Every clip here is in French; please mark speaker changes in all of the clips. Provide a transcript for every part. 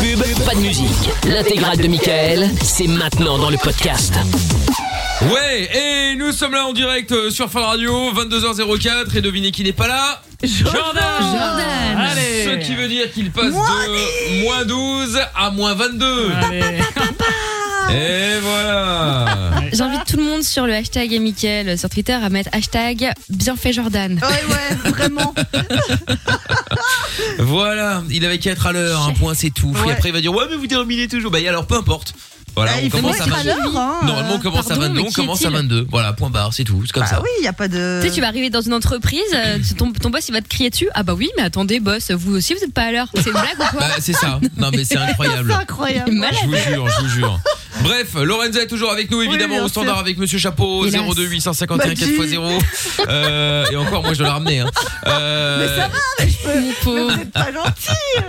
Speaker 1: pub, pas de musique. L'intégrale de Michael, c'est maintenant dans le podcast.
Speaker 2: Ouais, et nous sommes là en direct euh, sur Fun Radio, 22h04, et devinez qui n'est pas là
Speaker 3: Jordan. Allez.
Speaker 2: Ce qui veut dire qu'il passe de moins 12 à moins 22 Et voilà
Speaker 4: J'invite tout le monde sur le hashtag et Mickaël sur Twitter à mettre hashtag bienfait Jordan.
Speaker 3: ouais, vraiment.
Speaker 2: Voilà, il avait qu'à être à l'heure, un point c'est tout. Et
Speaker 3: Ouais.
Speaker 2: après il va dire ouais mais vous terminez toujours. Bah et alors peu importe. Voilà,
Speaker 3: Ah,
Speaker 2: on
Speaker 3: il fait
Speaker 2: commence
Speaker 3: moins
Speaker 2: à
Speaker 3: qu'à
Speaker 2: 22.
Speaker 3: l'heure, hein.
Speaker 2: Normalement on commence
Speaker 4: Pardon,
Speaker 2: à 22,
Speaker 4: mais
Speaker 2: on
Speaker 4: qui
Speaker 2: commence à
Speaker 4: est-il
Speaker 2: 22. Voilà, point barre, c'est tout, c'est comme
Speaker 3: Bah
Speaker 2: ça.
Speaker 3: oui, il n'y a pas de.
Speaker 4: Tu sais, tu vas arriver dans une entreprise, euh, ton, ton boss il va te crier dessus. Ah bah oui, mais attendez, boss, vous aussi vous êtes pas à l'heure. C'est une blague ou quoi
Speaker 2: Bah c'est ça. Non mais c'est
Speaker 3: C'est
Speaker 2: incroyable.
Speaker 3: incroyable.
Speaker 4: Il est malade.
Speaker 2: Je vous jure, je vous jure. Bref, Lorenza est toujours avec nous évidemment
Speaker 3: bien
Speaker 2: au standard
Speaker 3: sûr.
Speaker 2: avec monsieur Chapeau
Speaker 4: Hélas.
Speaker 2: 02 851
Speaker 3: Bah,
Speaker 2: 4 x 0. Euh, et encore moi je dois la ramener hein. Euh,
Speaker 3: Mais ça va,
Speaker 4: Mon pauvre.
Speaker 3: vous êtes pas gentil.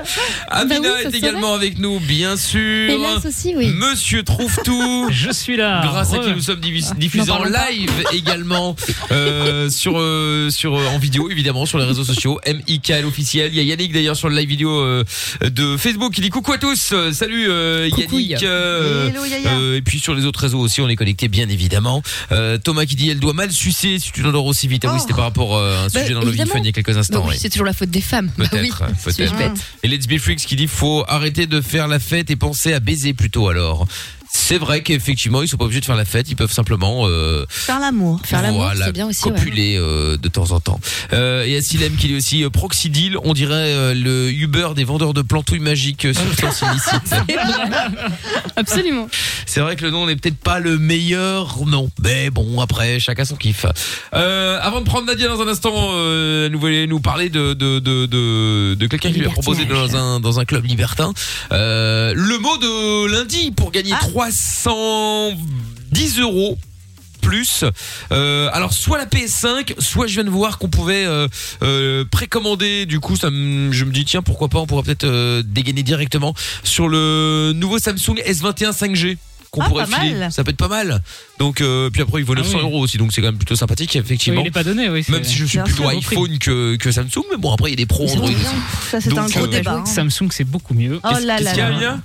Speaker 2: Amina
Speaker 4: Bah oui, ça
Speaker 2: Ah, est
Speaker 4: se
Speaker 2: également avec nous bien sûr.
Speaker 4: Hélas aussi, oui.
Speaker 2: Monsieur trouve tout.
Speaker 5: Je suis là.
Speaker 2: grâce à qui
Speaker 5: Re-
Speaker 2: nous sommes diffus- diffusés
Speaker 4: Ah, N'en
Speaker 2: en
Speaker 4: parlons pas.
Speaker 2: live également euh, sur euh, sur euh, en vidéo évidemment sur les réseaux sociaux MIKL officiel il y a Yannick d'ailleurs sur le live vidéo euh, de Facebook il dit coucou à tous Euh, salut euh,
Speaker 4: Coucou,
Speaker 2: Yannick euh,
Speaker 3: Hello, Yaya.
Speaker 2: euh, et puis sur les autres réseaux aussi on est connecté bien évidemment Euh, Thomas qui dit elle doit mal sucer si tu l'endors aussi vite ah oui
Speaker 3: Oh.
Speaker 2: c'était par rapport euh, à un
Speaker 4: Bah,
Speaker 2: sujet dans le vide
Speaker 4: évidemment.
Speaker 2: fun il y a quelques
Speaker 4: Bah
Speaker 2: instants
Speaker 4: oui,
Speaker 2: oui.
Speaker 4: c'est toujours la faute des femmes. Bah oui,
Speaker 2: Peut-être, hein,
Speaker 4: suis-je
Speaker 2: peut-être.
Speaker 4: bête.
Speaker 2: Et Let's Be Freaks qui dit faut arrêter de faire la fête et penser à baiser plutôt alors. C'est vrai qu'effectivement, ils sont pas obligés de faire la fête, ils peuvent simplement euh,
Speaker 3: Faire l'amour.
Speaker 4: Faire l'amour,
Speaker 2: voilà,
Speaker 4: c'est bien aussi, ouais.
Speaker 2: copuler euh, de temps en temps. Euh, et Asilem qui est aussi euh, Proxydil, on dirait euh, le Uber des vendeurs de plantouilles magiques euh, substances illicites.
Speaker 4: Absolument.
Speaker 2: C'est vrai que le nom n'est peut-être pas le meilleur, non. Mais bon, après, chacun son kiff. Euh, avant de prendre Nadia dans un instant, euh, elle nous voulait nous parler de de de de, de quelqu'un qui lui a proposé dans un dans un club libertin. Euh, le mot de lundi pour gagner 310 euros plus. Euh, alors soit la PS5, soit je viens de voir qu'on pouvait euh, euh, précommander. Du coup, ça me- je me dis tiens pourquoi pas, on pourrait peut-être euh, dégainer directement sur le nouveau Samsung S21 5G qu'on
Speaker 3: Ah,
Speaker 2: pourrait
Speaker 3: pas
Speaker 2: filer.
Speaker 3: mal.
Speaker 2: Ça peut être pas mal. Donc euh, puis après il vaut
Speaker 5: Ah
Speaker 2: 900
Speaker 5: oui.
Speaker 2: euros aussi, donc c'est quand même plutôt sympathique
Speaker 5: Oui,
Speaker 2: effectivement.
Speaker 5: il est pas donné, oui. c'est-
Speaker 2: même si je suis
Speaker 3: Bien
Speaker 2: plutôt
Speaker 3: sûr,
Speaker 5: bon prix.
Speaker 2: iPhone que, que Samsung, mais bon après il y a des pros
Speaker 4: Ils sont
Speaker 2: Android aussi.
Speaker 4: bien.
Speaker 3: Eh Ça, c'est
Speaker 2: Donc,
Speaker 3: un gros
Speaker 2: euh,
Speaker 3: débat. hein.
Speaker 5: Samsung, c'est beaucoup mieux.
Speaker 3: Oh là
Speaker 2: Qu'est-ce
Speaker 3: là
Speaker 2: qu'il y
Speaker 3: là.
Speaker 2: a, Amina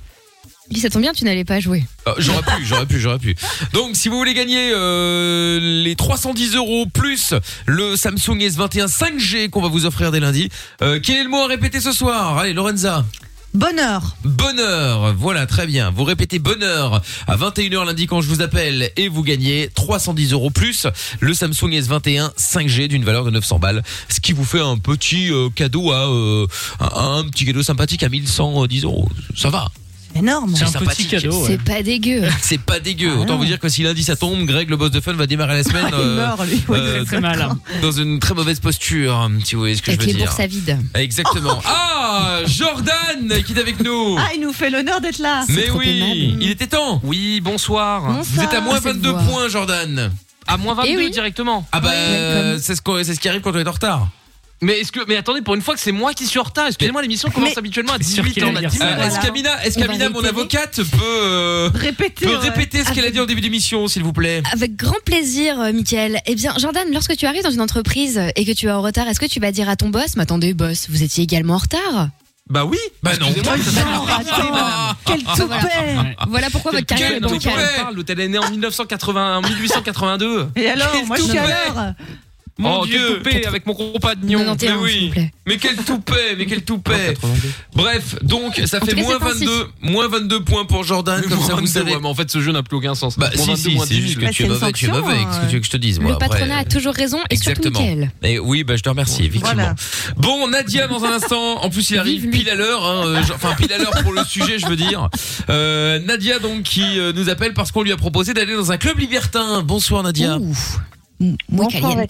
Speaker 4: Lui, ça tombe bien, tu n'allais pas jouer.
Speaker 2: Euh, J'aurais pu, j'aurais pu, j'aurais pu. Donc, si vous voulez gagner euh, les 310 euros plus le Samsung S21 5G qu'on va vous offrir dès lundi, euh, quel est le mot à répéter ce soir Allez, Lorenza.
Speaker 3: Bonheur.
Speaker 2: Bonheur, voilà très bien. Vous répétez bonheur à 21h lundi quand je vous appelle et vous gagnez 310 euros plus le Samsung S21 5G d'une valeur de 900 balles, ce qui vous fait un petit euh, cadeau à euh, un, un petit cadeau sympathique à 1110 euros. Ça va,
Speaker 3: Énorme.
Speaker 5: C'est
Speaker 2: C'est
Speaker 5: un petit
Speaker 2: sympathique.
Speaker 5: cadeau. ouais.
Speaker 4: C'est pas dégueu.
Speaker 2: c'est pas dégueu. Autant vous dire que si lundi ça tombe, Greg le boss de fun va démarrer la semaine.
Speaker 3: Ah. Il
Speaker 2: euh,
Speaker 3: meurt, lui. Ouais,
Speaker 2: euh,
Speaker 5: Très, très mal.
Speaker 2: dans une très mauvaise posture, hein, si vous voyez ce que
Speaker 4: Avec
Speaker 2: je veux
Speaker 4: les
Speaker 2: dire.
Speaker 4: bourses à vide. Oh.
Speaker 2: Exactement. Ah, Jordan qui est avec nous.
Speaker 3: Ah, il nous fait l'honneur d'être là.
Speaker 2: Mais
Speaker 4: ah. trop
Speaker 2: oui,
Speaker 4: aimable.
Speaker 2: il était temps.
Speaker 6: Oui, bonsoir.
Speaker 2: Vous êtes à moins
Speaker 4: Ah, cette
Speaker 2: 22
Speaker 4: voix.
Speaker 2: points, Jordan.
Speaker 6: À moins 22
Speaker 4: Eh oui.
Speaker 6: directement.
Speaker 2: Ah bah,
Speaker 4: Ouais,
Speaker 2: euh,
Speaker 4: comme-
Speaker 2: c'est ce, qu'on- c'est ce qui arrive quand on est en retard.
Speaker 6: Mais est-ce que mais attendez, pour une fois que c'est moi qui suis en retard, excusez-moi, l'émission commence
Speaker 3: Mais-
Speaker 6: habituellement à
Speaker 5: Mais sûr
Speaker 6: 18h
Speaker 5: qu'il allait dire
Speaker 2: Euh,
Speaker 5: ça.
Speaker 3: Voilà.
Speaker 2: Est-ce qu'Amina, est-ce
Speaker 4: On va
Speaker 2: qu'Amina, mon
Speaker 4: réitérer.
Speaker 2: avocate, peut, euh,
Speaker 3: Répétez.
Speaker 2: peut
Speaker 3: ouais.
Speaker 2: répéter ce qu'elle a dit en début d'émission, s'il vous plaît
Speaker 4: Avec grand plaisir, euh, Mickaël. Eh bien, Jordan, lorsque tu arrives dans une entreprise euh, et que tu es en retard, est-ce que tu vas dire à ton boss, mais attendez, boss, vous étiez également en retard
Speaker 2: Bah oui. Ah, Bah non.
Speaker 6: Excusez-moi,
Speaker 3: Oh,
Speaker 6: ça s'appelle
Speaker 3: genre, attends. Quel toupet.
Speaker 5: Ouais.
Speaker 4: Voilà pourquoi votre carrière
Speaker 2: Quel
Speaker 4: est
Speaker 6: Quel
Speaker 2: toupet.
Speaker 4: bancale.
Speaker 6: parle, l'hôtel est né en 1980, 1882.
Speaker 3: Et alors,
Speaker 2: Quel
Speaker 3: moi, je suis à
Speaker 2: toupet.
Speaker 3: l'heure.
Speaker 6: Mon
Speaker 2: Oh,
Speaker 6: Dieu,
Speaker 2: quel
Speaker 6: coupé avec mon compagnon.
Speaker 4: 91,
Speaker 2: mais oui.
Speaker 4: s'il vous plaît.
Speaker 2: Mais quel toupet, mais quel
Speaker 6: Oh,
Speaker 2: toupet. Bref, donc ça
Speaker 4: En
Speaker 2: fait
Speaker 4: tout cas,
Speaker 2: moins
Speaker 4: c'est un
Speaker 2: 22, moins 22 points pour Jordan, comme ça vous savez.
Speaker 6: mais en fait ce jeu n'a plus aucun sens.
Speaker 2: Bah si, si, c'est juste que
Speaker 3: Bah, c'est
Speaker 2: tu es
Speaker 3: une
Speaker 2: mauvais, tu es
Speaker 3: sanction,
Speaker 2: mauvais, qu'est-ce que
Speaker 6: hein.
Speaker 2: tu veux que je te dise moi
Speaker 4: Le
Speaker 2: après euh,
Speaker 4: patronat a toujours raison et surtout
Speaker 2: Exactement.
Speaker 4: Mickaël.
Speaker 2: Et oui, bah je te remercie effectivement.
Speaker 3: Voilà.
Speaker 2: Bon, Nadia dans un instant, en plus il arrive
Speaker 4: Vive lui.
Speaker 2: pile à l'heure hein, euh, genre- enfin pile à l'heure pour le sujet, je veux dire. Euh, Nadia donc qui euh, nous appelle parce qu'on lui a proposé d'aller dans un club libertin. Bonsoir Nadia.
Speaker 4: Ouh, Muy caliente.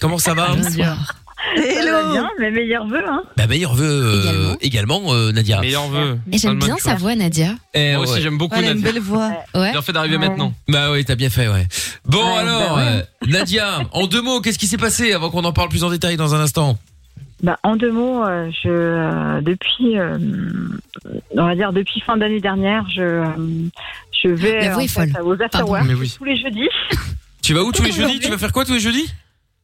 Speaker 2: Comment ça va
Speaker 4: Bonsoir.
Speaker 7: Ça va
Speaker 3: Hello.
Speaker 7: bien, mes meilleurs voeux. Hein.
Speaker 2: Bah meilleur vœu euh, également, euh, Nadia.
Speaker 6: Meilleur vœu.
Speaker 4: Et j'aime bien sa
Speaker 6: savoir.
Speaker 4: voix, Nadia.
Speaker 2: Eh,
Speaker 6: Moi
Speaker 2: ouais.
Speaker 6: aussi j'aime beaucoup
Speaker 3: Elle a une
Speaker 6: Nadia.
Speaker 3: belle voix.
Speaker 4: Ouais.
Speaker 6: Bien fait d'arriver
Speaker 7: Ouais.
Speaker 6: maintenant.
Speaker 2: Bah oui, t'as bien fait, ouais. Bon
Speaker 7: Ouais,
Speaker 2: alors,
Speaker 7: bah ouais.
Speaker 2: euh, Nadia, en deux mots, qu'est-ce qui s'est passé avant qu'on en parle plus en détail dans un instant
Speaker 7: Bah, en deux mots, euh, je, euh, depuis, euh, on va dire depuis fin d'année dernière, je, euh, je vais
Speaker 4: La voix
Speaker 7: euh, en
Speaker 4: est folle.
Speaker 7: fait, aux after
Speaker 4: Pardon.
Speaker 7: work
Speaker 6: Mais oui.
Speaker 7: tous les jeudis.
Speaker 2: Tu vas où tous les jeudis
Speaker 7: Aujourd'hui.
Speaker 2: Tu vas faire quoi tous les jeudis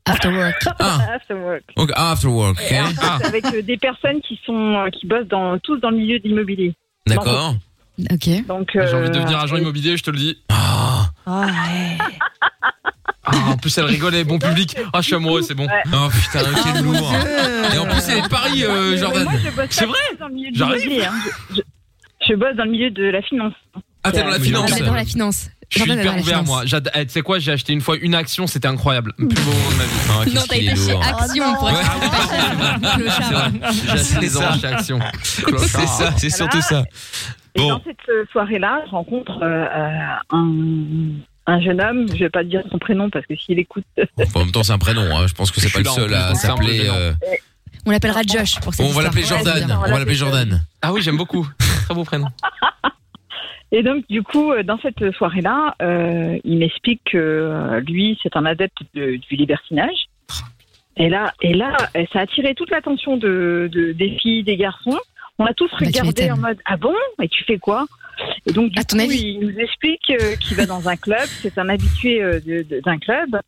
Speaker 4: After work.
Speaker 2: Ah,
Speaker 7: After work.
Speaker 2: ok, ah, after work. ok.
Speaker 6: Eh,
Speaker 7: Et en fait, avec euh, des personnes qui sont euh, qui bossent dans tous dans le milieu de l'immobilier.
Speaker 2: D'accord.
Speaker 4: Ok.
Speaker 7: Donc,
Speaker 6: J'ai envie de
Speaker 7: euh,
Speaker 6: devenir agent immobilier, je te le dis.
Speaker 2: Ah,
Speaker 3: Ah ouais.
Speaker 6: Ah, en plus, elle rigolait, bon public. Ah, je suis amoureux, c'est bon.
Speaker 2: oh putain,
Speaker 3: Ah,
Speaker 2: quel
Speaker 3: mon
Speaker 2: lourd.
Speaker 3: Dieu.
Speaker 2: Et en plus, c'est les paris, euh,
Speaker 7: Mais
Speaker 2: Jordan.
Speaker 7: Moi, je bosse
Speaker 6: C'est
Speaker 7: pas
Speaker 6: vrai
Speaker 7: dans le milieu de
Speaker 6: J'arrive.
Speaker 7: l'immobilier, hein. Je, je- je bosse dans le milieu de la finance.
Speaker 2: Ah, t'es dans la
Speaker 6: Oui,
Speaker 2: finance.
Speaker 4: On adore la finance.
Speaker 6: Je suis
Speaker 4: Jordan
Speaker 6: hyper
Speaker 4: adore la
Speaker 6: ouvert,
Speaker 4: finance.
Speaker 6: moi. J'ad- eh, Tu sais quoi, j'ai acheté une fois une action, c'était incroyable. Le Plus beau moment de ma vie.
Speaker 2: Ah, qu'est-ce
Speaker 4: Non, t'as
Speaker 2: qu'il
Speaker 4: été
Speaker 2: est
Speaker 4: chez
Speaker 2: lourd.
Speaker 4: Action pour
Speaker 2: Ouais.
Speaker 4: être pas cher. Ah, Clochard.
Speaker 6: C'est vrai. J'ai acheté
Speaker 2: C'est
Speaker 6: des
Speaker 2: ça.
Speaker 6: oranges chez action.
Speaker 2: C'est ça, c'est surtout ça.
Speaker 7: Et
Speaker 2: Bon.
Speaker 7: dans cette euh, soirée-là, je rencontre euh, euh, un, un jeune homme. Je vais pas dire son prénom parce que s'il écoute,
Speaker 2: Bon, en même temps, c'est un prénom. hein. Je pense que c'est
Speaker 6: Je
Speaker 2: pas
Speaker 6: suis
Speaker 2: le
Speaker 6: là,
Speaker 2: seul à
Speaker 6: en plus, donc c'est un peu
Speaker 2: s'appeler.
Speaker 6: gênant.
Speaker 2: euh,
Speaker 4: On l'appellera Josh pour cette
Speaker 2: On va
Speaker 4: histoire.
Speaker 2: l'appeler
Speaker 4: Ouais, c'est
Speaker 2: Jordan.
Speaker 4: bien.
Speaker 2: On va l'appeler Jordan.
Speaker 6: Ah oui, j'aime beaucoup. Très beau prénom.
Speaker 7: Et donc, du coup, euh, dans cette soirée-là, euh, il m'explique que euh, lui, c'est un adepte de- du libertinage. Et là, et là, euh, ça a attiré toute l'attention de, de- des filles, des garçons. On a tous
Speaker 3: bah,
Speaker 4: tu
Speaker 7: regardé
Speaker 4: m'étonnes.
Speaker 7: en mode Ah bon Et tu fais quoi Et donc, du
Speaker 4: À ton
Speaker 7: coup,
Speaker 4: avis
Speaker 7: il nous explique euh, qu'il va dans un club, c'est un habitué euh, de- de- d'un club.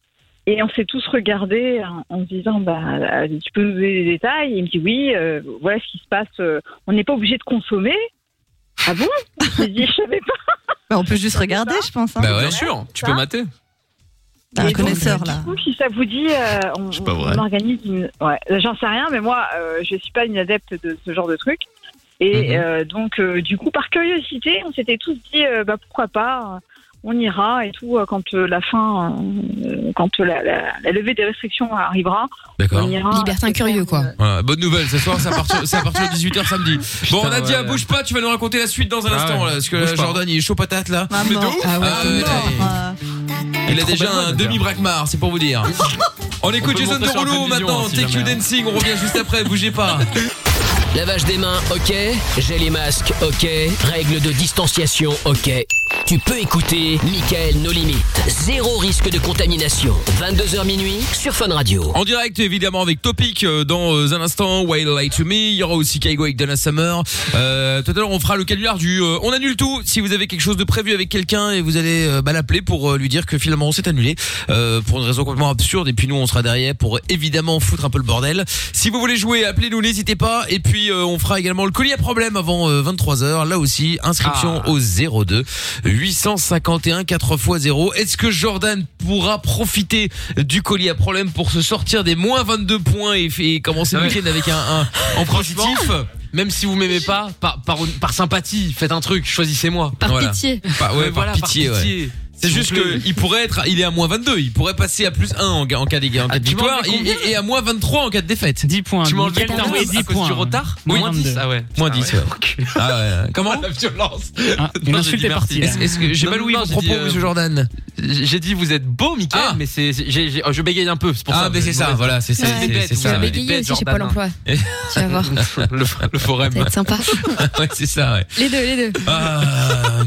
Speaker 7: Et on s'est tous regardés en, en se disant bah, euh, Tu peux nous donner des détails Et il me dit Oui, euh, voilà ce qui se passe. euh, on n'est pas obligé de consommer. Ah bon Je lui ai dit Je savais
Speaker 3: Bah, on peut juste regarder, je pense. Hein.
Speaker 2: Bah ouais.
Speaker 6: Bien sûr, tu peux mater.
Speaker 3: T'as un
Speaker 7: Et donc,
Speaker 3: connaisseur là.
Speaker 7: Du coup, si ça vous dit, euh, on,
Speaker 5: C'est pas vrai.
Speaker 7: on organise une. Ouais, j'en sais rien, mais moi, euh, je suis pas une adepte de ce genre de truc. Et
Speaker 2: Mhm.
Speaker 7: euh, donc, euh, du coup, par curiosité, on s'était tous dit, euh, bah pourquoi pas, euh, on ira et tout euh, quand euh, la fin, euh, quand la, la- la levée des restrictions arrivera,
Speaker 2: D'accord.
Speaker 7: on ira.
Speaker 4: Libertin curieux, quoi.
Speaker 2: Voilà, bonne nouvelle, ce soir, c'est à partir, c'est à partir de 18h samedi. Bon,
Speaker 6: Putain,
Speaker 2: on a dit,
Speaker 6: ouais.
Speaker 2: ah, bouge pas, tu vas nous raconter la suite dans un
Speaker 6: Ah
Speaker 2: instant,
Speaker 6: ouais.
Speaker 2: là, parce que
Speaker 6: Bouge
Speaker 2: là,
Speaker 6: pas.
Speaker 2: Jordan, il est chaud patate, là.
Speaker 3: Ah, mort.
Speaker 4: Ah ouais,
Speaker 2: Ah
Speaker 4: c'est
Speaker 2: ouais,
Speaker 4: mort.
Speaker 3: Ah,
Speaker 2: Il a
Speaker 6: euh. Trop
Speaker 2: déjà
Speaker 6: belle voix,
Speaker 2: un
Speaker 6: le gars.
Speaker 2: demi-braquemar, c'est pour vous dire. On écoute
Speaker 6: peut
Speaker 2: Jason
Speaker 6: monter sur la
Speaker 2: Derulo
Speaker 6: télévision,
Speaker 2: maintenant,
Speaker 6: hein, si
Speaker 2: TQ
Speaker 6: jamais, hein.
Speaker 2: Dancing, on revient juste après, bougez pas.
Speaker 1: Lavage des mains, ok. Gel et masque, ok. Règles de distanciation, ok. Tu peux écouter Michael No Limites. Zéro risque de contamination. 22h minuit sur Fun Radio.
Speaker 2: En direct, évidemment, avec Topic euh, dans euh, un instant, Wild Light to Me. Il y aura aussi Kaigo avec Donna Summer. Euh, tout à l'heure, on fera le canular du euh, On annule tout. Si vous avez quelque chose de prévu avec quelqu'un et vous allez euh, bah, l'appeler pour euh, lui dire que finalement on s'est annulé euh, pour une raison complètement absurde. Et puis nous, on sera derrière pour euh, évidemment foutre un peu le bordel. Si vous voulez jouer, appelez-nous, n'hésitez pas. Et puis euh, on fera également le colis à problème avant 23h. Là aussi, inscription
Speaker 6: Ah.
Speaker 2: au 02 851 4 x 0. Est-ce que Jordan pourra profiter du colis à problème pour se sortir des moins 22 points et, et commencer le
Speaker 6: Ah Ouais.
Speaker 2: week-end avec un, un- en
Speaker 6: Franchement,
Speaker 2: positif
Speaker 6: Même si vous m'aimez pas, par, par, par sympathie, faites un truc, choisissez-moi.
Speaker 4: Par
Speaker 2: Voilà.
Speaker 4: pitié.
Speaker 2: Bah ouais,
Speaker 6: Mais
Speaker 2: par
Speaker 6: voilà,
Speaker 2: pitié, ouais. C'est
Speaker 6: S'il
Speaker 2: juste
Speaker 6: vous plaît.
Speaker 2: que il pourrait être, il est à moins 22, il pourrait passer à plus 1 en, ga- en cas de, en cas de
Speaker 6: Ah, tu m'en
Speaker 2: victoire
Speaker 6: fais
Speaker 2: et,
Speaker 6: combien
Speaker 2: et- et à moins 23 en cas de défaite.
Speaker 8: 10 points.
Speaker 6: Tu m'as enlevé le
Speaker 8: Mickaël, t'as
Speaker 6: retard oui,
Speaker 8: enlevé
Speaker 6: à
Speaker 8: 10
Speaker 6: cause
Speaker 8: points.
Speaker 6: du retard Oui, moins 10.
Speaker 8: 22.
Speaker 6: Ah ouais.
Speaker 2: Moins
Speaker 6: Ah
Speaker 2: 10, ouais. Ah ouais, Comment
Speaker 6: La violence.
Speaker 8: Ah,
Speaker 6: Non,
Speaker 8: une
Speaker 6: j'ai
Speaker 8: insulte
Speaker 6: dit
Speaker 8: est partie. là.
Speaker 2: Est-ce est-ce que j'ai
Speaker 6: Non,
Speaker 2: mal
Speaker 6: non,
Speaker 2: ouï
Speaker 6: non,
Speaker 2: vos
Speaker 6: j'ai
Speaker 2: propos,
Speaker 6: dit, euh,
Speaker 2: monsieur Jordan
Speaker 6: J'ai dit vous êtes beau, Mickaël,
Speaker 2: Ah.
Speaker 6: mais c'est, c'est- j'ai- j'ai- oh, je bégaye un peu, c'est pour ça.
Speaker 2: Ah, mais c'est ça, voilà, c'est c'est-
Speaker 4: Ouais.
Speaker 2: c'est-
Speaker 6: Bête,
Speaker 2: c'est
Speaker 6: vous
Speaker 4: Tu vas
Speaker 2: ça. ouais.
Speaker 6: avez-
Speaker 4: bégayer
Speaker 6: bête,
Speaker 4: aussi chez
Speaker 6: Jordan,
Speaker 4: Pôle emploi.
Speaker 2: Et-
Speaker 4: Tu vas voir. Ça
Speaker 6: le, le forum.
Speaker 4: va être sympa.
Speaker 2: Ouais, c'est ça, ouais.
Speaker 4: Les deux, les deux.
Speaker 2: Ah,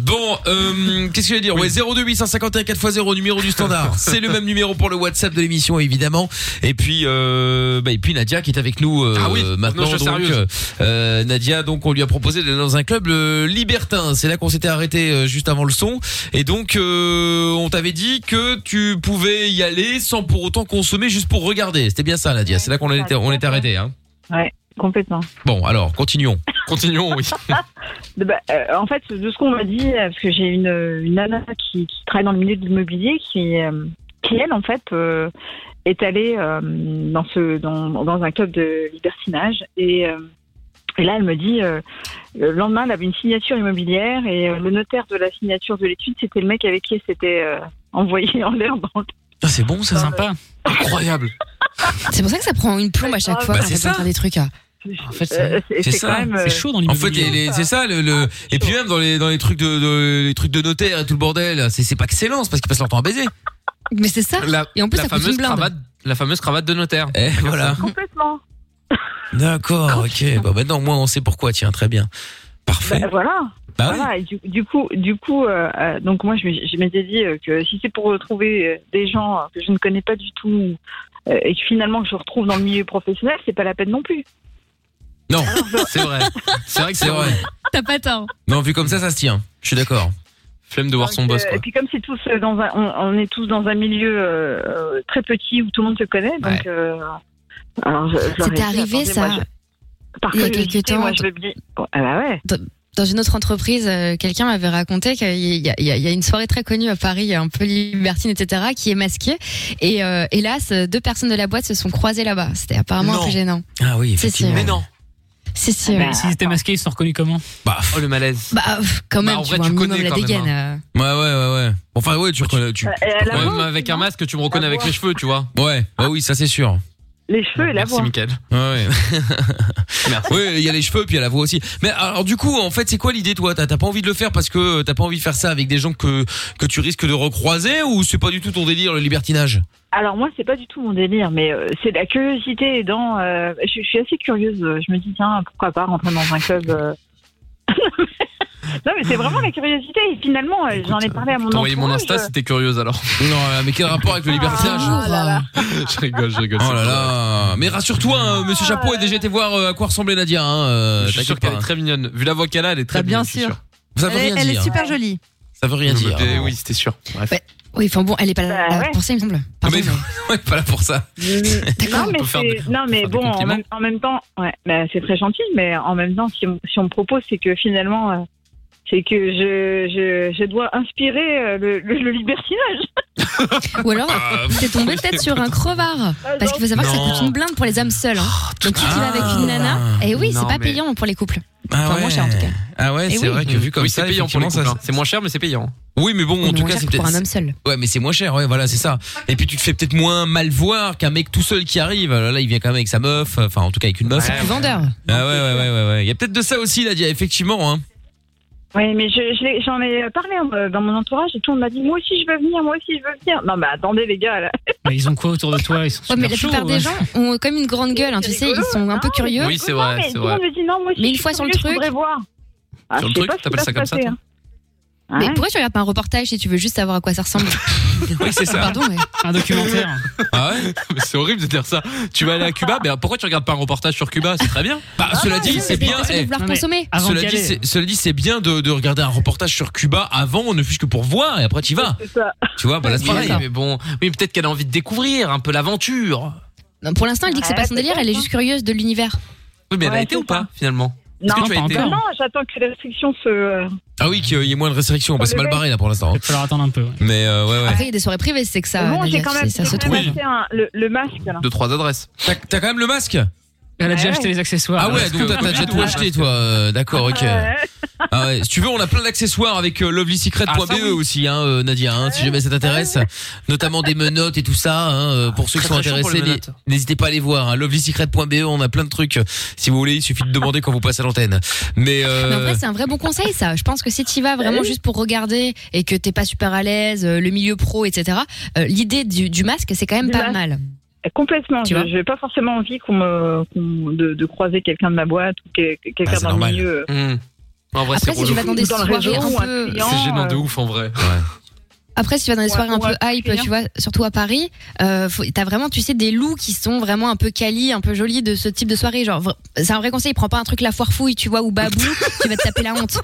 Speaker 2: bon, euh, qu'est-ce que je vais dire Ouais, 02851 4x0, numéro du standard. C'est le même numéro pour le WhatsApp de l'émission, évidemment. Et puis, euh, bah, et puis Nadia qui est avec nous euh,
Speaker 6: Ah oui,
Speaker 2: maintenant.
Speaker 6: non, je suis
Speaker 2: donc,
Speaker 6: sérieuse.
Speaker 2: euh, Nadia, donc, on lui a proposé d'aller dans un club euh, libertin. C'est là qu'on s'était arrêté euh, juste avant le son. Et donc, euh, on t'avait dit que tu pouvais y aller sans pour autant consommer, juste pour regarder. C'était bien ça, Nadia. C'est là qu'on était, on était arrêté. Hein.
Speaker 7: euh, Complètement.
Speaker 2: Bon, alors, continuons.
Speaker 6: Continuons, oui.
Speaker 7: De- bah, euh, en fait, de ce qu'on m'a dit, euh, parce que j'ai une, une nana qui, qui travaille dans le milieu de l'immobilier, qui, euh, qui elle, en fait, euh, est allée euh, dans, ce, dans, dans un club de libertinage. Et, euh, et là, elle me dit, euh, le lendemain, elle avait une signature immobilière et euh, le notaire de la signature de l'étude, c'était le mec avec qui elle s'était euh, envoyé en l'air dans le
Speaker 2: c'est bon,
Speaker 8: C'est sympa.
Speaker 6: Incroyable.
Speaker 4: C'est pour ça que ça prend une plombe à chaque fois
Speaker 2: Bah,
Speaker 4: quand
Speaker 2: c'est
Speaker 4: t'es en
Speaker 2: ça.
Speaker 4: train des trucs. hein.
Speaker 8: En fait, c'est-
Speaker 7: Euh,
Speaker 2: c'est ça,
Speaker 7: quand même, euh,
Speaker 8: c'est chaud dans
Speaker 2: En fait, les-
Speaker 8: l'immobilier.
Speaker 2: les- c'est ça le, le- et puis même dans les dans les trucs de, de- les trucs de notaire et tout le bordel, c'est c'est pas que c'est lent, c'est parce qu'ils passent leur temps à baiser.
Speaker 4: Mais c'est ça.
Speaker 6: La,
Speaker 4: Et en plus,
Speaker 6: la
Speaker 4: ça coûte
Speaker 6: fameuse
Speaker 4: une blinde.
Speaker 6: cravate, la fameuse cravate de notaire.
Speaker 2: Eh voilà.
Speaker 7: complètement.
Speaker 2: D'accord, ok. Bah maintenant, moi, on sait pourquoi. Tiens, très bien. Parfait.
Speaker 7: Bah, voilà.
Speaker 2: Bah oui.
Speaker 7: Voilà, et du, du coup, du coup euh, euh, donc moi je, me- je m'étais dit euh, que si c'est pour retrouver euh, des gens euh, que je ne connais pas du tout euh, et que finalement que je retrouve dans le milieu professionnel, c'est pas la peine non plus.
Speaker 2: Non,
Speaker 6: C'est vrai. C'est vrai que
Speaker 2: c'est vrai.
Speaker 4: T'as pas tort.
Speaker 2: Non, vu comme ça, ça se tient. Je suis d'accord.
Speaker 6: Flemme de voir son
Speaker 7: Donc,
Speaker 6: boss,
Speaker 7: euh,
Speaker 6: quoi.
Speaker 7: Et puis comme c'est tous euh, dans un, on, on est tous dans un milieu euh, euh, très petit où tout le monde se connaît, donc.
Speaker 2: Ouais.
Speaker 7: euh, alors, je- je leur
Speaker 4: C'était
Speaker 7: ai dit,
Speaker 4: arrivé,
Speaker 7: attendez,
Speaker 4: ça,
Speaker 7: moi, je- par
Speaker 4: il y a
Speaker 7: curiosité,
Speaker 4: quelques temps,
Speaker 7: Moi, je veux bien. Ah bah ouais.
Speaker 4: dans une autre entreprise, euh, quelqu'un m'avait raconté qu'il y a, il y a- il y a une soirée très connue à Paris, un peu libertine, etc., qui est masquée. Et euh, hélas, deux personnes de la boîte se sont croisées là-bas. C'était apparemment
Speaker 2: Non.
Speaker 4: un peu gênant.
Speaker 2: Ah oui,
Speaker 4: Si, si,
Speaker 2: effectivement.
Speaker 4: ouais.
Speaker 2: Mais non.
Speaker 4: C'est sûr.
Speaker 6: Ah,
Speaker 5: Bah, S'ils étaient masqués, ils se sont reconnus comment
Speaker 2: Bah,
Speaker 6: Oh, le malaise.
Speaker 4: Bah, pff, quand même,
Speaker 6: Bah, en
Speaker 4: tu
Speaker 6: vrai,
Speaker 4: vois
Speaker 6: tu
Speaker 4: un minimum
Speaker 6: connais
Speaker 4: la
Speaker 6: quand même, hein.
Speaker 4: dégaine.
Speaker 2: ouais, ouais, ouais, ouais. Enfin, ouais, tu reconnais. Tu... Bah,
Speaker 7: Euh, la
Speaker 6: Ouais,
Speaker 7: voix,
Speaker 6: même avec un
Speaker 7: non
Speaker 6: masque, tu me reconnais
Speaker 7: La
Speaker 6: avec
Speaker 7: voix.
Speaker 6: les cheveux, tu vois.
Speaker 2: Ouais, bah oui, ça c'est sûr.
Speaker 7: Les cheveux et la
Speaker 6: Merci,
Speaker 7: voix.
Speaker 6: Mickaël.
Speaker 2: Ouais, ouais.
Speaker 6: Merci.
Speaker 2: Oui, il y a les cheveux, puis il y a la voix aussi. Mais alors, du coup, en fait, c'est quoi l'idée, toi T'as t'as pas envie de le faire parce que t'as pas envie de faire ça avec des gens que, que tu risques de recroiser ou c'est pas du tout ton délire, le libertinage
Speaker 7: Alors moi, c'est pas du tout mon délire, mais euh, c'est la curiosité dans. euh, je, je suis assez curieuse. euh, Je me dis tiens, pourquoi pas rentrer dans un club. euh. non mais c'est vraiment la curiosité. Et finalement, euh, j'en ai parlé à mon
Speaker 6: T'as envoyé
Speaker 7: entourage.
Speaker 6: mon Insta si t'es curieuse alors.
Speaker 2: Non, euh, mais quel rapport avec le libertinage
Speaker 7: Ah, là, là.
Speaker 6: je rigole, je rigole.
Speaker 2: Oh
Speaker 6: c'est
Speaker 2: là
Speaker 6: cool.
Speaker 2: là Mais rassure-toi,
Speaker 3: Ah.
Speaker 2: hein, Monsieur Chapeau a déjà été voir euh, à quoi ressemblait Nadia. Hein, euh,
Speaker 6: Je suis sûr
Speaker 2: t'inquiète pas,
Speaker 6: qu'elle est très mignonne. Vu la voix qu'elle a, elle est très
Speaker 3: Bah, bien
Speaker 6: mignonne, je suis
Speaker 3: sûr.
Speaker 2: hein. Ça veut
Speaker 3: Elle, est-
Speaker 2: rien
Speaker 3: elle est
Speaker 2: dire.
Speaker 3: super jolie.
Speaker 2: Ça veut rien
Speaker 6: Je me
Speaker 2: dire.
Speaker 6: dis- Oui, c'était sûr. Bref.
Speaker 4: Ouais. Oui, enfin bon, elle est pas là
Speaker 7: Bah, ouais.
Speaker 4: pour ça, il me semble. Pardon,
Speaker 2: Mais-
Speaker 4: mais-
Speaker 2: Ouais, pas là pour ça.
Speaker 7: Non
Speaker 6: On
Speaker 7: mais,
Speaker 6: peut faire des-
Speaker 7: c'est- non, mais
Speaker 6: faire des
Speaker 7: bon, en
Speaker 6: compliments.
Speaker 7: même, en même temps, ouais, bah, c'est très gentil, mais en même temps, si on, si on me propose, c'est que finalement, euh, c'est que je, je, je dois inspirer euh, le, le- le libertinage.
Speaker 4: Ou alors,
Speaker 6: Ah,
Speaker 4: t'es tombé peut-être sur un crevard. Parce qu'il faut savoir que
Speaker 2: Non.
Speaker 4: ça coûte une blinde pour les âmes seules. hein. Donc si tu vas avec une nana, et oui,
Speaker 6: Ah. Non,
Speaker 4: c'est pas
Speaker 6: mais-
Speaker 4: payant pour les couples.
Speaker 2: Ah
Speaker 4: Enfin, moins cher, en tout cas.
Speaker 2: Ah ouais,
Speaker 4: Eh
Speaker 2: c'est
Speaker 4: oui.
Speaker 2: vrai que vu comme
Speaker 6: oui,
Speaker 2: ça,
Speaker 6: c'est payant pour les
Speaker 2: effectivement,
Speaker 6: couples.
Speaker 2: ça-
Speaker 6: hein. C'est moins cher, mais c'est payant.
Speaker 2: Oui, mais bon, en
Speaker 4: Mais
Speaker 2: tout
Speaker 4: moins
Speaker 2: cas,
Speaker 4: cher
Speaker 2: c'est
Speaker 4: que pour
Speaker 2: peut-être.
Speaker 4: un homme seul.
Speaker 2: Ouais, mais c'est moins cher, ouais, voilà, c'est ça. Et puis tu te fais peut-être moins mal voir qu'un mec tout seul qui arrive. Alors Là, il vient quand même avec sa meuf, euh, enfin, en tout cas, avec une meuf.
Speaker 6: Ouais.
Speaker 4: Plus vendeur.
Speaker 2: Ah ouais, ouais, ouais, ouais, ouais. Il y a peut-être de ça aussi, Nadia, effectivement, hein.
Speaker 7: Oui, mais je- je l'ai- j'en ai parlé euh, dans mon entourage et tout le monde m'a dit moi aussi je veux venir, moi aussi je veux venir. Non mais attendez les gars, là.
Speaker 5: Bah, ils ont quoi autour de toi Ils sont
Speaker 4: Ouais,
Speaker 5: super
Speaker 4: mais la
Speaker 5: chauds,
Speaker 4: plupart des
Speaker 5: ouais.
Speaker 4: gens ont comme une grande gueule, hein, tu
Speaker 7: C'est
Speaker 4: sais,
Speaker 7: rigolo,
Speaker 4: ils sont un peu curieux.
Speaker 6: Oui, c'est
Speaker 7: Non,
Speaker 6: vrai,
Speaker 7: mais
Speaker 6: c'est
Speaker 7: tout le
Speaker 6: vrai.
Speaker 7: monde me dit non, moi aussi
Speaker 4: Mais une
Speaker 7: je suis
Speaker 4: fois sur le
Speaker 7: curieux,
Speaker 4: truc-
Speaker 7: je voudrais voir. Ah,
Speaker 6: Sur
Speaker 7: je
Speaker 6: le
Speaker 7: sais
Speaker 6: truc,
Speaker 7: pas ce qui
Speaker 6: t'appelles
Speaker 7: va
Speaker 6: ça
Speaker 7: se
Speaker 6: comme ça,
Speaker 7: passer,
Speaker 6: toi
Speaker 7: hein.
Speaker 4: Mais
Speaker 7: Ouais.
Speaker 4: pourquoi tu regardes pas un reportage si tu veux juste savoir à quoi ça ressemble
Speaker 2: Oui, c'est ça.
Speaker 4: Pardon, mais
Speaker 5: Un documentaire.
Speaker 2: Ah ouais
Speaker 6: Mais c'est horrible de dire ça. Tu vas aller à Cuba, mais pourquoi tu regardes pas un reportage sur Cuba C'est très bien.
Speaker 2: Bah, cela dit, c'est bien.
Speaker 4: de
Speaker 2: eh,
Speaker 4: vouloir
Speaker 5: Non, mais-
Speaker 4: consommer.
Speaker 5: Avant
Speaker 2: Cela
Speaker 5: d'y
Speaker 2: dit,
Speaker 5: aller.
Speaker 2: c'est- cela dit, c'est bien de, de regarder un reportage sur Cuba avant, ne fût-ce que pour voir, et après tu vas.
Speaker 7: C'est ça.
Speaker 2: Tu vois, bah là c'est
Speaker 6: Oui,
Speaker 2: pareil.
Speaker 4: d'accord.
Speaker 6: mais bon, oui, peut-être qu'elle a envie de découvrir un peu l'aventure.
Speaker 4: Non, Pour l'instant, elle dit que c'est
Speaker 7: Ouais,
Speaker 4: pas son délire,
Speaker 7: peut-être,
Speaker 4: elle est
Speaker 7: hein.
Speaker 4: juste curieuse de l'univers.
Speaker 6: Oui, mais elle a
Speaker 7: Ouais,
Speaker 6: été
Speaker 7: c'est
Speaker 6: ou pas finalement
Speaker 7: Non,
Speaker 5: Non,
Speaker 6: tu as
Speaker 5: pas
Speaker 6: été
Speaker 5: encore.
Speaker 7: non, j'attends que les restrictions se. euh,
Speaker 2: Ah oui, qu'il y ait moins de restrictions, bah c'est mal barré là pour l'instant. hein.
Speaker 5: Il va falloir attendre un peu. ouais.
Speaker 2: Mais euh, ouais,
Speaker 6: Ah,
Speaker 2: ouais.
Speaker 4: Après, il y a des soirées privées, c'est que ça,
Speaker 7: bon,
Speaker 4: Nadia,
Speaker 7: j'ai quand
Speaker 4: tu sais,
Speaker 7: même,
Speaker 4: ça
Speaker 7: j'ai
Speaker 4: se
Speaker 7: quand
Speaker 4: trouve.
Speaker 7: même acheté un- le, le masque. Là.
Speaker 6: Deux trois adresses.
Speaker 2: T'as t'as quand même le masque
Speaker 5: Elle a déjà
Speaker 7: Ouais.
Speaker 5: acheté les accessoires.
Speaker 2: Ah ouais,
Speaker 5: Parce
Speaker 2: donc
Speaker 5: que-
Speaker 2: t'as t'as déjà tout acheté toi. euh, D'accord, ok.
Speaker 7: Ouais.
Speaker 2: Ah ouais, si tu veux, on a plein d'accessoires avec euh, lovelysecret.be
Speaker 6: Ah, ça, oui.
Speaker 2: aussi, hein, euh, Nadia, hein, si jamais ça t'intéresse. Notamment des menottes et tout ça. Hein, euh, pour ceux qui
Speaker 6: très,
Speaker 2: sont
Speaker 6: très chaud pour
Speaker 2: intéressés,
Speaker 6: les
Speaker 2: n'hé-
Speaker 6: menottes.
Speaker 2: n'hésitez pas à aller voir. Hein, lovelysecret.be, on a plein de trucs. Si vous voulez, il suffit de demander quand vous passez à l'antenne. Mais,
Speaker 4: Mais en
Speaker 2: euh,
Speaker 4: vrai, c'est un vrai bon conseil, ça. Je pense que si tu vas vraiment juste pour regarder et que t'es pas super à l'aise, euh, le milieu pro, etc., euh, l'idée du, du masque, c'est quand même
Speaker 7: Du
Speaker 4: pas
Speaker 7: masque.
Speaker 4: mal.
Speaker 7: Complètement.
Speaker 4: Tu
Speaker 7: je
Speaker 4: vois
Speaker 7: n'ai pas forcément envie qu'on me, qu'on- de, de croiser quelqu'un de ma boîte ou que-
Speaker 6: Bah,
Speaker 7: que- quelqu'un
Speaker 2: Ah, c'est
Speaker 7: dans
Speaker 2: normal.
Speaker 7: le milieu.
Speaker 6: Hmm. En vrai, c'est
Speaker 4: Après, si tu
Speaker 6: relou.
Speaker 4: vas dans des
Speaker 7: Dans le
Speaker 4: soirées
Speaker 7: réseau,
Speaker 4: un
Speaker 7: un
Speaker 4: peu.
Speaker 7: client.
Speaker 6: C'est
Speaker 7: Non,
Speaker 6: gênant de
Speaker 7: euh,
Speaker 6: ouf en vrai.
Speaker 4: Après, si tu vas dans des
Speaker 7: Ouais,
Speaker 4: soirées un
Speaker 7: ouais,
Speaker 4: peu hype,
Speaker 7: c'est
Speaker 4: tu vois, surtout à Paris, euh, faut- t'as vraiment, tu sais, des loups qui sont vraiment un peu quali, un peu jolis de ce type de soirée. Genre, vra- c'est un vrai conseil. Prends pas un truc la foire fouille, tu vois, ou babou, tu vas te taper la honte.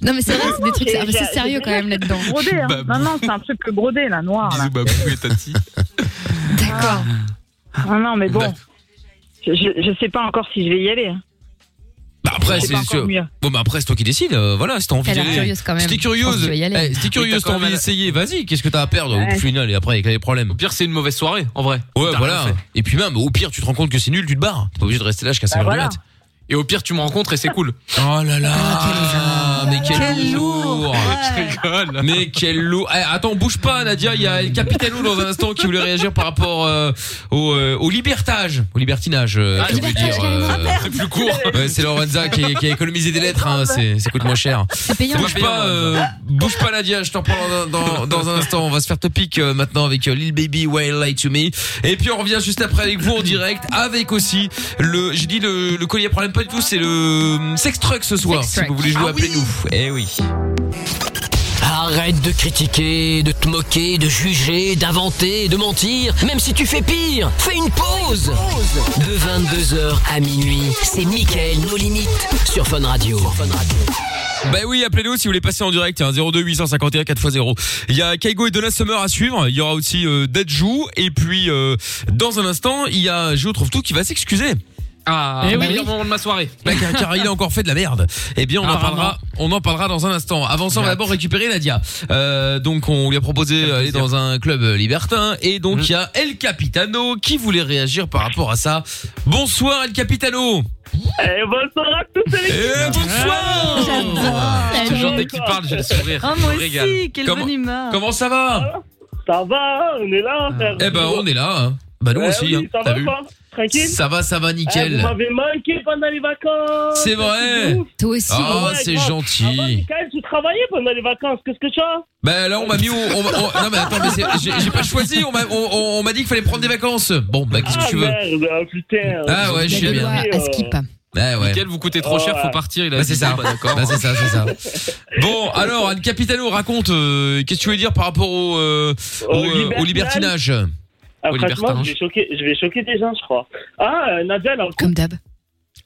Speaker 4: Non, mais c'est vrai, c'est des trucs,
Speaker 7: j'ai-
Speaker 4: ah, mais c'est
Speaker 7: j'ai-
Speaker 4: sérieux
Speaker 7: j'ai-
Speaker 4: quand même là-dedans.
Speaker 7: Brodé, hein.
Speaker 6: Babou.
Speaker 7: Non, non, c'est un truc brodé, là, noir. Là.
Speaker 6: Bisous
Speaker 2: Bah,
Speaker 6: Babou et Tati.
Speaker 4: D'accord.
Speaker 6: Ah.
Speaker 7: Non, non, mais bon.
Speaker 6: D'accord.
Speaker 7: Je, je, je sais pas encore si je vais y aller. hein.
Speaker 2: bah après,
Speaker 7: C'est
Speaker 2: c'est
Speaker 7: pas
Speaker 2: sûr.
Speaker 7: encore mieux.
Speaker 2: Bon, bah après, c'est toi qui décides. euh, voilà, si t'as envie
Speaker 4: Elle
Speaker 2: d'y
Speaker 4: a l'air
Speaker 2: aller.
Speaker 4: curieuse quand même.
Speaker 2: Si t'es curieuse,
Speaker 4: Je pense que tu vas y aller.
Speaker 2: eh, si t'es curieuse,
Speaker 6: t'as quand
Speaker 2: t'as envie
Speaker 6: même-
Speaker 2: d'essayer, vas-y, qu'est-ce que t'as à perdre
Speaker 7: Ouais.
Speaker 2: au final et après avec les problèmes.
Speaker 6: Au pire, c'est une mauvaise soirée en vrai.
Speaker 2: Ouais,
Speaker 6: T'as
Speaker 2: voilà.
Speaker 6: rien fait.
Speaker 2: Et puis même, au pire, tu te rends compte que c'est nul, tu te barres. T'es pas obligé de rester là jusqu'à 5h
Speaker 7: voilà.
Speaker 2: du mat.
Speaker 6: Bah, Et au pire, tu me rencontres et c'est cool.
Speaker 2: Oh là là,
Speaker 4: Ah,
Speaker 2: mais quel,
Speaker 3: Quel
Speaker 2: lourd.
Speaker 3: lourd.
Speaker 6: Je
Speaker 3: Ouais.
Speaker 6: rigole.
Speaker 2: Mais quel lourd. Eh, attends, bouge pas, Nadia. Il y a El Capitano dans un instant qui voulait réagir par rapport euh, au, euh, au libertage, au libertinage. euh,
Speaker 6: Ah,
Speaker 2: je veux
Speaker 4: libertage,
Speaker 2: dire.
Speaker 4: carrément.
Speaker 2: euh,
Speaker 6: C'est plus court.
Speaker 2: ouais, c'est Lorenza qui, qui a économisé des lettres. Hein, c'est, ça coûte moins cher.
Speaker 4: C'est payant.
Speaker 2: Bouge pas, euh, bouge pas Nadia, je t'en parle dans, dans, dans un instant. On va se faire topic euh, maintenant avec euh, Lil Baby, Why You Lie to Me. Et puis on revient juste après avec vous en direct, avec aussi le, j'ai dit le, le collier à problème pas du tout, c'est le euh, sex truck ce soir.
Speaker 4: Sex
Speaker 2: si
Speaker 4: truck.
Speaker 2: vous voulez jouer,
Speaker 1: Ah oui.
Speaker 2: appelez-nous. Eh oui.
Speaker 1: Arrête de critiquer, de te moquer, de juger, d'inventer, de mentir. Même si tu fais pire, fais une pause. De 22h à minuit, c'est Mickaël nos limites sur Fun Radio.
Speaker 2: Bah oui, appelez-nous si vous voulez passer en direct. hein, 02 851 4x0. Il y a Kaigo et Donna Summer à suivre. Il y aura aussi euh, Dadju. Et puis, euh, dans un instant, il y a Jo Trouve Tout qui va s'excuser. Ah,
Speaker 9: Eh oui.
Speaker 2: meilleur moment de ma soirée.
Speaker 5: Mec, hein, car- car il a encore fait de la merde. Eh bien, on en
Speaker 2: Apparemment.
Speaker 5: parlera. On en parlera dans un instant. Avant ça, on va
Speaker 2: J'ai
Speaker 5: d'abord récupérer Nadia. Euh, donc, on lui a proposé d'aller dans un club euh, libertin, et
Speaker 2: Mm.
Speaker 5: donc il y a El Capitano qui voulait réagir par rapport à ça. Bonsoir El Capitano.
Speaker 6: Eh, bonsoir à tous et
Speaker 5: Eh, bonsoir.
Speaker 2: Ce genre dès qu'il parle, j'ai le sourire.
Speaker 3: Oh,
Speaker 2: Je
Speaker 3: moi
Speaker 2: me régale.
Speaker 3: aussi, quelle
Speaker 5: Comment-
Speaker 3: bonne humeur.
Speaker 5: Comment ça va
Speaker 6: Ça va, on est là. frère.
Speaker 5: Eh ben, on est là. hein. Bah nous
Speaker 6: Eh
Speaker 5: aussi.
Speaker 6: oui,
Speaker 5: hein.
Speaker 6: ça
Speaker 5: T'as
Speaker 6: va
Speaker 5: vu
Speaker 6: quoi Tranquille
Speaker 5: Ça va, ça va,
Speaker 6: Eh, Vous
Speaker 5: nickel.
Speaker 6: m'avez manqué pendant les vacances.
Speaker 5: C'est vrai.
Speaker 6: de ouf.
Speaker 4: Toi aussi.
Speaker 5: Oh,
Speaker 6: Ouais,
Speaker 5: c'est
Speaker 6: grave. Avant,
Speaker 5: gentil.
Speaker 6: Michael, tu travaillais pendant les vacances. Qu'est-ce que tu as
Speaker 5: Ben là, on m'a mis au. on m'a- on- non, mais attends, mais c'est- j'ai j'ai pas choisi. On m'a on, on- on m'a dit qu'il fallait prendre des vacances. Bon, bah, qu'est-ce que
Speaker 6: Ah
Speaker 5: tu veux
Speaker 6: merde, ah, putain. Oh,
Speaker 5: Ah ouais, je suis
Speaker 4: La
Speaker 5: bien.
Speaker 4: doigt à skip.
Speaker 5: Ah ouais.
Speaker 2: Nickel, vous coûtez trop cher, faut partir. Il a
Speaker 5: Bah,
Speaker 2: dit,
Speaker 5: c'est ça.
Speaker 2: bon, bah, d'accord.
Speaker 5: Bah, c'est ça, c'est ça. Bon, alors, Anne Capitano, raconte, euh, qu'est-ce que tu veux dire par rapport au, euh, au,
Speaker 6: Au
Speaker 5: euh, au libertinage
Speaker 6: Ah,
Speaker 2: Au
Speaker 6: franchement,
Speaker 2: libertin.
Speaker 6: je vais, choquer, je vais choquer des gens, je crois. Ah, euh, Nadia, elle est en couple.
Speaker 4: Comme d'hab.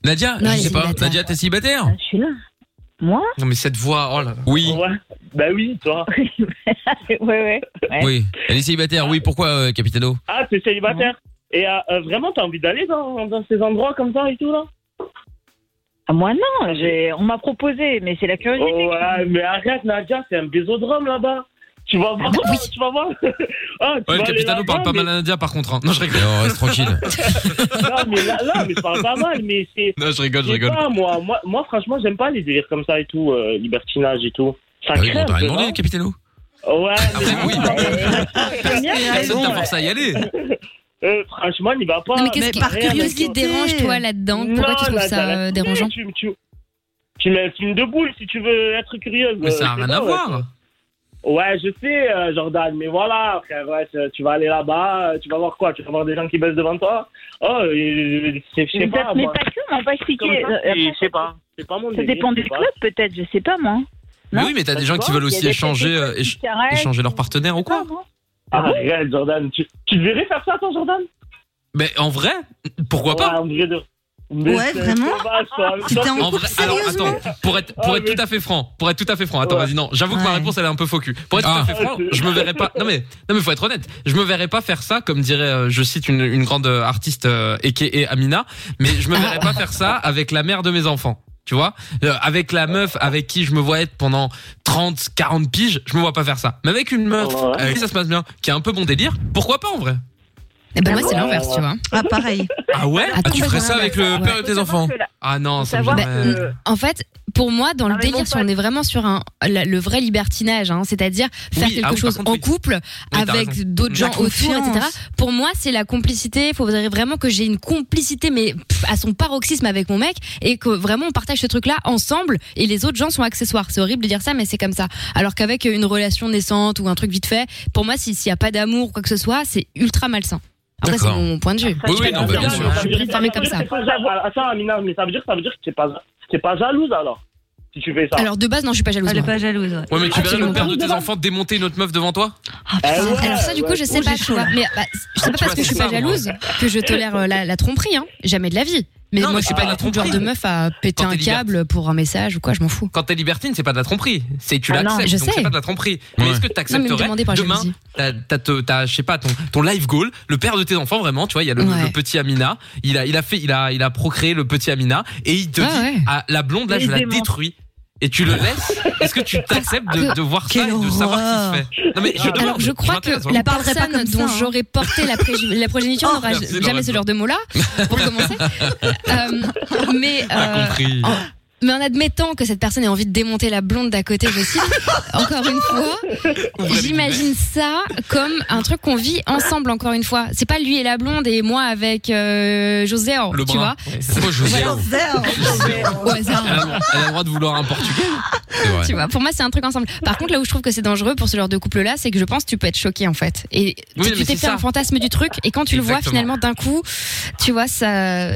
Speaker 5: Nadia,
Speaker 4: Non, elle
Speaker 5: je
Speaker 4: est
Speaker 5: sais pas.
Speaker 4: célibataire. Ah,
Speaker 5: Nadia, t'es célibataire
Speaker 7: Je suis là. Moi
Speaker 2: Non, mais cette voix, oh là là.
Speaker 5: Oui.
Speaker 6: Ouais. Bah oui, toi.
Speaker 7: Ouais, ouais. Ouais.
Speaker 5: Oui. Elle est célibataire, oui. Pourquoi, euh, Capitano
Speaker 6: Ah, t'es célibataire. Et ah, euh, vraiment, t'as envie d'aller dans, dans ces endroits comme ça et tout, là
Speaker 7: Ah, moi, non. j'ai- On m'a proposé, mais c'est la curiosité.
Speaker 6: Oh, ouais, mais arrête, Nadia, c'est un bésodrome là-bas. Tu vas voir, tu vas voir. ah, tu
Speaker 2: Ouais,
Speaker 6: vas
Speaker 2: le
Speaker 6: aller
Speaker 2: capitano
Speaker 6: là-bas,
Speaker 2: parle pas
Speaker 6: mais-
Speaker 2: mal à Nadia par contre. hein. Non, je rigole.
Speaker 5: Non, reste tranquille.
Speaker 6: Non, mais là, là, mais je parle pas mal, mais c'est.
Speaker 2: Non, je rigole,
Speaker 6: je sais pas, moi, moi, moi, franchement, j'aime pas les délires comme ça et tout, euh, libertinage et tout. Ça
Speaker 5: Ah oui, on
Speaker 6: crève,
Speaker 5: t'a rien
Speaker 6: non
Speaker 5: demandé, Capitano.
Speaker 6: Ouais, mais- bah,
Speaker 5: oui.
Speaker 2: Ah Personne
Speaker 7: Personne
Speaker 2: t'a forcé à y aller.
Speaker 6: euh, franchement, n'y va pas.
Speaker 4: Non, mais qu'est-ce
Speaker 3: mais
Speaker 4: qui,
Speaker 3: par
Speaker 4: qu'est-ce qui te
Speaker 3: curiosité.
Speaker 4: dérange, toi, là-dedans Pourquoi
Speaker 6: Non,
Speaker 4: tu trouves
Speaker 6: là, t'as
Speaker 4: ça
Speaker 6: la
Speaker 4: euh,
Speaker 6: foulée,
Speaker 4: dérangeant
Speaker 6: tu, me- tu, tu mets un film de boule si tu veux être curieuse.
Speaker 2: Mais ça
Speaker 6: Euh,
Speaker 2: a rien
Speaker 6: c'est
Speaker 2: à
Speaker 6: pas, ouais.
Speaker 2: voir.
Speaker 6: Ouais, je sais, euh, Jordan, mais voilà, frère, ouais, tu- tu vas aller là-bas, euh, tu vas voir quoi Tu vas voir des gens qui baissent devant toi Oh, euh, c'est- je sais
Speaker 7: Mais
Speaker 6: pas,
Speaker 7: pas mais
Speaker 6: moi.
Speaker 7: pas que, on va pas
Speaker 6: Comme
Speaker 7: expliquer.
Speaker 6: ça,
Speaker 7: Euh,
Speaker 6: c'est-
Speaker 7: après,
Speaker 6: je sais pas. C'est pas mon
Speaker 7: Ça
Speaker 6: délire,
Speaker 7: dépend
Speaker 6: je
Speaker 7: des
Speaker 6: sais pas.
Speaker 7: clubs, peut-être, je sais pas, moi.
Speaker 2: Mais
Speaker 7: Non.
Speaker 2: oui, mais t'as des gens qui
Speaker 6: Quoi
Speaker 2: veulent
Speaker 7: Il
Speaker 2: aussi
Speaker 7: y a des
Speaker 2: échanger,
Speaker 7: petites
Speaker 2: euh, éch-
Speaker 7: cigarettes.
Speaker 2: échanger leur partenaire ou quoi.
Speaker 6: Ah,
Speaker 7: Ah
Speaker 2: Ah
Speaker 6: Arrête, Jordan. Tu, tu le verrais faire ça, toi, Jordan
Speaker 2: Mais en vrai, pourquoi pas
Speaker 6: Ouais, en vrai de... Mais
Speaker 3: Ouais,
Speaker 6: c'est
Speaker 3: vraiment
Speaker 6: sauvage, toi.
Speaker 3: Tu t'es en
Speaker 2: En
Speaker 3: couple,
Speaker 2: vrai, alors
Speaker 3: sérieusement
Speaker 2: attends, pour être pour
Speaker 6: Ah,
Speaker 2: être
Speaker 6: mais-
Speaker 2: tout à fait franc, pour être tout à fait franc, attends,
Speaker 6: Ouais.
Speaker 2: vas-y non, j'avoue que ma
Speaker 3: Ouais.
Speaker 2: réponse elle est un peu faux cul. Pour être
Speaker 5: Ah.
Speaker 2: tout à fait franc, je me verrais pas. Non mais non mais faut être honnête, je me verrais pas faire ça comme dirait euh, je cite une, une grande euh, artiste euh, et Amina, mais je me verrais pas faire ça avec la mère de mes enfants. Tu vois, Euh, avec la meuf avec qui je me vois être pendant 30 40 piges, je me vois pas faire ça. Mais avec une meuf
Speaker 6: Ouais.
Speaker 2: avec qui ça se passe bien, qui a un peu bon délire, pourquoi pas en vrai
Speaker 4: Eh ben, moi, c'est l'inverse, tu vois.
Speaker 3: Ah, pareil.
Speaker 2: Ah ouais
Speaker 4: Ah,
Speaker 5: tu ferais ça avec le père de tes enfants
Speaker 2: Ah non,
Speaker 7: Faut
Speaker 2: ça me
Speaker 7: savoir
Speaker 2: gênerait.
Speaker 7: que-
Speaker 4: Bah, En fait, pour moi, dans le
Speaker 7: Ah, mais
Speaker 4: délire,
Speaker 7: bon,
Speaker 4: si
Speaker 7: pas-
Speaker 4: on est vraiment sur un, la- le vrai libertinage, hein, c'est-à-dire faire
Speaker 2: Oui,
Speaker 4: quelque
Speaker 2: ah oui, par
Speaker 4: chose
Speaker 2: contre,
Speaker 4: en
Speaker 2: oui.
Speaker 4: couple
Speaker 2: Oui, t'as raison.
Speaker 4: avec d'autres
Speaker 2: La
Speaker 4: gens autour,
Speaker 3: confiance.
Speaker 4: etc. Pour moi, c'est la complicité. Il faudrait vraiment que j'ai une complicité, mais pff, à son paroxysme avec mon mec, et que vraiment on partage ce truc-là ensemble, et les autres gens sont accessoires. C'est horrible de dire ça, mais c'est comme ça. Alors qu'avec une relation naissante ou un truc vite fait, pour moi, s'il s'il n'y a pas d'amour ou quoi que ce soit, c'est ultra malsain. Après, c'est
Speaker 5: D'accord.
Speaker 4: mon point de vue.
Speaker 5: Oui, oui, non, bah, bien sûr.
Speaker 4: Je suis fermée comme ça.
Speaker 6: Ah, Attends, Amina, mais ça veut dire, ça veut dire que t'es pas, t'es pas jalouse, alors, si tu fais ça.
Speaker 4: Alors de base, non, je suis pas jalouse.
Speaker 3: Elle est
Speaker 4: moi.
Speaker 3: pas jalouse. ouais.
Speaker 2: Ouais, mais tu verrais le
Speaker 4: Absolument
Speaker 2: père
Speaker 6: pas.
Speaker 2: de tes enfants démonter une autre meuf devant toi
Speaker 3: Ah, putain.
Speaker 6: Eh ouais.
Speaker 4: Alors ça, du coup, je sais
Speaker 3: Oh,
Speaker 4: pas,
Speaker 3: j'ai
Speaker 4: tu vois. Mais bah, c'est
Speaker 2: Ah,
Speaker 4: pas
Speaker 2: Tu
Speaker 4: parce
Speaker 2: vois,
Speaker 4: que je suis
Speaker 2: c'est
Speaker 4: pas
Speaker 2: ça,
Speaker 4: jalouse que je tolère euh, la, la tromperie, hein. Jamais de la vie. Mais
Speaker 2: Non,
Speaker 4: moi,
Speaker 2: mais
Speaker 4: je
Speaker 2: c'est
Speaker 4: suis
Speaker 2: pas
Speaker 4: pas
Speaker 2: de la
Speaker 4: du tout le genre de
Speaker 2: tromperie.
Speaker 4: meuf à péter
Speaker 2: Quand
Speaker 4: un
Speaker 2: t'es liberte.
Speaker 4: câble pour un message ou quoi, je m'en fous.
Speaker 2: quand t'es libertine, c'est pas de la tromperie. C'est tu
Speaker 7: Ah non,
Speaker 2: l'acceptes,
Speaker 4: je
Speaker 2: donc
Speaker 4: sais.
Speaker 2: c'est pas de la tromperie. Mais
Speaker 5: Ouais.
Speaker 2: est-ce que
Speaker 4: Non, mais me
Speaker 2: t'accepterais
Speaker 4: demandez pas
Speaker 2: demain
Speaker 4: jalousie.
Speaker 2: t'as- t'as te- t'as je sais pas ton ton life goal, le père de tes enfants vraiment, tu vois, il y a le,
Speaker 4: Ouais.
Speaker 2: le petit Amina, il a il a fait il a il a procréé le petit Amina et il te
Speaker 4: Ah
Speaker 2: dit
Speaker 4: ouais.
Speaker 2: ah, la blonde là
Speaker 7: Mais
Speaker 2: je
Speaker 7: il
Speaker 2: la
Speaker 7: dément.
Speaker 2: détruis. Et tu le laisses Est-ce que tu t'acceptes de, de voir ça et
Speaker 3: Quelle
Speaker 2: de savoir ce qui se fait Non mais je demande,
Speaker 4: Alors je crois que
Speaker 2: m'intéresse,
Speaker 4: la
Speaker 2: vraiment.
Speaker 3: parlerait pas
Speaker 4: personne
Speaker 3: comme ça,
Speaker 4: dont
Speaker 3: hein.
Speaker 4: j'aurais porté la, pré- la progéniture
Speaker 2: Oh,
Speaker 4: n'aura
Speaker 2: merci,
Speaker 4: jamais
Speaker 2: Lorraine.
Speaker 4: ce genre de mots-là, pour commencer. Euh, mais euh,
Speaker 2: compris.
Speaker 4: en- mais en admettant que cette personne ait envie de démonter la blonde d'à côté, je cite, encore une fois,
Speaker 2: Ouvrez les
Speaker 4: j'imagine ça comme un truc qu'on vit ensemble, encore une fois. C'est pas lui et la blonde et moi avec euh, José, oh,
Speaker 2: le
Speaker 4: tu
Speaker 2: bras.
Speaker 4: vois.
Speaker 2: Moi je veux dire,
Speaker 3: Zéro.
Speaker 4: Au hasard.
Speaker 2: elle a elle a le droit de vouloir un portugais.
Speaker 5: C'est vrai.
Speaker 4: Tu vois, pour moi, c'est un truc ensemble. Par contre, là où je trouve que c'est dangereux pour ce genre de couple-là, c'est que je pense que tu peux être choqué, en fait. Et
Speaker 2: Oui, mais
Speaker 4: tu- tu t'es
Speaker 2: c'est
Speaker 4: fait
Speaker 2: ça.
Speaker 4: un fantasme du truc, et quand tu le vois,
Speaker 2: Exactement.
Speaker 4: finalement, d'un coup, tu vois, ça,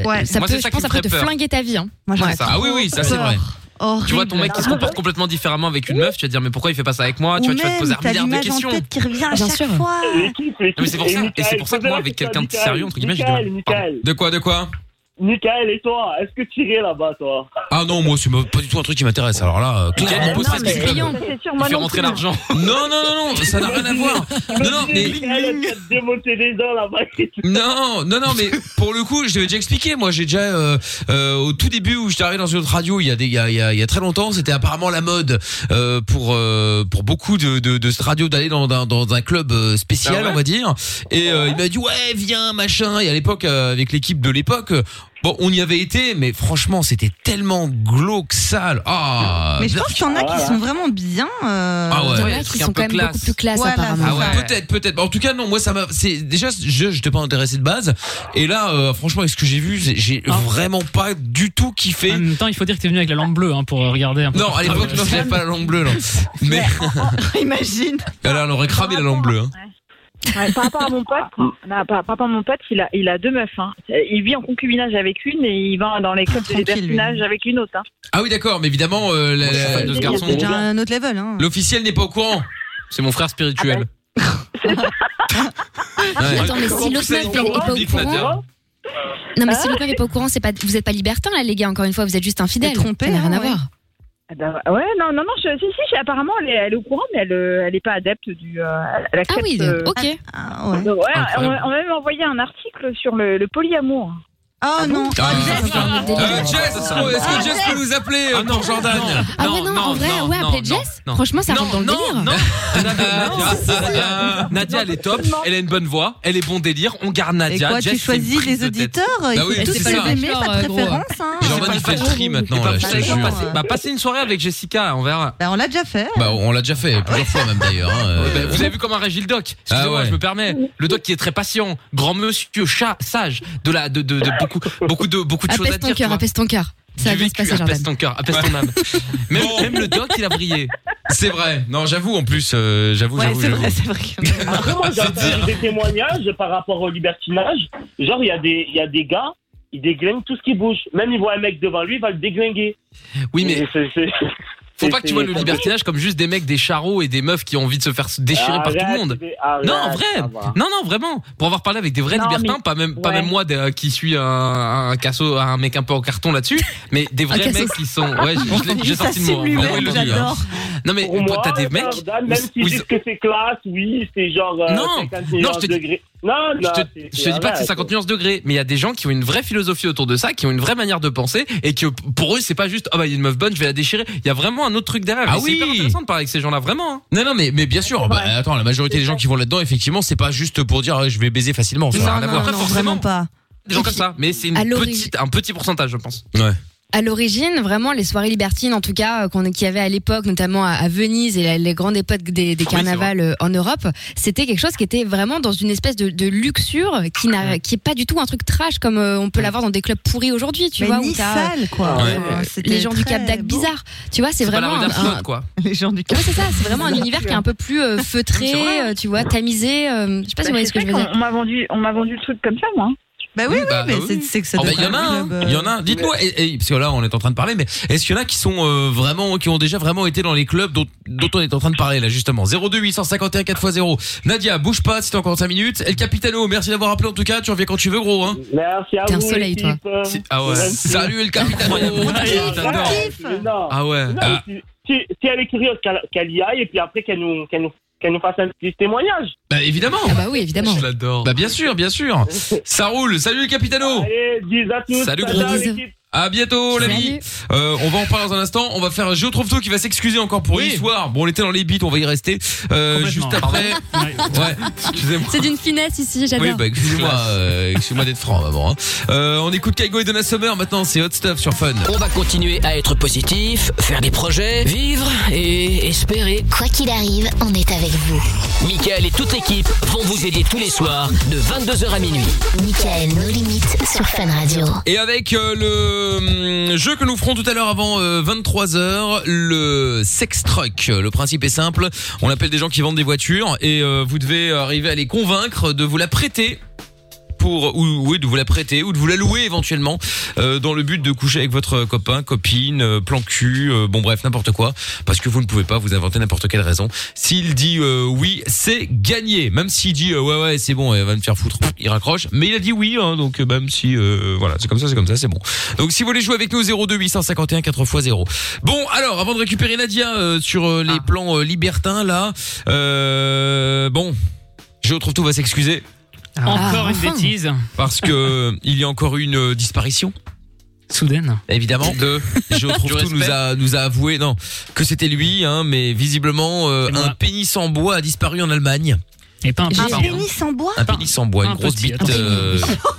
Speaker 3: Ouais.
Speaker 4: ça
Speaker 2: Moi,
Speaker 4: peut,
Speaker 2: c'est ça
Speaker 4: je pense,
Speaker 2: qui me
Speaker 4: ça peut
Speaker 2: fait
Speaker 4: te
Speaker 2: peur.
Speaker 4: flinguer ta vie, hein.
Speaker 3: Moi, j'aurais
Speaker 2: Ouais, ça-
Speaker 3: trop
Speaker 5: Ah oui, oui, ça, c'est vrai.
Speaker 3: peur. Horrible.
Speaker 2: Tu vois ton mec qui se comporte complètement différemment avec une meuf, tu vas dire mais pourquoi il fait pas ça avec moi Tu
Speaker 3: Ou
Speaker 2: vois, tu vas te
Speaker 3: même,
Speaker 2: poser un
Speaker 3: t'as
Speaker 2: milliard de
Speaker 3: l'image en
Speaker 2: questions.
Speaker 3: tête qui revient à
Speaker 4: Bien
Speaker 3: chaque
Speaker 4: sûr.
Speaker 3: fois.
Speaker 6: L'équipe, l'équipe.
Speaker 2: Non, mais c'est pour
Speaker 6: Et
Speaker 2: ça- et
Speaker 6: Michael,
Speaker 2: c'est pour ça que moi,
Speaker 6: posez la
Speaker 2: avec
Speaker 6: question à
Speaker 2: quelqu'un de
Speaker 6: Michael,
Speaker 2: sérieux, entre guillemets, j'ai du
Speaker 6: Michael,
Speaker 2: mal.
Speaker 6: Michael.
Speaker 5: De quoi, de quoi
Speaker 8: Michael, et toi Est-ce que tu irais là-bas, toi
Speaker 2: Ah non, moi, c'est pas du tout un truc qui m'intéresse. Alors là, euh, clairement,
Speaker 7: Ah,
Speaker 2: pose
Speaker 7: non,
Speaker 2: pas ce
Speaker 7: mais-
Speaker 2: que tu veux.
Speaker 4: client.
Speaker 7: Ça, c'est sûr,
Speaker 6: Il
Speaker 7: moi
Speaker 6: fait
Speaker 7: non
Speaker 6: rentrer
Speaker 7: plus.
Speaker 6: l'argent.
Speaker 2: Non, non, non, non, ça n'a rien à voir. Non, non, mais
Speaker 8: Michael, elle va te démonter les dents là-bas.
Speaker 2: Non, non, non, mais pour le coup, je t'avais déjà expliqué. Moi, j'ai déjà euh, euh, au tout début où j'étais arrivé dans une autre radio, il y a des, il y a, il y a- il y a très longtemps, c'était apparemment la mode euh, pour euh, pour beaucoup de de, de cette radio d'aller dans, dans dans un club euh, spécial,
Speaker 6: Ah ouais
Speaker 2: on va dire. Et euh, il m'a dit ouais, viens, machin. Et à l'époque, euh, avec l'équipe de l'époque. euh, Bon, on y avait été, mais franchement, c'était tellement glauque, sale. Ah,
Speaker 3: Mais je pense qu'il y en a qui
Speaker 8: Voilà.
Speaker 3: sont vraiment bien. euh,
Speaker 2: Ah ouais.
Speaker 4: Il y en
Speaker 6: Ouais,
Speaker 4: a
Speaker 6: le
Speaker 4: qui
Speaker 6: truc un
Speaker 4: sont
Speaker 6: peu
Speaker 4: quand même
Speaker 6: classe.
Speaker 4: beaucoup plus classe
Speaker 3: Voilà,
Speaker 4: apparemment.
Speaker 3: c'est
Speaker 6: Ah ouais.
Speaker 2: Peut-être, peut-être. Bah, En tout cas, non. Moi, ça m'a. C'est déjà, je, j'étais pas intéressé de base. Et là, euh, franchement, avec ce que j'ai vu, j'ai- j'ai
Speaker 5: Ah.
Speaker 2: vraiment pas du tout kiffé.
Speaker 5: En même temps, il faut dire que t'es venu avec la lampe bleue hein, pour euh, regarder un peu.
Speaker 2: Non, à l'époque, non, j'avais pas la langue bleue, là.
Speaker 4: Ah,
Speaker 2: Mais
Speaker 3: Imagine.
Speaker 2: là, on aurait cramé la langue bleue. Hein.
Speaker 7: Ouais, par rapport à mon pote, non, par, par rapport à mon pote, il a, il a deux meufs. hein. Il vit en concubinage avec une et il va dans les clubs de
Speaker 3: Tranquille, lui.
Speaker 7: libertinage avec une autre. hein.
Speaker 2: Ah oui, d'accord. Mais évidemment, euh, la-
Speaker 6: Je suis
Speaker 2: la-
Speaker 6: fan de ce garçon.
Speaker 3: Déjà un autre level. Hein.
Speaker 2: l'officiel n'est pas au courant.
Speaker 6: C'est mon frère spirituel.
Speaker 2: Ouais.
Speaker 4: Attends,
Speaker 6: Comment
Speaker 4: mais si l'autre
Speaker 6: vous
Speaker 4: meuf
Speaker 6: savez
Speaker 4: est
Speaker 6: faire
Speaker 4: pas
Speaker 6: au
Speaker 4: au
Speaker 6: public,
Speaker 4: courant.
Speaker 6: Nadia
Speaker 4: Non, mais si l'autre meuf est pas au courant, c'est pas, vous êtes pas libertin là, les gars, encore une fois, vous êtes juste infidèles.
Speaker 3: T'es trompé,
Speaker 4: Ça n'a rien
Speaker 3: hein,
Speaker 4: à voir.
Speaker 7: Ah bah, ouais, non, non, non, je- si, si, j'ai- apparemment, elle est, elle est au courant, mais elle, euh, elle est pas adepte du. euh, elle- elle
Speaker 4: Ah
Speaker 7: accepte,
Speaker 4: oui,
Speaker 7: euh,
Speaker 4: ok.
Speaker 3: Ah ouais.
Speaker 7: de- ouais, on,
Speaker 6: Incroyable.
Speaker 7: on m'a même envoyé un article sur le, le polyamour.
Speaker 3: Oh non.
Speaker 2: Ah,
Speaker 3: Jess.
Speaker 2: putain. Euh, Jess,
Speaker 6: Ça, ça-
Speaker 2: est-ce que Jess peut nous appeler euh,
Speaker 6: Ah, non,
Speaker 2: pour Jordan
Speaker 6: non.
Speaker 4: Ah ouais, non, en vrai, ouais,
Speaker 6: non,
Speaker 4: appeler
Speaker 6: non,
Speaker 4: Jess,
Speaker 6: non.
Speaker 4: franchement, ça
Speaker 6: Non,
Speaker 4: rentre dans le
Speaker 6: non,
Speaker 4: délire.
Speaker 6: non.
Speaker 2: Non,
Speaker 6: Nadia, Euh, Nadia,
Speaker 2: si, si, si.
Speaker 6: Nadia, Nadia, elle est top,
Speaker 7: Non.
Speaker 6: elle a une bonne voix, elle est bon délire, on garde
Speaker 3: Et
Speaker 6: Nadia.
Speaker 3: quoi,
Speaker 6: Jess,
Speaker 3: tu
Speaker 6: c'est une
Speaker 3: choisis
Speaker 6: prise
Speaker 3: les
Speaker 6: de tête.
Speaker 3: auditeurs, ils
Speaker 2: Bah
Speaker 3: sont
Speaker 2: oui,
Speaker 3: tous
Speaker 2: c'est
Speaker 3: les
Speaker 2: ça.
Speaker 3: aimés, pas de
Speaker 4: Genre, euh,
Speaker 3: préférence. Hein.
Speaker 2: Jordan, il fait le tri
Speaker 6: Et
Speaker 2: maintenant,
Speaker 6: par
Speaker 2: là, je
Speaker 6: contre,
Speaker 2: te
Speaker 3: pareil,
Speaker 6: genre,
Speaker 2: jure.
Speaker 3: passe-
Speaker 6: passez- bah, passez une soirée avec Jessica, on verra.
Speaker 3: hein. Bah, on l'a déjà fait.
Speaker 2: Bah, on l'a déjà fait plusieurs fois, même d'ailleurs. hein, euh,
Speaker 6: Ouais, bah, vous avez vu comment réagit le doc Excusez-moi,
Speaker 2: Ah ouais.
Speaker 6: je me permets. Le doc qui est très patient, grand monsieur, chat, sage, de la, de, de, de beaucoup, beaucoup de, beaucoup de choses à
Speaker 4: Apaise
Speaker 6: dire.
Speaker 4: ton
Speaker 6: tu
Speaker 4: cœur,
Speaker 6: vois.
Speaker 4: apaise ton cœur. Ça va
Speaker 6: Du
Speaker 4: bien se
Speaker 6: vécu,
Speaker 4: passer, Jordan.
Speaker 6: Apaise ton cœur, apaise ton âme. Même,
Speaker 2: Bon.
Speaker 6: même le doc, il a brillé.
Speaker 2: C'est vrai. Non, j'avoue en plus. euh, j'avoue,
Speaker 3: Ouais,
Speaker 2: j'avoue.
Speaker 3: c'est
Speaker 2: j'avoue.
Speaker 3: vrai, c'est vrai.
Speaker 8: Après, moi, j'ai entendu des témoignages par rapport au libertinage. Genre, il y, a des- il y a des gars, ils déglinguent tout ce qui bouge. Même, ils voient un mec devant lui, ils va le déglinguer.
Speaker 6: Oui, mais
Speaker 8: Et c'est- c'est-
Speaker 6: faut pas que tu vois le
Speaker 8: c'est-
Speaker 6: libertinage comme juste des mecs, des charros et des meufs qui ont envie de se faire déchirer
Speaker 8: Ah,
Speaker 6: par tout le
Speaker 8: Arrête,
Speaker 6: monde.
Speaker 8: c'est- arrête,
Speaker 6: Non, en vrai.
Speaker 8: ça va.
Speaker 6: Non, non, vraiment. Pour avoir parlé avec des vrais
Speaker 7: Non,
Speaker 6: libertins,
Speaker 7: mais-
Speaker 6: pas même, pas
Speaker 7: ouais.
Speaker 6: même moi des- euh, qui suis un, un casso, un mec un peu en carton là-dessus, mais des vrais
Speaker 4: cassos.
Speaker 6: mecs qui sont. Ouais, j'ai- je l'ai- j'ai
Speaker 3: Il
Speaker 6: sorti le mot.
Speaker 3: s'assume
Speaker 6: hein. Vraiment,
Speaker 3: lui-même,
Speaker 6: il le dit, hein.
Speaker 3: j'adore.
Speaker 6: Non mais
Speaker 8: Pour
Speaker 6: toi,
Speaker 8: moi,
Speaker 6: t'as des mecs.
Speaker 8: Jordan,
Speaker 6: où-
Speaker 8: même
Speaker 6: où
Speaker 8: s'ils
Speaker 6: ils-
Speaker 8: disent que c'est classe, oui, c'est genre euh,
Speaker 6: Non,
Speaker 8: 50
Speaker 6: non, je te dis-
Speaker 8: degrés. Non,
Speaker 6: Je
Speaker 8: non,
Speaker 6: te,
Speaker 8: c'est-
Speaker 6: je te dis pas que c'est
Speaker 8: arrête.
Speaker 6: 50 nuances degrés, mais il y a des gens qui ont une vraie philosophie autour de ça, qui ont une vraie manière de penser, et que pour eux c'est pas juste ah bah il y a une meuf bonne, je vais la déchirer. Il y a vraiment un autre truc derrière.
Speaker 2: Ah
Speaker 6: Et
Speaker 2: oui.
Speaker 6: C'est hyper intéressant de parler avec ces gens-là, vraiment. hein.
Speaker 2: Non, non, mais, mais bien sûr. Bah, attends, la majorité des gens qui vont là-dedans, effectivement, c'est pas juste pour dire ah, je vais baiser facilement. Ça
Speaker 6: Non,
Speaker 2: n'a rien à
Speaker 6: non,
Speaker 2: voir.
Speaker 6: Après,
Speaker 3: non,
Speaker 6: forcément.
Speaker 3: vraiment pas.
Speaker 6: Des gens comme ça, mais c'est une
Speaker 4: À l'origine-
Speaker 6: petite, un petit pourcentage, je pense.
Speaker 4: À l'origine, vraiment, les soirées libertines, en tout cas, euh, qu'on qu'il y avait à l'époque, notamment à, à Venise et la- les grandes époques des, des
Speaker 6: Oui, c'est
Speaker 4: carnavals euh, en Europe, c'était quelque chose qui était vraiment dans une espèce de, de luxure qui n'a, qui est pas du tout un truc trash comme euh, on peut l'avoir dans des clubs pourris aujourd'hui, tu
Speaker 3: mais
Speaker 4: vois,
Speaker 3: ni
Speaker 4: où t'as euh,
Speaker 3: sale, quoi.
Speaker 2: Ouais.
Speaker 3: Enfin, c'était
Speaker 4: les gens du
Speaker 3: très
Speaker 4: Cap d'Ac
Speaker 3: beau.
Speaker 4: bizarre. Tu vois, c'est
Speaker 6: pas
Speaker 4: vraiment
Speaker 6: la
Speaker 4: un,
Speaker 6: rue d'Arsenal,
Speaker 4: un-
Speaker 6: quoi.
Speaker 3: Les gens du Cap.
Speaker 4: Ouais, c'est ça, c'est vraiment un univers
Speaker 3: hein.
Speaker 4: qui est un peu plus euh,
Speaker 6: Mais c'est
Speaker 4: feutré,
Speaker 6: vrai.
Speaker 4: euh, tu vois, tamisé. euh, je sais pas si vous
Speaker 7: Bah,
Speaker 4: voyez
Speaker 7: c'est
Speaker 4: ce que je
Speaker 7: vrai
Speaker 4: veux dire.
Speaker 7: qu'on- on m'a vendu, on m'a vendu le truc comme ça, moi. hein.
Speaker 3: Bah oui, oui,
Speaker 6: bah,
Speaker 3: mais
Speaker 6: oui.
Speaker 3: c'est- c'est que ça
Speaker 2: Ah bah,
Speaker 3: doit
Speaker 2: Il y en a, hein.
Speaker 3: club, euh,
Speaker 2: il y en a. Dites-moi, et- et- parce que là on est en train de parler, mais est-ce qu'il y en a qui sont euh, vraiment, qui ont déjà vraiment été dans les clubs dont, dont on est en train de parler là justement 02 851 4x0. Nadia, bouge pas, si t'es encore 5 minutes. El Capitano, merci d'avoir appelé en tout cas. Tu reviens quand tu veux, gros. Hein.
Speaker 8: Merci à
Speaker 4: T'es un
Speaker 8: vous.
Speaker 4: soleil,
Speaker 8: l'équipe.
Speaker 6: Si- Ah ouais.
Speaker 8: Merci.
Speaker 2: Salut El Capitano.
Speaker 8: Ah,
Speaker 6: J'adore.
Speaker 3: kiffe.
Speaker 8: c'est énorme.
Speaker 6: Ah ouais.
Speaker 8: Non,
Speaker 2: Ah.
Speaker 8: mais Si, si- si elle est curieuse, qu'elle qu'elle y aille et puis après qu'elle nous, qu'elle nous, qu'elle nous fasse un petit témoignage.
Speaker 2: bah évidemment.
Speaker 4: Ah bah oui, évidemment.
Speaker 6: Je l'adore.
Speaker 2: Bah bien sûr, bien sûr. Ça roule. Salut El Capitano.
Speaker 8: Allez, dis à tous.
Speaker 2: Salut,
Speaker 8: ciao,
Speaker 2: gros
Speaker 8: ciao,
Speaker 4: bisous.
Speaker 8: l'équipe.
Speaker 2: À bientôt, l'ami.
Speaker 4: Salut.
Speaker 2: Euh, on va en parler dans un instant. On va faire Géo Trouve Tout qui va s'excuser encore pour
Speaker 6: Oui.
Speaker 2: une histoire. Bon, on était dans les beats, on va y rester. Euh,
Speaker 5: Complètement.
Speaker 2: juste après.
Speaker 5: Ouais.
Speaker 2: ouais, excusez-moi.
Speaker 4: C'est d'une finesse ici, j'adore.
Speaker 2: Oui, bah excusez-moi, euh, excusez-moi d'être franc, maman. hein. Euh, on écoute Kaigo et Donna Summer maintenant, c'est Hot Stuff sur Fun.
Speaker 1: On va continuer à être positif, faire des projets, vivre et espérer.
Speaker 10: Quoi qu'il arrive, on est avec vous.
Speaker 1: Michael et toute l'équipe vont vous aider tous les soirs de 22h à minuit.
Speaker 10: Michael, nos limites sur Fun Radio.
Speaker 2: Et avec euh, le hum, jeu que nous ferons tout à l'heure avant 23h, le sex truck. Le principe est simple, on appelle des gens qui vendent des voitures et euh, vous devez arriver à les convaincre de vous la prêter. pour ou, oui, de vous la prêter ou de vous la louer éventuellement euh, dans le but de coucher avec votre copain, copine, euh, plan cul, euh, bon bref n'importe quoi parce que vous ne pouvez pas vous inventer n'importe quelle raison. S'il dit euh, oui, c'est gagné. Même s'il dit euh, ouais ouais c'est bon, elle va me faire foutre, il raccroche. Mais il a dit oui hein, donc euh, même si euh, voilà c'est comme ça c'est comme ça c'est bon. Donc si vous voulez jouer avec nous 02 851 4x0. Bon alors avant de récupérer Nadia euh, sur euh, les plans euh, libertins là, euh, bon je retrouve tout va s'excuser.
Speaker 5: Ah. Encore une bêtise.
Speaker 2: Parce que il y a encore eu une euh, disparition.
Speaker 5: Soudaine.
Speaker 2: Évidemment. De Je trouve tout nous a nous a avoué non que c'était lui hein, mais visiblement euh, un pénis en bois a disparu en Allemagne.
Speaker 5: Et pas un
Speaker 2: pénis
Speaker 3: Un pénis en bois
Speaker 2: Un pénis en bois,
Speaker 5: Un
Speaker 2: une grosse
Speaker 5: petit,
Speaker 2: bite, euh,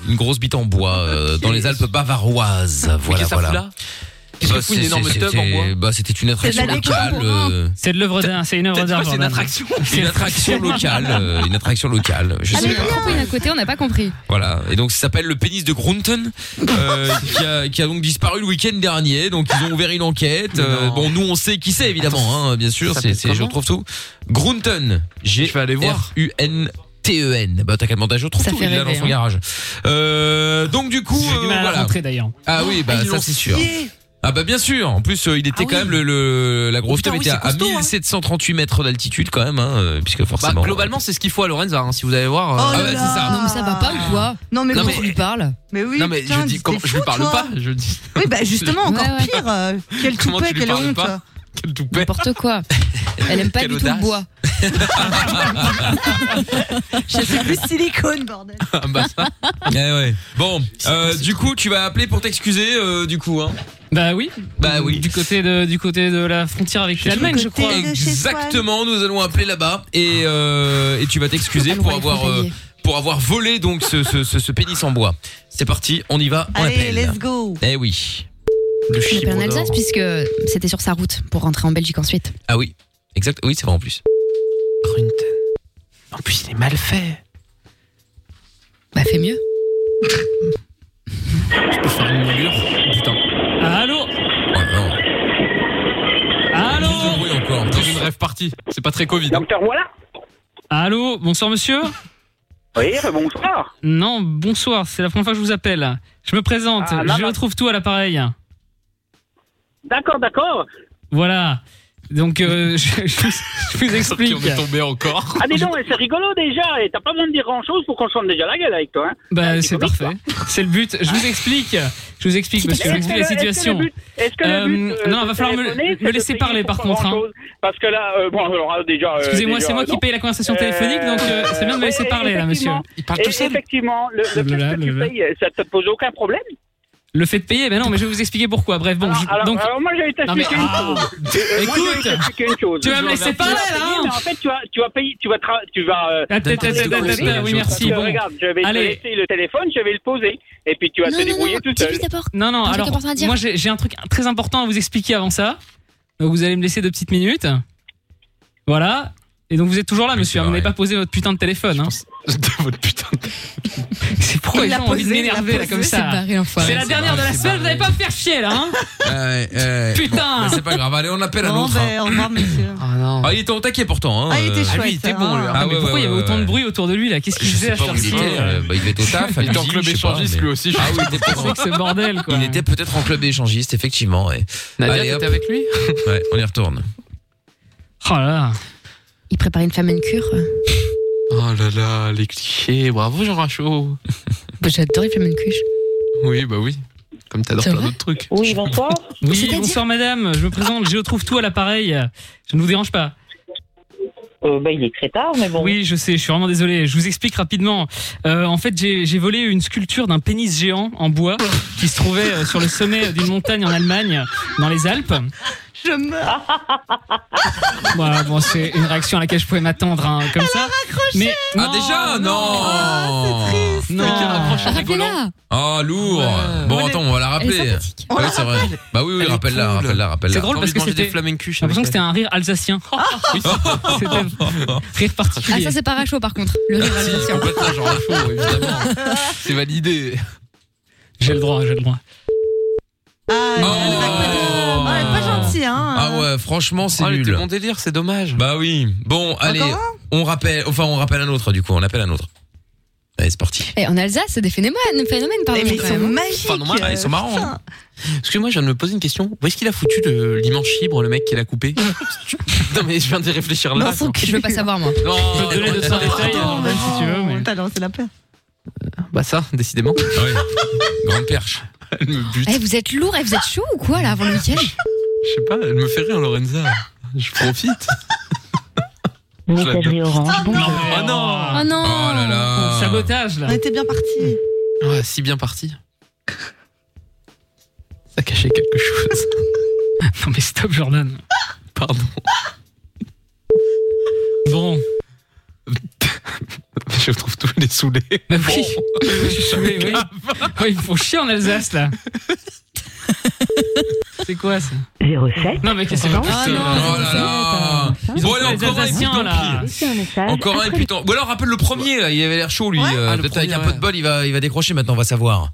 Speaker 2: une grosse bite en bois euh, dans les Alpes bavaroises. Voilà
Speaker 6: qu'est-ce que ça
Speaker 2: voilà.
Speaker 6: fout là Qu'est-ce que
Speaker 2: Bah,
Speaker 6: fout une
Speaker 2: c'est-
Speaker 6: énorme
Speaker 2: c'est-
Speaker 6: teub en
Speaker 2: c'était-
Speaker 6: bois
Speaker 2: Bah c'était une attraction
Speaker 3: de la déco hein.
Speaker 2: locale.
Speaker 3: pour
Speaker 2: euh,
Speaker 5: C'est de l'œuvre d'art. C'est une œuvre
Speaker 6: Peut-être
Speaker 5: d'art.
Speaker 6: pas, hein c'est une
Speaker 5: Jordan.
Speaker 6: attraction.
Speaker 5: C'est-
Speaker 2: une attraction locale, euh, une attraction locale. Je
Speaker 4: Ah,
Speaker 2: sais
Speaker 4: mais
Speaker 2: pas.
Speaker 4: pourquoi il est à côté, on n'a pas compris.
Speaker 2: Voilà. Et donc ça s'appelle le pénis de Grunton, euh, qui, a, qui a donc disparu le week-end dernier. Donc ils ont ouvert une enquête. Euh,
Speaker 6: Non.
Speaker 2: bon, nous on sait qui c'est évidemment, hein, bien sûr.
Speaker 6: Ça
Speaker 2: C'est,
Speaker 6: s'appelle
Speaker 2: c'est- je
Speaker 6: comment
Speaker 2: retrouve tout. Grunton. G
Speaker 6: Je vais aller voir.
Speaker 2: R U N T E N. Bah t'as qu'à demander, je retrouve
Speaker 4: Ça
Speaker 2: tout.
Speaker 4: fait
Speaker 2: il est là dans
Speaker 4: rêver,
Speaker 2: son
Speaker 4: hein.
Speaker 2: garage. Euh, donc du coup,
Speaker 5: J'ai
Speaker 2: euh,
Speaker 5: du mal à la
Speaker 2: voilà.
Speaker 5: rentrer d'ailleurs.
Speaker 2: Ah oui, bah ça c'est sûr. Ah bah bien sûr. En plus, euh, il était
Speaker 6: Ah
Speaker 2: quand
Speaker 6: oui.
Speaker 2: même le, le- la grosse
Speaker 6: Putain,
Speaker 2: tête
Speaker 6: oui,
Speaker 2: était
Speaker 6: c'est
Speaker 2: à
Speaker 6: costaud, hein.
Speaker 2: 1738 mètres d'altitude quand même, hein, euh, puisque
Speaker 6: Bah,
Speaker 2: forcément.
Speaker 6: globalement, c'est ce qu'il faut à Lorenza, hein, si vous allez voir.
Speaker 3: Oh
Speaker 2: Ah
Speaker 6: euh,
Speaker 3: là
Speaker 2: ouais, c'est
Speaker 3: là.
Speaker 2: ça.
Speaker 4: Non, mais ça va pas ou quoi
Speaker 3: Non, mais,
Speaker 6: Non,
Speaker 3: oui,
Speaker 4: Comment tu lui parles
Speaker 3: mais oui.
Speaker 6: non, mais
Speaker 3: putain,
Speaker 6: je dis,
Speaker 3: t'es
Speaker 6: comment, je lui
Speaker 3: fou,
Speaker 6: parle
Speaker 3: toi.
Speaker 6: pas, je dis,
Speaker 3: Oui, bah justement, encore
Speaker 4: Ouais, ouais.
Speaker 3: pire. euh, Quel
Speaker 6: Comment
Speaker 3: toupet,
Speaker 6: tu lui
Speaker 3: quelle
Speaker 6: parles
Speaker 3: honte.
Speaker 6: pas quel toupet.
Speaker 4: N'importe quoi. Elle aime pas
Speaker 6: Quelle
Speaker 4: du tout le
Speaker 6: audace.
Speaker 4: bois.
Speaker 3: Je sais plus silicone, bordel.
Speaker 6: Ah, bah, ça.
Speaker 2: Ouais, Eh ouais. Bon, euh, du coup, tu vas appeler pour t'excuser, euh, du coup. Hein.
Speaker 5: Bah oui.
Speaker 2: Bah oui.
Speaker 5: Du côté de, du côté de la frontière avec l'Allemagne,
Speaker 3: du
Speaker 5: je
Speaker 3: côté
Speaker 5: crois.
Speaker 3: de chez Swan.
Speaker 2: Exactement, nous allons appeler là-bas et, euh, et tu vas t'excuser
Speaker 4: Elle
Speaker 2: pour
Speaker 4: voit les
Speaker 2: avoir euh,
Speaker 4: frontaliers.
Speaker 2: pour avoir volé donc ce, ce, ce, ce pénis en bois. C'est parti, on y va, on
Speaker 3: Allez,
Speaker 2: appelle.
Speaker 3: let's go.
Speaker 2: Eh oui. Le
Speaker 4: On appelle en
Speaker 2: chibre
Speaker 4: Alsace
Speaker 2: d'or.
Speaker 4: puisque c'était sur sa route pour rentrer en Belgique ensuite.
Speaker 2: Ah oui, exact. Oui, c'est vrai en plus.
Speaker 6: En plus, il est mal fait.
Speaker 4: Bah fais mieux.
Speaker 6: Je peux faire une moulure. Ah, Putain.
Speaker 5: Ah, Allô
Speaker 2: Ouais, non.
Speaker 5: Allô
Speaker 2: Plus de bruit encore.
Speaker 6: Dans une rêve partie. C'est pas très Covid. hein.
Speaker 8: Docteur, voilà.
Speaker 5: Allô Bonsoir monsieur
Speaker 8: Oui, euh, bonsoir.
Speaker 5: Non, bonsoir, c'est la première fois que je vous appelle. Je me présente,
Speaker 8: Ah, là,
Speaker 5: je
Speaker 8: là.
Speaker 5: retrouve tout à l'appareil.
Speaker 8: D'accord, d'accord.
Speaker 5: Voilà. Donc, euh, je, je vous- je vous
Speaker 6: Sauf qu'on
Speaker 5: explique.
Speaker 6: est tombé encore.
Speaker 8: Ah, dis donc, c'est rigolo déjà. Et t'as pas besoin de dire grand chose pour qu'on se fende déjà la gueule avec toi. Hein.
Speaker 5: Bah,
Speaker 8: Ah,
Speaker 5: c'est
Speaker 8: c'est comique,
Speaker 5: parfait. C'est le but. Je vous
Speaker 8: Ah.
Speaker 5: explique. Je vous explique,
Speaker 4: C'est
Speaker 5: monsieur. Je vous explique la situation.
Speaker 8: Est-ce que le but,
Speaker 5: Euh,
Speaker 8: de
Speaker 5: non, va falloir me-
Speaker 8: téléphoner,
Speaker 5: me
Speaker 8: c'est de
Speaker 5: laisser
Speaker 8: payer
Speaker 5: parler,
Speaker 8: pour
Speaker 5: par
Speaker 8: pas
Speaker 5: contre, hein.
Speaker 8: grand-chose Parce que là, euh, bon, alors déjà. euh,
Speaker 5: Excusez-moi,
Speaker 8: déjà,
Speaker 5: c'est moi
Speaker 8: euh,
Speaker 5: qui
Speaker 8: non.
Speaker 5: paye la conversation téléphonique, donc euh, c'est bien de me laisser
Speaker 8: Euh,
Speaker 5: parler, là, monsieur.
Speaker 8: effectivement.
Speaker 6: Il parle
Speaker 8: Et
Speaker 6: tout seul.
Speaker 8: effectivement, le, le
Speaker 5: Blablabla,
Speaker 8: fait que tu
Speaker 5: blablabla.
Speaker 8: payes, euh, ça te pose aucun problème
Speaker 5: Le fait de payer, ben non, mais je vais vous expliquer pourquoi. Bref, bon,
Speaker 8: alors,
Speaker 5: je-
Speaker 8: alors,
Speaker 5: donc,
Speaker 8: alors, moi, je vais
Speaker 5: Non, mais- ah.
Speaker 8: t'expliquer une chose. Euh, moi, je vais
Speaker 5: Écoute,
Speaker 8: t'expliquer une chose.
Speaker 5: tu vas me
Speaker 8: Je
Speaker 5: laisser
Speaker 8: vais-
Speaker 5: parler,
Speaker 8: tu vas
Speaker 5: là,
Speaker 8: payer,
Speaker 5: hein.
Speaker 8: mais En fait, tu vas, tu vas payer, tu vas, tra- tu vas. euh,
Speaker 5: Ah, tête, tête, tête,
Speaker 2: Parce
Speaker 5: tête,
Speaker 2: que,
Speaker 5: tête, oui, merci.
Speaker 8: parce que,
Speaker 5: Bon.
Speaker 8: Regarde, je vais
Speaker 5: Allez.
Speaker 8: te laisser le téléphone, je vais le poser, et puis tu vas te
Speaker 4: non, non,
Speaker 8: débrouiller
Speaker 4: non,
Speaker 8: tout seul.
Speaker 4: dis-lui d'abord.
Speaker 5: Non, non,
Speaker 4: T'as un truc
Speaker 5: alors,
Speaker 4: important à dire
Speaker 5: moi j'ai j'ai un truc très important à vous expliquer avant ça. Donc vous allez me laisser deux petites minutes. Voilà. Et donc vous êtes toujours là,
Speaker 2: Oui,
Speaker 5: monsieur.
Speaker 2: c'est
Speaker 5: hein, Vous n'avez
Speaker 2: vrai.
Speaker 5: pas posé votre putain de téléphone. hein.
Speaker 6: De votre putain de-
Speaker 5: C'est pourquoi
Speaker 3: Il
Speaker 5: les
Speaker 3: l'a
Speaker 5: gens ont envie de
Speaker 3: posé, il l'a
Speaker 5: m'énerver là comme
Speaker 3: posé,
Speaker 4: C'est
Speaker 5: ça.
Speaker 4: barré
Speaker 5: C'est
Speaker 4: l'enfoiré.
Speaker 5: la
Speaker 2: c'est
Speaker 5: dernière de
Speaker 2: barré,
Speaker 5: la
Speaker 2: Ah, c'est
Speaker 5: semaine, vous
Speaker 2: barré.
Speaker 5: n'allez pas me faire chier là. Hein
Speaker 2: Ouais, ouais.
Speaker 5: Putain.
Speaker 2: Euh, Bon, mais c'est pas grave. Allez, on appelle un
Speaker 3: Bon,
Speaker 2: autre. hein.
Speaker 3: ben, au revoir, monsieur.
Speaker 6: Ah non.
Speaker 2: Ah, il était au taquet pourtant. Hein.
Speaker 3: Ah, il était
Speaker 2: Euh,
Speaker 3: chouette.
Speaker 6: lui, il était bon,
Speaker 3: hein.
Speaker 6: lui, hein.
Speaker 5: Ah,
Speaker 2: Ah,
Speaker 5: mais
Speaker 2: ouais,
Speaker 5: pourquoi
Speaker 2: ouais,
Speaker 5: il y avait
Speaker 2: ouais,
Speaker 5: autant
Speaker 2: ouais.
Speaker 5: de bruit autour de lui là Qu'est-ce qu'il
Speaker 2: Je
Speaker 5: faisait
Speaker 2: sais
Speaker 5: à
Speaker 2: pas
Speaker 5: faire
Speaker 2: où il
Speaker 5: chier
Speaker 2: était. euh, bah, il était au taf. à
Speaker 6: Il était en
Speaker 2: l'usine,
Speaker 6: club
Speaker 2: je sais pas,
Speaker 6: échangiste
Speaker 2: mais-
Speaker 6: lui aussi. je
Speaker 2: Ah oui, il était
Speaker 5: C'est vrai
Speaker 2: peut-être-
Speaker 5: que ce bordel quoi.
Speaker 2: il était peut-être en club échangiste, effectivement. ouais.
Speaker 6: Nadia,
Speaker 2: Allez, hop.
Speaker 6: t'étais avec lui
Speaker 2: Ouais, on y retourne.
Speaker 5: Oh là là.
Speaker 4: Il préparait une femme à une cure.
Speaker 6: Oh là là, les clichés. Bravo, Jean Rachaud.
Speaker 4: Bah, J'adore les femmes à une cuche.
Speaker 6: Oui, bah oui. Comme t'adores
Speaker 4: C'est
Speaker 6: plein
Speaker 4: vrai
Speaker 6: d'autres trucs.
Speaker 7: Oui, bonsoir.
Speaker 5: Oui,
Speaker 4: C'est-à-dire
Speaker 5: bonsoir madame. Je me présente, je trouve tout à l'appareil. Je ne vous dérange pas.
Speaker 7: Euh, bah, il est très tard, mais bon.
Speaker 5: Oui, je sais, je suis vraiment désolé. Je vous explique rapidement. Euh, en fait, j'ai j'ai volé une sculpture d'un pénis géant en bois qui se trouvait euh, sur le sommet d'une montagne en Allemagne, dans les Alpes.
Speaker 3: Je meurs.
Speaker 5: Voilà, bon, c'est une réaction à laquelle je pouvais m'attendre, hein, comme ça. Mais
Speaker 2: ah, déjà Non
Speaker 3: Ah,
Speaker 6: Oh.
Speaker 3: c'est triste.
Speaker 5: non,
Speaker 6: Mais qui raccroche en rigolant.
Speaker 4: Rappelez-la
Speaker 2: Ah, lourd
Speaker 6: Ouais.
Speaker 2: Bon,
Speaker 3: Elle est-
Speaker 2: attends, on va la
Speaker 4: Elle est
Speaker 2: rappeler.
Speaker 4: sympathique.
Speaker 2: Oui, c'est vrai. Bah oui, oui,
Speaker 6: Elle est
Speaker 2: rappelle-la,
Speaker 6: cool.
Speaker 2: rappelle-la, rappelle-la.
Speaker 5: C'est drôle parce que c'était-
Speaker 6: des flamencuches.
Speaker 5: J'ai l'impression que c'était un rire alsacien. C'était un rire
Speaker 4: Ah,
Speaker 5: particulier.
Speaker 4: ça, c'est pas Rachaud par contre. Le rire
Speaker 6: Si,
Speaker 4: alsacien.
Speaker 6: complètement Jean Rachaud, évidemment. C'est validé.
Speaker 5: j'ai le droit, j'ai le droit.
Speaker 3: Ah, elle est à côté.
Speaker 2: Oh.
Speaker 3: Ah, elle est pas gentille, hein.
Speaker 2: Ah ouais, franchement, c'est
Speaker 6: Oh, elle était
Speaker 2: nul.
Speaker 6: bon délire, c'est dommage.
Speaker 2: Bah oui. Bon, allez,
Speaker 3: Encore
Speaker 2: on rappelle, enfin, on rappelle un autre, du coup, on appelle un autre. Allez, c'est parti.
Speaker 4: Et en Alsace, c'est des phénomènes, phénomènes pardon.
Speaker 3: Mais ils
Speaker 4: quand
Speaker 3: sont
Speaker 4: même. hein.
Speaker 3: magiques.
Speaker 6: Enfin, non, ouais, ils sont marrants, hein.
Speaker 3: putain.
Speaker 6: Excuse-moi, je viens de me poser une question. Où est-ce qu'il a foutu le- l'immense chibre, le mec qui l'a coupé Non, mais je viens d'y réfléchir là.
Speaker 4: Non, faut que- je veux pas savoir moi.
Speaker 6: Non,
Speaker 5: Je peux te donner 200 détails,
Speaker 3: Attends,
Speaker 5: Jordan, si tu veux.
Speaker 3: non,
Speaker 5: mais-
Speaker 3: T'as lancé la peur.
Speaker 6: Bah, ça, décidément.
Speaker 2: Grande perche.
Speaker 6: Elle me bute.
Speaker 4: Eh, vous êtes lourd, eh, vous êtes chaud ou quoi là avant le week-end
Speaker 6: Je sais pas, elle me fait rire, Lorenza. Je profite.
Speaker 10: Messagerie orange.
Speaker 5: Non, mais-
Speaker 6: Oh non
Speaker 4: Oh non.
Speaker 2: Oh là là.
Speaker 5: Sabotage
Speaker 3: On
Speaker 5: là.
Speaker 3: était bien partis.
Speaker 6: Ouais, si bien parti. Ça cachait quelque chose.
Speaker 5: Non mais stop Jordan.
Speaker 6: Pardon.
Speaker 5: Bon.
Speaker 6: Je trouve tous les saoulés.
Speaker 5: Bah oui. Oui, oui. Oh, ils me font chier en Alsace là. C'est quoi ça
Speaker 11: 07.
Speaker 5: Non mais qu'est-ce que c'est pas
Speaker 2: Oh
Speaker 5: possible.
Speaker 2: là là.
Speaker 5: Ils ont
Speaker 2: Bon, allez,
Speaker 5: pris les
Speaker 2: encore un et puis
Speaker 5: Alsaciens,
Speaker 2: tant
Speaker 5: là.
Speaker 2: pis.
Speaker 11: Laissez un message.
Speaker 2: Encore un et
Speaker 11: après
Speaker 2: puis tant- Ou alors rappelle le premier, là. il avait l'air chaud lui. Euh,
Speaker 6: Ah, le
Speaker 2: Peut-être avec
Speaker 6: premier,
Speaker 2: un peu de
Speaker 6: ouais.
Speaker 2: bol, il va, il va décrocher maintenant, on va savoir.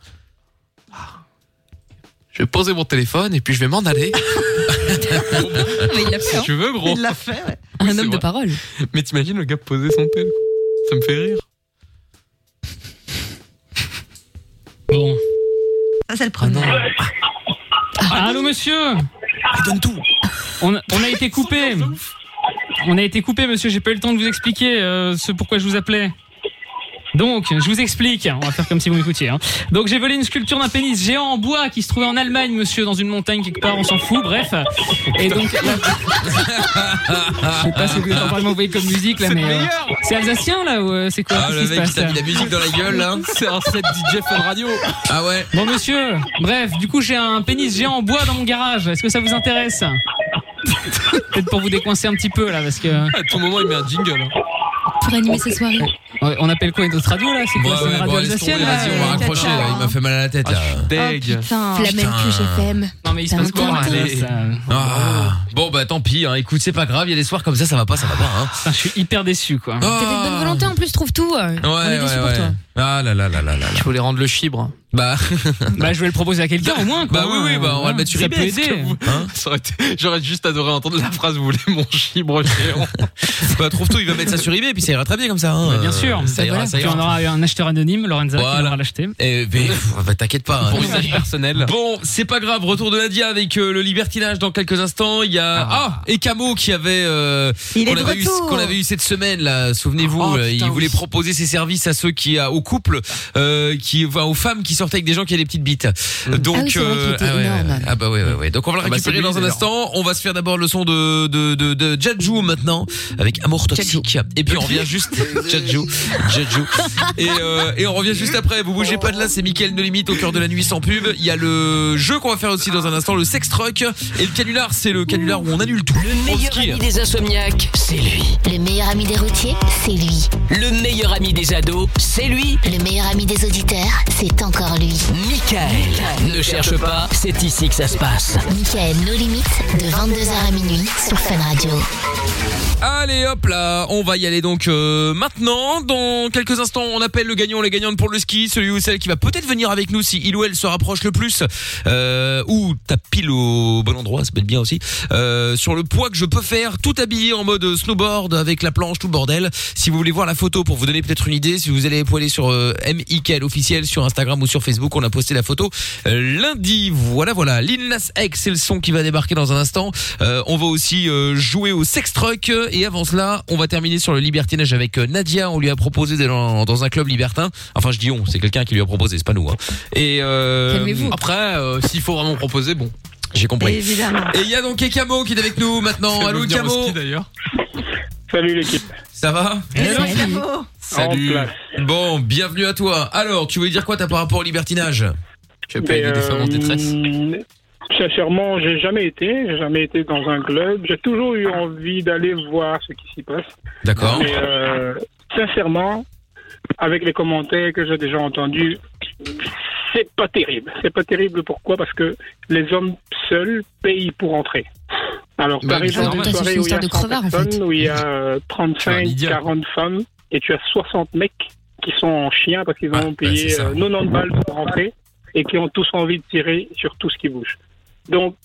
Speaker 6: Je vais poser mon téléphone et puis je vais m'en aller.
Speaker 4: Mais il l'a fait,
Speaker 6: si
Speaker 4: hein.
Speaker 6: tu veux, gros.
Speaker 3: Il l'a fait, ouais.
Speaker 6: Oui,
Speaker 4: Un
Speaker 6: c'est
Speaker 4: homme de
Speaker 6: vrai.
Speaker 4: parole.
Speaker 6: Mais t'imagines le gars poser son téléphone Ça me fait rire.
Speaker 5: Bon.
Speaker 3: Ça, c'est le premier.
Speaker 5: Ah, allô monsieur.
Speaker 2: donne tout.
Speaker 5: On, a- on a été coupé. On a été coupé, monsieur. J'ai pas eu le temps de vous expliquer euh, ce pourquoi je vous appelais. Donc, je vous explique. On va faire comme si vous m'écoutiez. hein. Donc, j'ai volé une sculpture d'un pénis géant en bois qui se trouvait en Allemagne, monsieur, dans une montagne quelque part. On s'en fout. Bref. Et donc, là- je sais pas ce que vous
Speaker 2: Ah.
Speaker 5: êtes en train de m'envoyer comme musique là, mais euh, c'est alsacien là ou euh, c'est quoi
Speaker 2: Ah,
Speaker 5: Qu'est-ce
Speaker 2: le
Speaker 5: qui se
Speaker 2: mec, il
Speaker 5: passe,
Speaker 2: t'a
Speaker 5: là
Speaker 2: mis la musique dans la gueule, là.
Speaker 6: C'est un set DJ Fun Radio.
Speaker 2: Ah ouais.
Speaker 5: Bon monsieur, bref, du coup j'ai un pénis géant en bois dans mon garage. Est-ce que ça vous intéresse Peut-être pour vous décoincer un petit peu là, parce que
Speaker 6: À tout moment, il met un jingle. hein.
Speaker 4: Pour animer ses soirées.
Speaker 5: Ouais, on appelle quoi une autre radio là C'est
Speaker 2: Bon,
Speaker 5: quoi c'est une
Speaker 2: Bah ouais,
Speaker 5: radio
Speaker 2: bon, laisse tomber,
Speaker 5: alsacienne là
Speaker 2: vas-y, on va
Speaker 3: euh,
Speaker 2: raccrocher,
Speaker 3: tata.
Speaker 2: là. Il m'a fait mal à la tête,
Speaker 6: Ah,
Speaker 2: là.
Speaker 6: je suis deg.
Speaker 4: Putain. Flamel
Speaker 2: Putain.
Speaker 4: que j'aime.
Speaker 5: Non mais il se passe quoi là,
Speaker 4: Tintin.
Speaker 5: ça
Speaker 2: Ah. Bon, bah, tant pis, hein. Écoute, c'est pas grave, il y a des soirs comme ça, ça va pas, ça va pas, hein. Oh.
Speaker 5: Putain, je suis hyper déçu quoi.
Speaker 4: T'as de bonne volonté en plus, trouve tout. euh.
Speaker 2: Ouais,
Speaker 4: on est
Speaker 2: ouais,
Speaker 4: déçus pour
Speaker 2: ouais.
Speaker 4: toi.
Speaker 2: Ah là là là là là. là.
Speaker 6: Je voulais rendre le chibre.
Speaker 2: Bah,
Speaker 5: Bah je vais le proposer à quelqu'un au moins quoi.
Speaker 2: Bah oui, oui, bah, on va le mettre sur
Speaker 5: Ça
Speaker 2: eBay,
Speaker 5: peut
Speaker 2: est-ce que
Speaker 5: aider.
Speaker 2: hein
Speaker 6: Ça aurait été- J'aurais juste adoré entendre la phrase Vous voulez mon chibre géant
Speaker 2: bah trouve tout, il va mettre ça sur eBay, puis ça ira très bien comme ça. Hein.
Speaker 5: Bah, bien sûr.
Speaker 2: Euh, ça ira, ça
Speaker 5: Puis on
Speaker 2: ira.
Speaker 5: aura eu un acheteur anonyme, Lorenza, qui
Speaker 2: Voilà.
Speaker 5: aura l'acheter.
Speaker 2: Eh, mais, pff, bah, t'inquiète pas. hein.
Speaker 6: pour usage personnel.
Speaker 2: Bon, c'est pas grave, retour de Nadia avec euh, le libertinage dans quelques instants. Il y a ah,
Speaker 6: Ah.
Speaker 2: et Camo qui avait euh,
Speaker 3: Il est
Speaker 2: qu'on
Speaker 3: de
Speaker 2: avait eu
Speaker 3: retour.
Speaker 2: qu'on avait eu cette semaine là, souvenez-vous,
Speaker 6: Oh,
Speaker 2: euh, il
Speaker 6: putain,
Speaker 2: voulait
Speaker 6: oui.
Speaker 2: proposer ses services à ceux qui à, aux couples euh, qui enfin, aux femmes qui sortaient avec des gens qui avaient des petites bites. Donc
Speaker 4: Ah oui, c'est vrai qu'il était
Speaker 2: ah, ouais, ouais,
Speaker 4: énorme.
Speaker 2: ouais. Ah bah ouais ouais ouais. Donc on va le
Speaker 6: Ah bah,
Speaker 2: récupérer
Speaker 6: c'est lui,
Speaker 2: dans un
Speaker 6: d'ailleurs.
Speaker 2: instant, on va se faire d'abord le son de de de, de Jadju maintenant avec Amour toxique et puis on revient juste Jadju Jadju et, euh, et on revient juste après. Vous bougez pas de là, c'est Mickaël de Limite au cœur de la nuit sans pub. Il y a le jeu qu'on va faire aussi dans un instant, le sex truck. Et le canular, c'est le canular où on annule tout.
Speaker 1: Le meilleur ami des insomniaques, c'est lui.
Speaker 10: Le meilleur ami des routiers, c'est lui.
Speaker 1: Le meilleur ami des ados, c'est lui.
Speaker 10: Le meilleur ami des auditeurs, c'est encore lui.
Speaker 1: Michael. Ne cherche pas, c'est ici que ça se passe.
Speaker 10: Michael, nos limites, de 22h à minuit sur Fun Radio.
Speaker 2: Allez hop là, on va y aller donc euh, maintenant. Dans quelques instants, on appelle le gagnant, les gagnantes pour le ski, celui ou celle qui va peut-être venir avec nous si il ou elle se rapproche le plus. Euh, ou t'as pile au bon endroit, ça peut être bien aussi. Euh, sur le poids que je peux faire, tout habillé en mode snowboard avec la planche, tout le bordel. Si vous voulez voir la photo pour vous donner peut-être une idée, si vous allez poiler sur euh, MIKL officiel sur Instagram ou sur Facebook, on a posté la photo euh, lundi. Voilà, voilà. Lil Nas X, c'est le son qui va débarquer dans un instant. Euh, on va aussi euh, jouer au sex truck euh, et avant cela, on va terminer sur le libertinage avec euh, Nadia. On lui a proposé d'aller dans, dans un club libertin. Enfin, je dis on, c'est quelqu'un qui lui a proposé, c'est pas nous. hein. Et euh,
Speaker 4: Calmez-vous.
Speaker 6: Après, euh, s'il faut vraiment proposer, bon.
Speaker 2: j'ai compris.
Speaker 3: Évidemment.
Speaker 2: Et il y a donc Ekamo qui est avec nous maintenant.
Speaker 6: Ça veut
Speaker 2: Allô
Speaker 6: venir au
Speaker 2: Ekamo,
Speaker 6: ski, d'ailleurs.
Speaker 8: Salut l'équipe.
Speaker 2: ça va
Speaker 4: Salut.
Speaker 3: C'est beau.
Speaker 8: En
Speaker 6: Salut.
Speaker 8: place.
Speaker 2: Bon, bienvenue à toi. Alors, tu veux dire quoi t'as par rapport au libertinage
Speaker 6: Tu as pas aidé des femmes en détresse.
Speaker 8: euh, Sincèrement, j'ai jamais été, j'ai jamais été dans un club. J'ai toujours eu envie d'aller voir ce qui s'y passe.
Speaker 2: D'accord.
Speaker 8: Mais euh, sincèrement, avec les commentaires que j'ai déjà entendus, c'est pas terrible. C'est pas terrible pourquoi Parce que les hommes seuls payent pour entrer. Alors,
Speaker 6: Bah,
Speaker 8: par
Speaker 6: mais c'est
Speaker 8: exemple,
Speaker 6: normal.
Speaker 8: une
Speaker 4: Ça, c'est
Speaker 8: soirée
Speaker 4: une
Speaker 8: où il y a
Speaker 4: histoire de
Speaker 8: 100
Speaker 4: crevard, en fait.
Speaker 8: personnes, où il y a euh,
Speaker 6: C'est un
Speaker 8: 35,
Speaker 6: idiot.
Speaker 8: 40 femmes, et tu as 60 mecs qui sont en chien parce qu'ils
Speaker 2: Ouais,
Speaker 8: ont
Speaker 2: ouais, c'est
Speaker 8: payé
Speaker 2: ça.
Speaker 8: euh, 90 balles pour rentrer et qui ont tous envie de tirer sur tout ce qui bouge. Donc,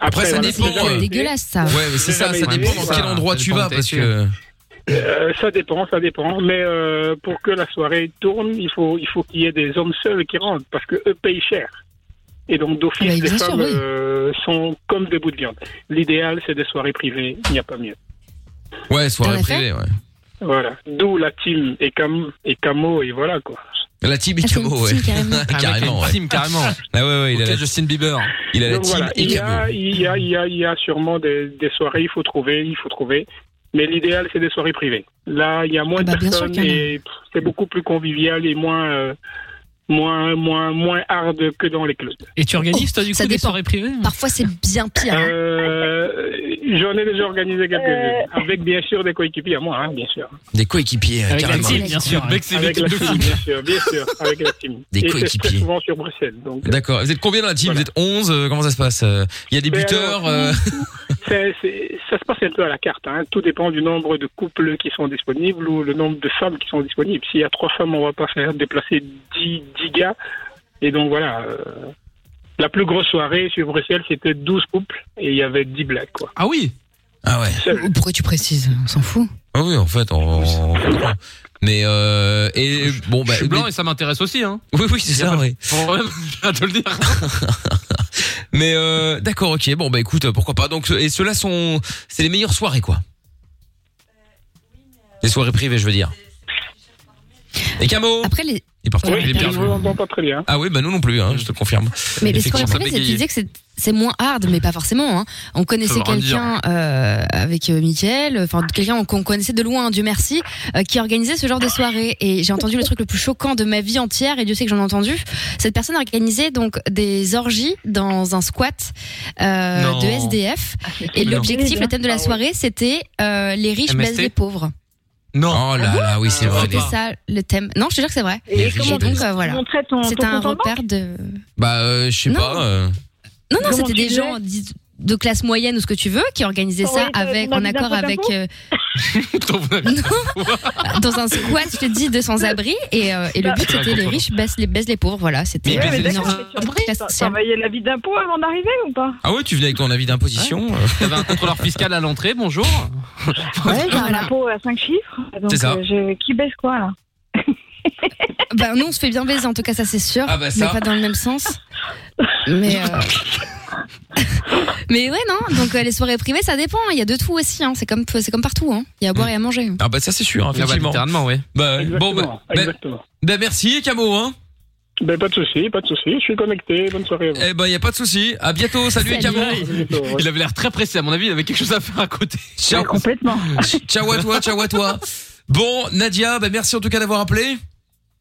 Speaker 2: Après, ça
Speaker 8: voilà,
Speaker 2: dépend,
Speaker 8: j'ai jamais
Speaker 2: euh,
Speaker 4: C'est
Speaker 8: été.
Speaker 4: dégueulasse ça.
Speaker 2: Ouais, mais c'est ça, ça
Speaker 8: Ouais,
Speaker 2: dépend
Speaker 8: mais
Speaker 2: dans
Speaker 8: ça,
Speaker 2: quel
Speaker 6: ça
Speaker 2: endroit tu
Speaker 6: dépend
Speaker 2: vas
Speaker 6: de
Speaker 2: parce
Speaker 6: tes
Speaker 2: que
Speaker 8: Euh, ça dépend, ça dépend. Mais euh, pour que la soirée tourne, il faut il faut qu'il y ait des hommes seuls qui rentrent parce que eux payent cher. Et donc d'office,
Speaker 4: Ah bah,
Speaker 8: les
Speaker 4: bien sûr,
Speaker 8: femmes
Speaker 4: oui.
Speaker 8: euh, sont comme des bouts de viande. L'idéal, c'est des soirées privées. Il n'y a pas mieux.
Speaker 2: Ouais, soirée
Speaker 4: T'en as fait
Speaker 2: privée, ouais.
Speaker 8: Voilà. D'où la team et Cam et Camo et voilà quoi.
Speaker 2: La team
Speaker 4: Ah, c'est une
Speaker 2: Icamo, ouais.
Speaker 4: team, carrément.
Speaker 2: Ah, carrément, ouais.
Speaker 6: Team, carrément.
Speaker 2: Ah ouais, ouais, il a
Speaker 6: Ok,
Speaker 2: la,
Speaker 6: Justin Bieber.
Speaker 2: il a la
Speaker 8: Donc
Speaker 2: team
Speaker 8: voilà, il y
Speaker 2: Icamo.
Speaker 8: a, il y a, il y a, il y a sûrement des, des soirées, il faut trouver, il faut trouver. Mais l'idéal, c'est des soirées privées. Là, il y a moins
Speaker 4: Ah bah,
Speaker 8: de
Speaker 4: bien sûr
Speaker 8: personnes
Speaker 4: qu'il y en a.
Speaker 8: et pff, c'est beaucoup plus convivial et moins, euh, moins, moins, moins hard que dans les clubs.
Speaker 5: Et tu organises, toi, du
Speaker 4: ça
Speaker 5: coup, des
Speaker 4: dépend.
Speaker 5: soirées privées hein.
Speaker 4: Parfois, c'est bien pire. hein.
Speaker 8: Euh, J'en ai déjà organisé quelques-unes, avec bien sûr des coéquipiers à moi, hein, bien sûr.
Speaker 2: Des coéquipiers,
Speaker 4: Ah
Speaker 2: euh,
Speaker 5: Avec la
Speaker 2: carrément.
Speaker 5: team, bien sûr.
Speaker 6: Le mec, c'est
Speaker 8: Avec
Speaker 6: l'équipe
Speaker 8: la
Speaker 6: de
Speaker 8: team,
Speaker 6: foot.
Speaker 8: bien sûr, bien sûr, avec la team.
Speaker 2: Des
Speaker 8: et c'est très
Speaker 2: coéquipiers.
Speaker 8: souvent sur Bruxelles. Donc, euh,
Speaker 2: D'accord. Vous êtes combien dans la team
Speaker 8: Voilà.
Speaker 2: Vous êtes 11 euh, Comment ça se passe Euh, Il y a des
Speaker 8: Mais
Speaker 2: buteurs
Speaker 8: alors,
Speaker 2: euh,
Speaker 8: C'est- c'est- ça se passe un peu à la carte. hein. Tout dépend du nombre de couples qui sont disponibles ou le nombre de femmes qui sont disponibles. S'il y a trois femmes, on va pas faire déplacer 10, 10 gars. Et donc voilà. euh, la plus grosse soirée sur Bruxelles, c'était 12 couples et il y avait 10 blagues. Quoi.
Speaker 6: Ah oui
Speaker 2: Ah ouais.
Speaker 8: Seul.
Speaker 4: Pourquoi tu précises On s'en fout.
Speaker 2: Ah oui, en fait, on, on comprend. Mais euh, et bon bah
Speaker 6: Je suis blanc
Speaker 2: mais-
Speaker 6: et ça m'intéresse aussi, hein.
Speaker 2: oui oui c'est
Speaker 6: Y a
Speaker 2: ça
Speaker 6: pas de-
Speaker 2: oui.
Speaker 6: Faut vraiment- je viens Ah, de te le dire.
Speaker 2: Mais euh, d'accord ok bon bah écoute pourquoi pas donc et ceux-là sont c'est les meilleures soirées quoi. Les soirées privées je veux dire. Et Camo
Speaker 4: Après, les...
Speaker 2: Et par contre
Speaker 8: Oui,
Speaker 2: il est bien.
Speaker 8: je vous entends pas très bien.
Speaker 2: Ah oui bah nous non plus hein, je te confirme.
Speaker 4: mais les
Speaker 2: Effectivement.
Speaker 4: soirées privées, c'est- tu disais que c'est. C'est moins hard, mais pas forcément. hein. On connaissait
Speaker 6: veut rien
Speaker 4: quelqu'un euh, avec euh, Mickaël, enfin
Speaker 2: Ah.
Speaker 4: quelqu'un qu'on connaissait de loin, Dieu merci, euh, qui organisait ce genre de soirée. Et j'ai entendu le truc le plus choquant de ma vie entière, et Dieu sait que j'en ai entendu. Cette personne organisait donc des orgies dans un squat euh,
Speaker 6: Non.
Speaker 4: de SDF.
Speaker 2: Ah,
Speaker 4: Et
Speaker 6: Mais non.
Speaker 4: l'objectif, le thème de la soirée, c'était euh, les riches
Speaker 6: MST.
Speaker 4: baisent les pauvres.
Speaker 2: Oh là là oui c'est
Speaker 6: Ah,
Speaker 2: vrai.
Speaker 4: C'était ça le thème. Non, je te jure que c'est vrai.
Speaker 2: Les
Speaker 7: Et
Speaker 2: riches
Speaker 7: comment
Speaker 4: Et
Speaker 2: baisent.
Speaker 4: donc
Speaker 7: tu
Speaker 4: euh, voilà,
Speaker 7: montrais ton, ton
Speaker 4: c'était un
Speaker 7: compte en banque
Speaker 4: repère de.
Speaker 2: Bah euh, je sais
Speaker 4: Non.
Speaker 2: pas. euh,
Speaker 4: Non, non,
Speaker 7: Comment
Speaker 4: c'était des
Speaker 7: tu
Speaker 4: gens dis- de classe moyenne ou ce que tu veux qui organisaient
Speaker 7: Oh,
Speaker 4: ça
Speaker 7: ouais,
Speaker 4: avec
Speaker 7: dans
Speaker 4: en
Speaker 7: des
Speaker 4: accord
Speaker 7: impôts
Speaker 4: avec euh,
Speaker 6: Ton vrai-
Speaker 4: non, dans un squat, je te dis, de sans-abri et, euh,
Speaker 7: Bah,
Speaker 4: et le but c'était les riches baissent les baissent les pauvres, voilà, c'était
Speaker 2: Mais
Speaker 4: euh,
Speaker 2: baisser
Speaker 7: mais
Speaker 4: une
Speaker 7: d'accord,
Speaker 4: sorte
Speaker 7: mais
Speaker 4: de
Speaker 7: tu as pris,
Speaker 4: classe
Speaker 7: t'as- t'as
Speaker 4: sociale.
Speaker 7: envoyé la vie d'impôt avant d'arriver ou pas
Speaker 2: Ah ouais tu venais avec ton avis d'imposition. euh.
Speaker 6: T'avais un contrôleur fiscal à l'entrée, bonjour.
Speaker 7: Ouais, j'ai un
Speaker 4: Voilà.
Speaker 7: impôt à 5 chiffres. Donc,
Speaker 2: C'est ça.
Speaker 7: euh, je- qui baisse quoi, là
Speaker 4: Bah non, on se fait bien baiser en tout cas, ça c'est sûr,
Speaker 2: Ah bah ça.
Speaker 4: mais pas dans le même sens. Mais euh, Mais ouais non, donc euh, les soirées privées ça dépend, il y a de tout aussi hein. c'est comme c'est comme partout hein. Il y a à boire et à manger. hein.
Speaker 2: Ah bah ça c'est sûr
Speaker 6: Ah bah,
Speaker 2: effectivement.
Speaker 6: littéralement, ouais.
Speaker 2: Bah, ouais.
Speaker 8: Exactement.
Speaker 2: bon bah, bah,
Speaker 8: exactement.
Speaker 2: bah, merci Camo hein.
Speaker 8: Ben, pas de souci, pas de souci. Je suis connecté. Bonne soirée. à vous.
Speaker 2: Eh ben, y a pas de souci. À bientôt. Salut,
Speaker 4: Salut.
Speaker 2: Camo.
Speaker 8: À bientôt, ouais.
Speaker 6: Il avait l'air très pressé, à mon avis, il avait quelque chose à faire à côté.
Speaker 2: Ciao.
Speaker 7: Complètement.
Speaker 2: ciao à toi, ciao à toi. Bon, Nadia, ben, merci en tout cas d'avoir appelé.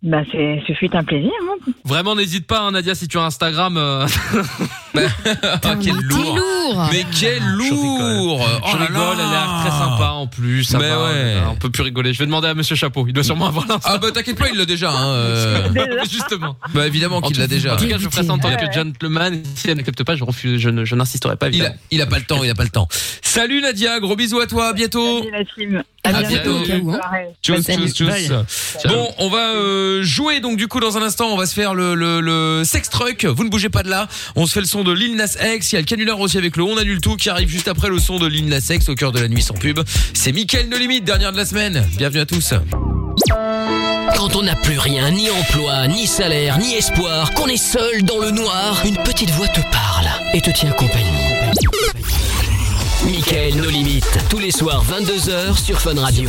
Speaker 7: Bah, c'est, ce fut un plaisir. hein.
Speaker 6: Vraiment, n'hésite pas, hein, Nadia, si tu as Instagram. euh,
Speaker 2: Ah,
Speaker 4: T'es
Speaker 2: quel lourd.
Speaker 4: lourd.
Speaker 2: Mais quel lourd.
Speaker 6: je
Speaker 2: Oh là
Speaker 6: rigole, elle a l'air
Speaker 2: là.
Speaker 6: très sympa en plus. Ça
Speaker 2: Mais
Speaker 6: va,
Speaker 2: ouais.
Speaker 6: On peut plus rigoler. Je vais demander à Monsieur Chapeau. Il doit sûrement avoir l'instant.
Speaker 2: Ah bah t'inquiète pas, il l'a déjà. Hein. euh.
Speaker 6: Justement.
Speaker 2: Bah évidemment
Speaker 6: En
Speaker 2: qu'il
Speaker 6: tout-
Speaker 2: l'a déjà.
Speaker 6: En tout cas, je vous ferai ça en tant
Speaker 7: Ouais,
Speaker 6: que
Speaker 7: ouais.
Speaker 6: gentleman. Si elle n'accepte pas, je refuse, je ne- je n'insisterai pas.
Speaker 2: Il a,
Speaker 6: Évidemment.
Speaker 2: il a pas le temps, il a pas le temps. Salut Nadia, gros bisous à toi, à bientôt.
Speaker 7: Salut, la team.
Speaker 4: À
Speaker 2: Ah,
Speaker 4: bientôt au
Speaker 2: bientôt.
Speaker 4: cas où, hein.
Speaker 7: Pareil.
Speaker 2: Tchuss,
Speaker 4: Salut.
Speaker 2: tchuss, tchuss.
Speaker 5: Bye.
Speaker 2: Bon, on va euh, jouer donc du coup dans un instant. On va se faire le, le, le sex truck. Vous ne bougez pas de là. On se fait le son de Lil Nas X. Il y a le canular aussi avec le on annule tout qui arrive juste après le son de Lil Nas X au cœur de la nuit sans pub. C'est Mickaël No Limite, dernière de la semaine. Bienvenue à tous.
Speaker 1: Quand on n'a plus rien, ni emploi, ni salaire, ni espoir, qu'on est seul dans le noir, une petite voix te parle et te tient compagnie. Michael, nos limites, tous les soirs 22h sur Fun Radio.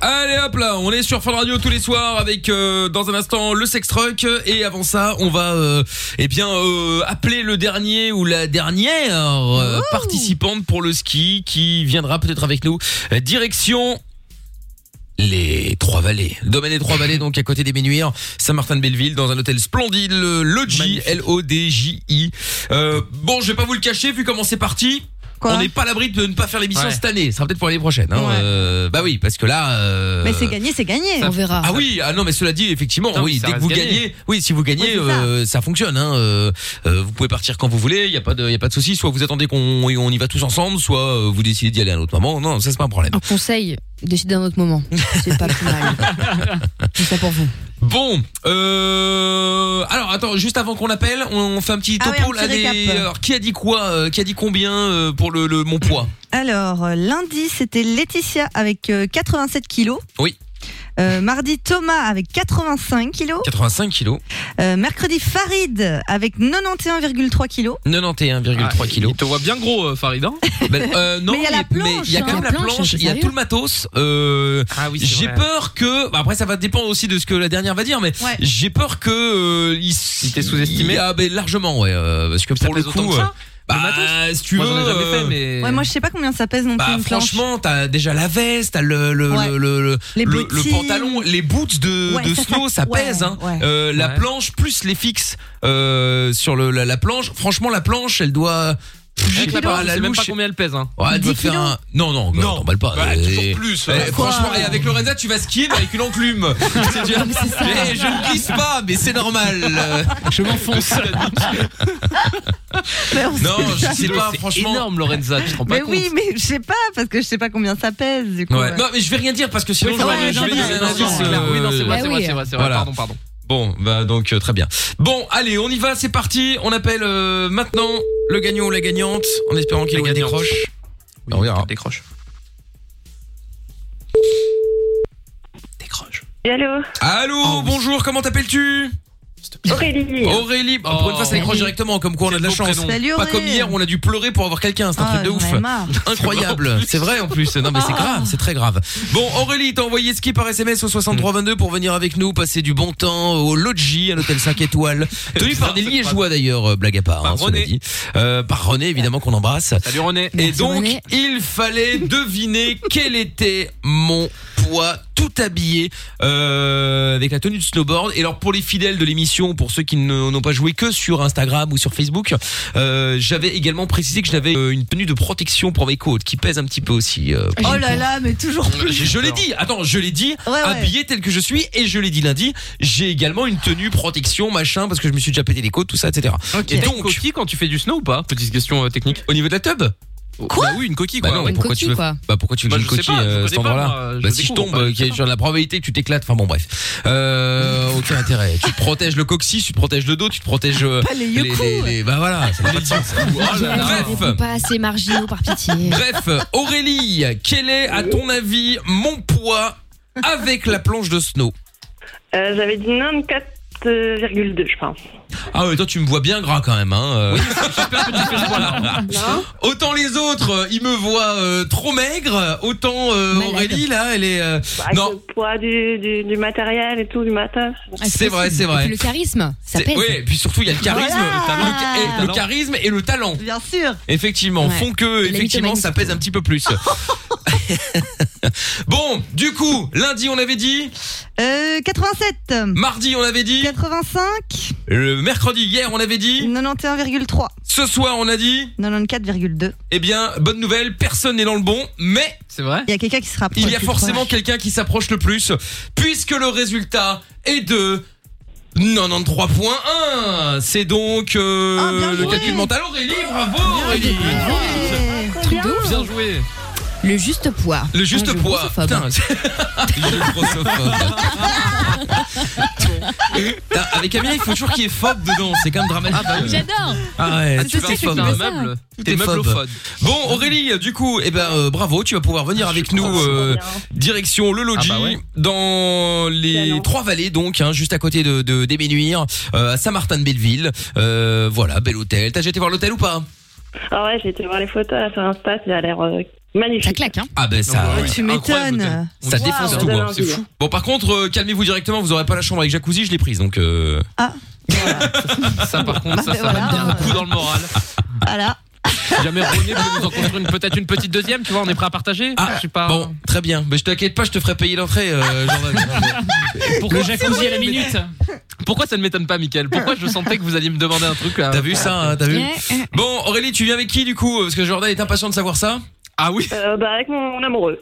Speaker 2: Allez hop là, on est sur Fun Radio tous les soirs avec euh, dans un instant le sex truck et avant ça on va euh, eh bien euh, appeler le dernier ou la dernière euh, participante pour le ski qui viendra peut-être avec nous Euh, direction les Trois Vallées. Le domaine des Trois Vallées, donc à côté des Menuires, Saint-Martin-de-Belleville, dans un hôtel splendide, le Lodji, L-O-D-J-I. Euh, bon, je vais pas vous le cacher, vu comment c'est parti.
Speaker 3: Quoi
Speaker 2: on n'est pas à l'abri de ne pas faire l'émission
Speaker 6: Ouais.
Speaker 2: cette année. Ça sera peut-être pour l'année prochaine. Hein.
Speaker 3: Ouais.
Speaker 2: Euh, bah oui, parce que là. euh,
Speaker 3: Mais c'est gagné, c'est gagné.
Speaker 4: On verra.
Speaker 2: ah oui, ah non mais cela dit effectivement
Speaker 6: Putain,
Speaker 2: oui,
Speaker 6: mais ça
Speaker 2: dès que
Speaker 6: reste
Speaker 2: vous
Speaker 6: gagné.
Speaker 2: gagnez, oui, si vous gagnez
Speaker 3: Oui, c'est ça.
Speaker 2: euh, ça. fonctionne hein, euh, euh, vous pouvez partir quand vous voulez, il y a pas de y a pas de souci, soit vous attendez qu'on on y va tous ensemble, soit euh, vous décidez d'y aller à un autre moment. Non, ça c'est pas un problème.
Speaker 4: Un conseil, Décide d'un autre moment. C'est pas plus mal.
Speaker 3: Oh,
Speaker 4: Tout ça pour vous.
Speaker 2: Bon, euh... alors attends, juste avant qu'on l'appelle, on fait un petit
Speaker 3: Ah
Speaker 2: topo
Speaker 3: ouais, un
Speaker 2: là
Speaker 3: petit
Speaker 2: des-
Speaker 3: récap.
Speaker 2: Alors, qui a dit quoi, euh, qui a dit combien euh, pour le, le- mon poids
Speaker 3: Alors, euh, lundi, c'était Laetitia avec euh, 87 kilos.
Speaker 2: Oui.
Speaker 3: Euh, mardi, Thomas avec 85 kilos.
Speaker 2: 85 kilos,
Speaker 3: Euh, mercredi, Farid avec 91,3 kilos.
Speaker 2: 91,3
Speaker 6: Ah,
Speaker 2: kilos.
Speaker 6: Il te voit bien gros, euh, Farid. hein
Speaker 2: Ben, euh, non,
Speaker 3: Mais il y a la
Speaker 2: mais il y a
Speaker 4: planche,
Speaker 2: quand même la
Speaker 4: hein. La
Speaker 2: planche,
Speaker 4: planche,
Speaker 2: il y a
Speaker 4: c'est
Speaker 2: tout le matos. Euh,
Speaker 6: Ah oui,
Speaker 2: j'ai peur que bah, après ça va dépendre aussi de ce que la dernière va dire mais
Speaker 3: Ouais.
Speaker 2: j'ai peur que euh, il,
Speaker 6: Il t'ait sous-estimé
Speaker 2: il- ah ben largement ouais euh, parce que
Speaker 6: Ça
Speaker 2: pour le
Speaker 6: pèse autant
Speaker 2: coup
Speaker 6: que
Speaker 2: euh,
Speaker 6: ça
Speaker 2: bah,
Speaker 6: le matos
Speaker 2: si tu
Speaker 6: Moi,
Speaker 2: veux
Speaker 6: j'en ai jamais fait,
Speaker 2: euh,
Speaker 6: mais.
Speaker 3: Ouais, moi, je sais pas combien ça pèse non plus
Speaker 2: bah
Speaker 3: une planche.
Speaker 2: franchement t'as déjà la veste t'as le le,
Speaker 3: Ouais.
Speaker 2: le, le, le-
Speaker 3: Les
Speaker 2: le- le
Speaker 3: bottines.
Speaker 2: pantalon les boots de,
Speaker 3: Ouais,
Speaker 2: de
Speaker 3: ça, ça-
Speaker 2: snow ça,
Speaker 3: ouais,
Speaker 2: pèse hein.
Speaker 3: ouais.
Speaker 2: Euh, la
Speaker 6: Ouais.
Speaker 2: planche plus les fixes euh, sur le, la, la planche franchement la planche elle doit je
Speaker 6: Rien que
Speaker 2: sais
Speaker 6: la
Speaker 2: pas,
Speaker 6: parole,
Speaker 2: la
Speaker 6: je sais même pas
Speaker 2: louche
Speaker 6: combien elle pèse. hein.
Speaker 2: Ouais, elle doit
Speaker 3: 10
Speaker 2: faire
Speaker 3: kilos.
Speaker 2: un... Non, non, non, t'emballe pas.
Speaker 11: Bah,
Speaker 2: Euh,
Speaker 11: toujours plus.
Speaker 2: eh,
Speaker 11: euh,
Speaker 2: franchement, et avec Lorenza, tu vas skin avec une enclume. C'est déjà- Eh, je ne glisse pas, mais c'est normal. Euh,
Speaker 5: Je m'enfonce.
Speaker 3: Mais on
Speaker 2: Non,
Speaker 3: sait
Speaker 2: je
Speaker 3: pas.
Speaker 2: sais pas,
Speaker 6: C'est
Speaker 2: franchement.
Speaker 6: énorme, Lorenza, tu te rends pas
Speaker 3: Mais
Speaker 6: compte.
Speaker 3: oui, mais je sais pas, parce que je sais pas combien ça pèse. Du coup,
Speaker 2: Ouais.
Speaker 3: ouais.
Speaker 2: Non, mais je vais rien dire parce que sinon
Speaker 6: Oui,
Speaker 2: je
Speaker 6: c'est
Speaker 2: vais-
Speaker 3: ouais,
Speaker 2: je
Speaker 3: non,
Speaker 2: vais
Speaker 3: non,
Speaker 2: donner un
Speaker 3: non,
Speaker 2: indice,
Speaker 3: non,
Speaker 2: euh,
Speaker 3: non. Ah
Speaker 6: Oui, non, c'est vrai,
Speaker 4: Bah
Speaker 6: c'est
Speaker 4: oui,
Speaker 6: vrai,
Speaker 4: hein.
Speaker 6: c'est vrai, c'est vrai.
Speaker 2: Voilà.
Speaker 6: Pardon, pardon.
Speaker 2: Bon, bah donc euh, très bien. Bon, allez, on y va, c'est parti. On appelle euh, maintenant le gagnant ou la gagnante en espérant qu'il
Speaker 6: La
Speaker 2: ou elle
Speaker 6: gagnante.
Speaker 2: décroche. on verra.
Speaker 6: Décroche. Décroche.
Speaker 7: Allô
Speaker 2: Allô,
Speaker 6: Oh, oui.
Speaker 2: bonjour, comment t'appelles-tu
Speaker 7: Aurélie
Speaker 2: Aurélie, bah, pour une
Speaker 6: Oh.
Speaker 2: fois ça décroche directement, comme quoi on a de la
Speaker 6: Quel beau
Speaker 2: chance.
Speaker 6: prénom.
Speaker 3: Salut,
Speaker 2: Pas
Speaker 3: Auré.
Speaker 2: comme hier, on a dû pleurer pour avoir quelqu'un, c'est un
Speaker 3: Ah,
Speaker 2: truc de
Speaker 3: j'en
Speaker 2: ouf.
Speaker 3: avais marre.
Speaker 2: Incroyable, c'est vrai en plus. Non mais c'est grave, c'est très grave. Bon, Aurélie, t'as envoyé ski par SMS au 6322 pour venir avec nous passer du bon temps au Lodgy, un hôtel 5 étoiles, tenu par des Liégeois d'ailleurs, euh, blague à part.
Speaker 6: Par
Speaker 2: hein, cela
Speaker 6: René.
Speaker 2: dit. Euh, par René évidemment qu'on embrasse.
Speaker 6: Salut René.
Speaker 2: Et
Speaker 4: Merci,
Speaker 2: donc,
Speaker 4: René.
Speaker 2: il fallait deviner quel était mon poids tout habillé euh, avec la tenue de snowboard. Et alors, pour les fidèles de l'émission, pour ceux qui ne- n'ont pas joué que sur Instagram ou sur Facebook, euh, j'avais également précisé que j'avais euh, une tenue de protection pour mes côtes qui pèse un petit peu aussi. euh,
Speaker 4: J'ai
Speaker 3: Oh
Speaker 4: peur.
Speaker 3: là là, mais toujours plus.
Speaker 2: je je l'ai dit, attends, je l'ai dit,
Speaker 3: Ouais, ouais.
Speaker 2: habillé tel que je suis, et je l'ai dit lundi, j'ai également une tenue protection, machin, parce que je me suis déjà pété les côtes, tout ça, etc. Et
Speaker 6: Et donc,
Speaker 2: donc,
Speaker 6: coquille quand tu fais du snow ou pas Petite question euh, technique.
Speaker 2: au niveau de la tub,
Speaker 6: Quoi Oui, une coquille
Speaker 2: Bah
Speaker 6: quoi.
Speaker 2: non,
Speaker 6: ouais.
Speaker 4: Une
Speaker 2: pourquoi tu
Speaker 4: coquille,
Speaker 2: veux-
Speaker 4: quoi.
Speaker 2: bah pourquoi tu veux
Speaker 6: Bah,
Speaker 2: que je
Speaker 6: je sais
Speaker 2: coquille
Speaker 6: pas, je
Speaker 2: euh, à
Speaker 6: connais
Speaker 2: cet
Speaker 6: pas,
Speaker 2: endroit-là
Speaker 6: moi, je
Speaker 2: Bah si je
Speaker 6: découvre,
Speaker 2: tombe,
Speaker 6: pas,
Speaker 2: euh,
Speaker 6: je
Speaker 2: qu'il y a
Speaker 6: sais
Speaker 2: genre la probabilité que tu t'éclates, enfin bon bref. Euh, aucun intérêt. Tu te protèges le coccyx, tu te protèges le dos, tu te protèges euh,
Speaker 3: Pas les yeux
Speaker 2: les- les- bah voilà, ça n'a pas de sens. Oh là là.
Speaker 4: Faut
Speaker 2: Bref.
Speaker 4: Pas assez marginaux par pitié.
Speaker 2: Bref, Aurélie, quel est à ton avis mon poids avec la planche de snow
Speaker 7: Euh, J'avais dit 94,2, je pense.
Speaker 2: Ah ouais, toi tu me vois bien gras quand même hein. euh.
Speaker 7: Non
Speaker 2: Autant les autres, euh, ils me voient euh, trop maigre, autant euh,
Speaker 4: Malade.
Speaker 2: Aurélie là, elle est euh,
Speaker 7: Bah, Avec
Speaker 2: Non.
Speaker 7: le poids du, du, du matériel et tout, du matin.
Speaker 4: Ah,
Speaker 2: c'est vrai,
Speaker 4: possible.
Speaker 2: c'est vrai.
Speaker 4: Et puis le charisme, ça
Speaker 2: c'est-
Speaker 4: pèse.
Speaker 2: ouais, et puis surtout il y a le charisme,
Speaker 3: Voilà.
Speaker 2: le talent, et- le charisme et le talent.
Speaker 3: Bien sûr.
Speaker 2: Effectivement,
Speaker 4: Ouais.
Speaker 2: font que
Speaker 4: Et la
Speaker 2: effectivement
Speaker 4: mythomanie,
Speaker 2: ça pèse un petit peu plus. bon, du coup, lundi on avait dit,
Speaker 3: Euh, 87,
Speaker 2: mardi on avait dit,
Speaker 3: 85,
Speaker 2: le mercredi hier on avait dit,
Speaker 3: 91,3,
Speaker 2: ce soir on a dit,
Speaker 3: 94,2.
Speaker 2: eh bien, bonne nouvelle, personne n'est dans le bon, mais
Speaker 6: C'est vrai
Speaker 3: Il y a quelqu'un qui se rapproche.
Speaker 2: il y a
Speaker 3: du
Speaker 2: forcément
Speaker 3: proche.
Speaker 2: quelqu'un qui s'approche le plus puisque le résultat est de 93.1. C'est donc euh,
Speaker 3: Ah, bien
Speaker 2: le
Speaker 3: joué.
Speaker 2: calcul mental Aurélie, bravo Aurélie.
Speaker 3: Ouais.
Speaker 4: Truc de ouf.
Speaker 6: Bien joué.
Speaker 4: Le juste poids.
Speaker 2: Le juste
Speaker 4: Un jeu
Speaker 2: poids.
Speaker 4: grossophobe.
Speaker 2: Putain, c'est- Le jeu grossophobe. Putain, Avec Camille, il faut toujours qu'il y ait phobe dedans. C'est quand même dramatique. Ah,
Speaker 4: J'adore.
Speaker 2: ouais,
Speaker 4: C'est
Speaker 2: tu
Speaker 4: ça
Speaker 2: vas
Speaker 4: qui fait
Speaker 2: phobe.
Speaker 4: mal.
Speaker 6: bah meuble.
Speaker 2: T'es
Speaker 6: T'es meuble au
Speaker 2: phobe.
Speaker 6: phone.
Speaker 2: Bon, Aurélie, du coup, eh ben, euh, bravo. Tu vas pouvoir venir avec nous. euh, Direction le Lodgy,
Speaker 6: Ah bah ouais.
Speaker 2: dans les
Speaker 7: Excellent.
Speaker 2: trois vallées donc, hein, juste à côté de, de des Bénuires, euh, à Saint-Martin-de-Belleville. Euh, voilà, bel hôtel. T'as déjà été voir l'hôtel ou pas
Speaker 7: Ah ouais, j'ai été voir les photos là, sur Insta, ça a l'air euh,
Speaker 4: Ça
Speaker 7: magnifique.
Speaker 4: claque, hein.
Speaker 2: Ah ben ça,
Speaker 6: Ah ouais,
Speaker 3: Tu
Speaker 6: incroyable,
Speaker 3: m'étonnes.
Speaker 6: l'hôtel.
Speaker 2: ça
Speaker 6: On dit-
Speaker 2: défonce
Speaker 7: ça
Speaker 2: tout.
Speaker 7: donne
Speaker 2: hein.
Speaker 7: envie,
Speaker 2: C'est fou. Bon, par contre, euh, calmez-vous directement. Vous aurez pas la chambre avec jacuzzi. Je l'ai prise donc. euh,
Speaker 6: Ça, par contre,
Speaker 3: Bah,
Speaker 6: ça, ça
Speaker 3: voilà.
Speaker 6: m'a bien un coup dans le moral.
Speaker 3: Voilà.
Speaker 6: Si jamais René peut nous en construire une- peut-être une petite deuxième, tu vois, on est prêt à partager
Speaker 2: Ah,
Speaker 6: Je suis pas.
Speaker 2: Bon, très bien. Mais je t'inquiète pas, je te ferai payer l'entrée, euh, Jordan.
Speaker 5: Pour le jacuzzi à la minute.
Speaker 2: Bah,
Speaker 6: Pourquoi ça ne m'étonne pas, Michael Pourquoi je sentais que vous alliez me demander un truc là
Speaker 2: T'as vu ça hein, T'as vu
Speaker 4: Ouais, ouais.
Speaker 2: Bon, Aurélie, tu viens avec qui du coup Parce que Jordan est impatient de savoir ça. Ah,
Speaker 6: Ah oui
Speaker 7: Euh, bah, avec mon, mon amoureux.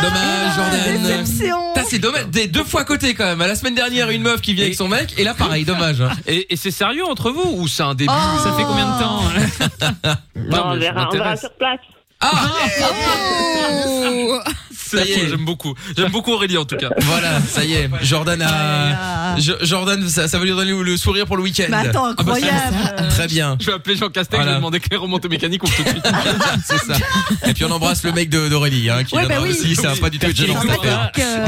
Speaker 2: Dommage, Jordan.
Speaker 3: Ah, Déception.
Speaker 2: Putain, c'est dommage. Des deux fois à côté quand même. La semaine dernière, une meuf qui vient avec son mec, et là, pareil, dommage. hein.
Speaker 6: Et, et c'est sérieux entre vous ou c'est un début
Speaker 3: Oh.
Speaker 5: Ça fait combien de temps hein
Speaker 7: Non, on
Speaker 6: mais je
Speaker 7: verra, on verra
Speaker 6: m'intéresse.
Speaker 7: sur place.
Speaker 2: Ah
Speaker 4: Oh.
Speaker 2: Ça y est.
Speaker 6: Merci, J'aime beaucoup. J'aime beaucoup Aurélie en tout cas.
Speaker 2: Voilà, ça y est. Jordan a.
Speaker 3: Ah.
Speaker 2: Jo- Jordan, ça, ça va lui donner le, le sourire pour le week-end.
Speaker 3: Mais attends,
Speaker 2: Ah bah, c'est-
Speaker 3: incroyable.
Speaker 6: Euh,
Speaker 2: Très bien.
Speaker 6: Je vais appeler Jean Castex, je
Speaker 2: Voilà.
Speaker 6: vais demander que les remontées mécaniques ouvrent tout de suite.
Speaker 2: C'est ça. Et puis on embrasse le mec de- d'Aurélie, hein, qui
Speaker 3: Ouais,
Speaker 2: viendra
Speaker 3: bah oui.
Speaker 2: aussi. Ça va pas du tout être gênant.
Speaker 5: Sympathique.
Speaker 3: Sympathique, euh,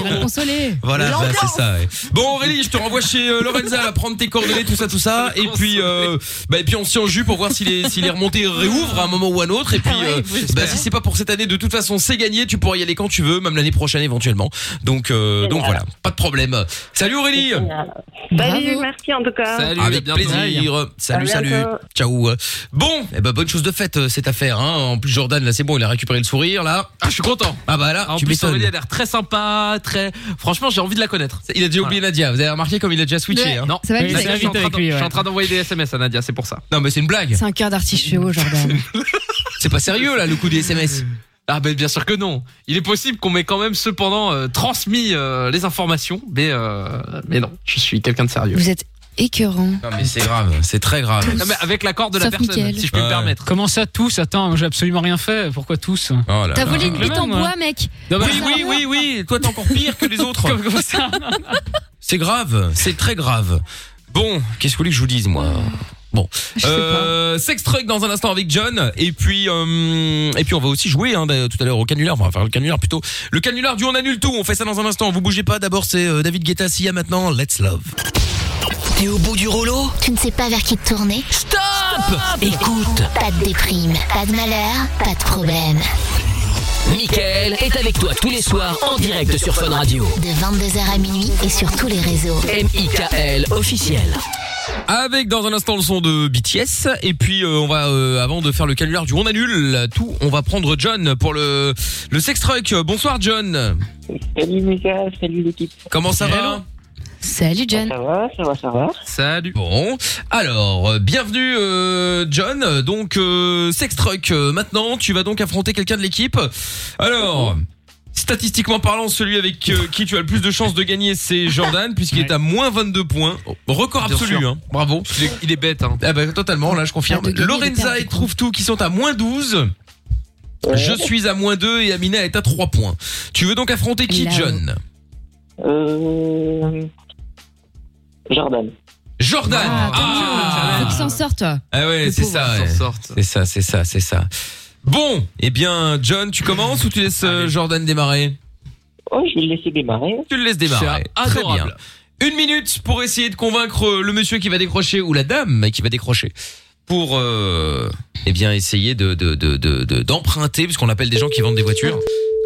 Speaker 4: Il va le consoler.
Speaker 2: Voilà, bah,
Speaker 3: L'ambiance.
Speaker 2: c'est ça. ouais. Bon Aurélie, je te renvoie chez euh, Lorenza, à prendre tes coordonnées, tout ça, tout ça, et puis euh, bah et puis on se tient au jus pour voir si les si les remontées réouvrent à un moment ou à un autre. Et puis
Speaker 4: Ah oui,
Speaker 2: euh,
Speaker 4: oui,
Speaker 2: bah,
Speaker 4: j'espère.
Speaker 2: si c'est pas pour cette année, de toute façon c'est gagné. Tu pourras y aller quand tu veux, même l'année prochaine éventuellement. Donc euh, donc voilà, pas de problème. Salut Aurélie.
Speaker 7: Salut,
Speaker 4: Bravo.
Speaker 7: merci en tout cas.
Speaker 6: Salut, à
Speaker 2: Avec
Speaker 6: bientôt.
Speaker 2: plaisir. Salut,
Speaker 7: À
Speaker 2: salut.
Speaker 7: bientôt.
Speaker 2: Ciao. Bon, eh ben bonne chose de faite euh, cette affaire. Hein. En plus Jordan là, c'est bon, il a récupéré le sourire là.
Speaker 6: Ah, je suis content.
Speaker 2: Ah bah là,
Speaker 6: Ah, en
Speaker 2: tu
Speaker 6: plus, Aurélie
Speaker 2: m'étonnes.
Speaker 6: a l'air très sympa, très. Franchement, j'ai envie de la connaître.
Speaker 2: Il a déjà oublié Nadia. Vous avez remarqué comme il a déjà switché.
Speaker 4: Ouais.
Speaker 2: hein.
Speaker 6: Non,
Speaker 4: Ça va
Speaker 5: Oui,
Speaker 4: vite.
Speaker 5: ça va
Speaker 6: je suis en
Speaker 5: vite
Speaker 6: train
Speaker 5: avec
Speaker 6: d'en-
Speaker 5: lui,
Speaker 6: je
Speaker 5: ouais.
Speaker 6: suis en train d'envoyer des SMS à Nadia, c'est pour ça.
Speaker 2: Non mais c'est une blague.
Speaker 4: C'est un cœur d'artichaut, Jordan.
Speaker 2: C'est pas sérieux là le coup des SMS.
Speaker 6: Ah ben bien sûr que non. Il est possible qu'on m'ait quand même cependant euh, transmis euh, les informations, mais euh, mais non, je suis quelqu'un de sérieux.
Speaker 4: Vous êtes écœurant.
Speaker 2: Non mais c'est grave, c'est très grave.
Speaker 6: Non, mais avec l'accord de la
Speaker 4: Sauf
Speaker 6: personne,
Speaker 4: Mickaël.
Speaker 6: si je peux
Speaker 2: Ouais.
Speaker 6: me permettre.
Speaker 5: Comment ça tous Attends, moi, j'ai absolument rien fait. Pourquoi tous
Speaker 2: Oh là
Speaker 4: T'as
Speaker 2: là.
Speaker 4: volé une bite en
Speaker 5: Même, ouais.
Speaker 4: bois, mec.
Speaker 5: Non, bah,
Speaker 2: Oui oui oui oui, toi t'es encore pire que les autres.
Speaker 5: Comme, comme ça.
Speaker 2: C'est grave, c'est très grave. Bon, qu'est-ce que vous voulez que je vous dise moi Bon, euh, sex truck dans un instant avec John et puis euh, et puis on va aussi jouer hein, d'ailleurs, tout à l'heure au canular, enfin, on va faire le canular plutôt. Le canular du on annule tout, on fait ça dans un instant. Vous bougez pas, d'abord c'est euh, David Guetta Sia maintenant, Let's Love.
Speaker 1: T'es au bout du rouleau
Speaker 10: Tu ne sais pas vers qui te tourner
Speaker 1: Stop Écoute,
Speaker 10: Pas de déprime, pas de malheur, pas de problème.
Speaker 1: Mickaël est avec toi tous les soirs en direct sur Fun Radio.
Speaker 10: De 22h à minuit et sur tous les réseaux.
Speaker 1: M.I.K.L. officiel.
Speaker 2: Avec dans un instant le son de BTS et puis euh, on va euh, avant de faire le canular du on annule tout, on va prendre John pour le le sex truck. Bonsoir John.
Speaker 11: Salut
Speaker 7: ah,
Speaker 11: Mika, salut l'équipe.
Speaker 2: Comment ça va
Speaker 5: Hello.
Speaker 4: Salut, John.
Speaker 11: Ça va, ça va, ça va.
Speaker 6: Salut.
Speaker 2: Bon, alors euh, bienvenue euh, John. Donc euh, sex truck euh, maintenant, tu vas donc affronter quelqu'un de l'équipe. Alors Statistiquement parlant, celui avec euh, qui tu as le plus de chances de gagner, c'est Jordan, puisqu'il est
Speaker 5: Ouais.
Speaker 2: à moins 22 points. Record
Speaker 6: Bien
Speaker 2: absolu,
Speaker 6: sûr.
Speaker 2: hein. bravo.
Speaker 6: Il est, il est bête. Hein.
Speaker 2: Ah bah totalement, là je confirme.
Speaker 4: Ah, de gagner, de
Speaker 2: Lorenza
Speaker 4: perdre,
Speaker 2: et
Speaker 4: du coup.
Speaker 2: Trouve Tout qui sont à moins 12. Je suis à moins 2 et Amina est à 3 points. Tu veux donc affronter qui,
Speaker 4: Là-haut.
Speaker 2: John
Speaker 11: Euh... Jordan.
Speaker 2: Jordan
Speaker 4: Ah,
Speaker 2: Ah,
Speaker 4: Faut qu'il s'en sorte, toi.
Speaker 2: Ah ouais,
Speaker 4: Le
Speaker 2: c'est
Speaker 4: pauvre,
Speaker 2: ça.
Speaker 6: S'en
Speaker 2: ouais.
Speaker 6: sorte.
Speaker 2: C'est ça, c'est ça, c'est ça. Bon, eh bien, John, tu commences ou tu laisses euh,
Speaker 6: Allez.
Speaker 2: Jordan démarrer
Speaker 11: Oh, je vais le laisser démarrer.
Speaker 2: Tu le laisses démarrer.
Speaker 6: C'est
Speaker 2: Très
Speaker 6: adorable.
Speaker 2: bien. Une minute pour essayer de convaincre euh, le monsieur qui va décrocher ou la dame qui va décrocher pour euh, eh bien essayer de de- de- de- de- d'emprunter puisqu'on appelle des gens qui vendent des voitures.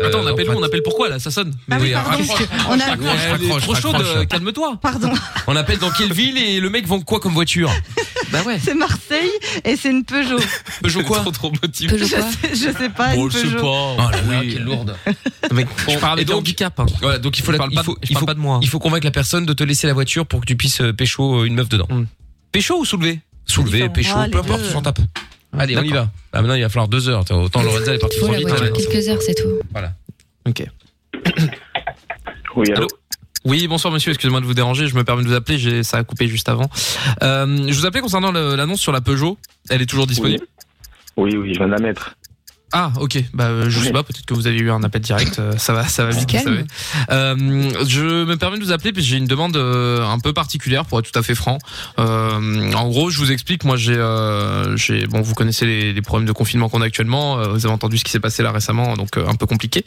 Speaker 2: Euh,
Speaker 6: Attends, on appelle où
Speaker 2: d'emprunter.
Speaker 6: On appelle pourquoi là Ça sonne.
Speaker 3: Ah oui,
Speaker 2: Oui,
Speaker 3: pardon.
Speaker 2: raccroche,
Speaker 3: On a-
Speaker 2: raccroche,
Speaker 6: Elle est
Speaker 2: raccroche,
Speaker 6: trop chaude.
Speaker 2: raccroche.
Speaker 6: euh, Calme-toi.
Speaker 3: Pardon,
Speaker 2: On appelle dans quelle ville et le mec vend quoi comme voiture
Speaker 6: Bah ouais.
Speaker 3: c'est Marseille et c'est une Peugeot.
Speaker 2: Peugeot quoi
Speaker 6: Trop trop motivé.
Speaker 3: Je
Speaker 4: Peugeot quoi
Speaker 3: sais, je sais pas, une Peugeot.
Speaker 2: Oh là là,
Speaker 6: Oui.
Speaker 2: quelle lourde.
Speaker 6: Je parlais
Speaker 2: Et donc-
Speaker 6: d'handicap. Hein.
Speaker 2: Voilà, donc il faut,
Speaker 6: Je
Speaker 2: la-
Speaker 6: parle
Speaker 2: il
Speaker 6: pas,
Speaker 2: faut,
Speaker 6: de- je
Speaker 2: il
Speaker 6: parle
Speaker 2: faut,
Speaker 6: pas de moi. hein.
Speaker 2: il faut convaincre la personne de te laisser la voiture pour que tu puisses euh, pécho euh, une meuf dedans.
Speaker 6: Hmm. Pécho ou soulevé
Speaker 2: Soulever,
Speaker 3: différent.
Speaker 2: pécho,
Speaker 3: Ah, les
Speaker 2: peu importe,
Speaker 3: deux.
Speaker 2: on s'en tape. Allez, on y
Speaker 6: D'accord.
Speaker 2: va. Ah, maintenant, il va falloir deux heures. Autant Lorenza elle est partie
Speaker 4: Faut
Speaker 2: trop
Speaker 4: la
Speaker 2: vite. hein,
Speaker 4: voiture
Speaker 2: ouais.
Speaker 4: quelques heures, c'est tout.
Speaker 8: Oui, allô
Speaker 6: Oui, bonsoir monsieur, excusez-moi de vous déranger, je me permets de vous appeler, j'ai- ça a coupé juste avant. Euh, je vous appelais concernant le- l'annonce sur la Peugeot, elle est toujours disponible
Speaker 8: Oui, oui, je viens de la mettre.
Speaker 6: Ah ok, bah euh, je sais pas, peut-être que vous avez eu un appel direct, euh, ça va, ça va vite, vous
Speaker 4: Calme.
Speaker 6: savez. Euh, je me permets de vous appeler parce que j'ai une demande euh, un peu particulière pour être tout à fait franc. Euh, en gros, je vous explique, moi j'ai, euh, j'ai- bon, vous connaissez les, les problèmes de confinement qu'on a actuellement, euh, vous avez entendu ce qui s'est passé là récemment, donc euh, un peu compliqué.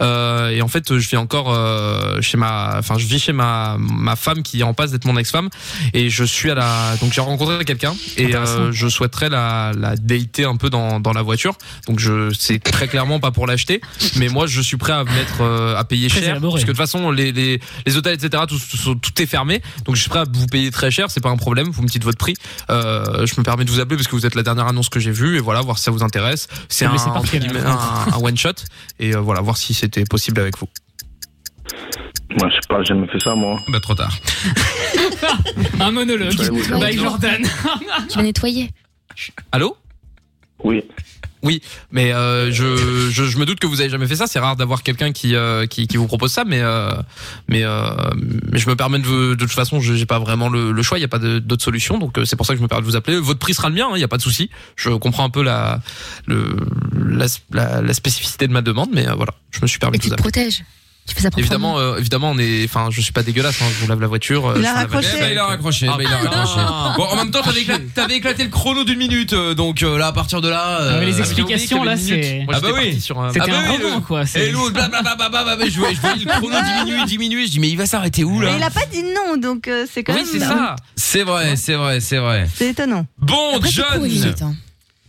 Speaker 6: Euh, et en fait, je vis encore euh, chez ma, enfin je vis chez ma ma femme qui est en passe d'être mon ex-femme et je suis à la, donc j'ai rencontré quelqu'un et euh, je souhaiterais la la dater un peu dans dans la voiture. Donc je c'est très clairement pas pour l'acheter, mais moi je suis prêt à me mettre euh, à payer
Speaker 5: Très
Speaker 6: cher
Speaker 5: élaboré.
Speaker 6: parce que de toute façon les les, les hôtels etc tout, tout, tout est fermé, donc je suis prêt à vous payer très cher, c'est pas un problème, vous me dites votre prix. Euh, je me permets de vous appeler parce que vous êtes la dernière annonce que j'ai vue et voilà voir si ça vous intéresse. C'est
Speaker 5: Non,
Speaker 6: un,
Speaker 5: mais c'est hein. parti,
Speaker 6: entre guillemets,
Speaker 5: là.
Speaker 6: un, one shot et euh, voilà voir si c'était possible avec vous.
Speaker 8: Moi, je sais pas, j'ai jamais fait ça, moi.
Speaker 2: Bah, trop tard.
Speaker 5: Un monologue.
Speaker 8: Je vais vous-
Speaker 5: Avec Jordan.
Speaker 4: Tu vas nettoyer.
Speaker 6: Allô
Speaker 8: Oui.
Speaker 6: Oui, mais euh, je, je, je me doute que vous avez jamais fait ça. C'est rare d'avoir quelqu'un qui, euh, qui qui vous propose ça, mais euh, mais euh, mais je me permets de vous- de toute façon, je- j'ai pas vraiment le, le choix. Il y a pas de- d'autre solution, donc euh, c'est pour ça que je me permets de vous appeler. Votre prix sera le mien, hein, il y a pas de souci. Je comprends un peu la le la, la, la spécificité de ma demande, mais euh, voilà, je me suis permis
Speaker 4: Et
Speaker 6: de
Speaker 4: tu
Speaker 6: vous
Speaker 4: te
Speaker 6: appeler.
Speaker 4: protèges. Tu fais ça pour
Speaker 6: Évidemment, euh, évidemment, on est. Enfin, je suis pas dégueulasse. hein, je vous lave la voiture. euh,
Speaker 4: Il
Speaker 6: je
Speaker 4: a
Speaker 6: fais la valise.
Speaker 4: raccroché. Eh ben, il a
Speaker 2: raccroché.
Speaker 6: Ah,
Speaker 2: bah, il a
Speaker 6: putain.
Speaker 2: raccroché. Bon, en même temps, t'avais éclaté, t'avais éclaté le chrono d'une minute, euh, donc euh, là, à partir de là.
Speaker 5: Ah, mais les
Speaker 2: j'avais
Speaker 5: explications,
Speaker 2: oublié qu'il y
Speaker 5: là,
Speaker 2: avait une minute.
Speaker 5: c'est-
Speaker 2: Ah, bah
Speaker 6: J'étais
Speaker 2: oui.
Speaker 6: parti sur un-
Speaker 2: Ah,
Speaker 5: C'était
Speaker 2: bah
Speaker 5: un
Speaker 2: oui,
Speaker 5: roman,
Speaker 2: le-
Speaker 5: quoi, c'est-
Speaker 2: Et l'autre, blablabla, mais je voyais je voyais le chrono diminuer, diminuer. Je dis, mais il va s'arrêter où
Speaker 3: Mais
Speaker 2: là
Speaker 3: il a pas dit non, donc euh, c'est quand même.
Speaker 2: C'est vrai, c'est vrai, c'est vrai.
Speaker 3: C'est étonnant.
Speaker 2: Bon,
Speaker 3: Après, c'est
Speaker 2: John
Speaker 3: court, une minute, hein.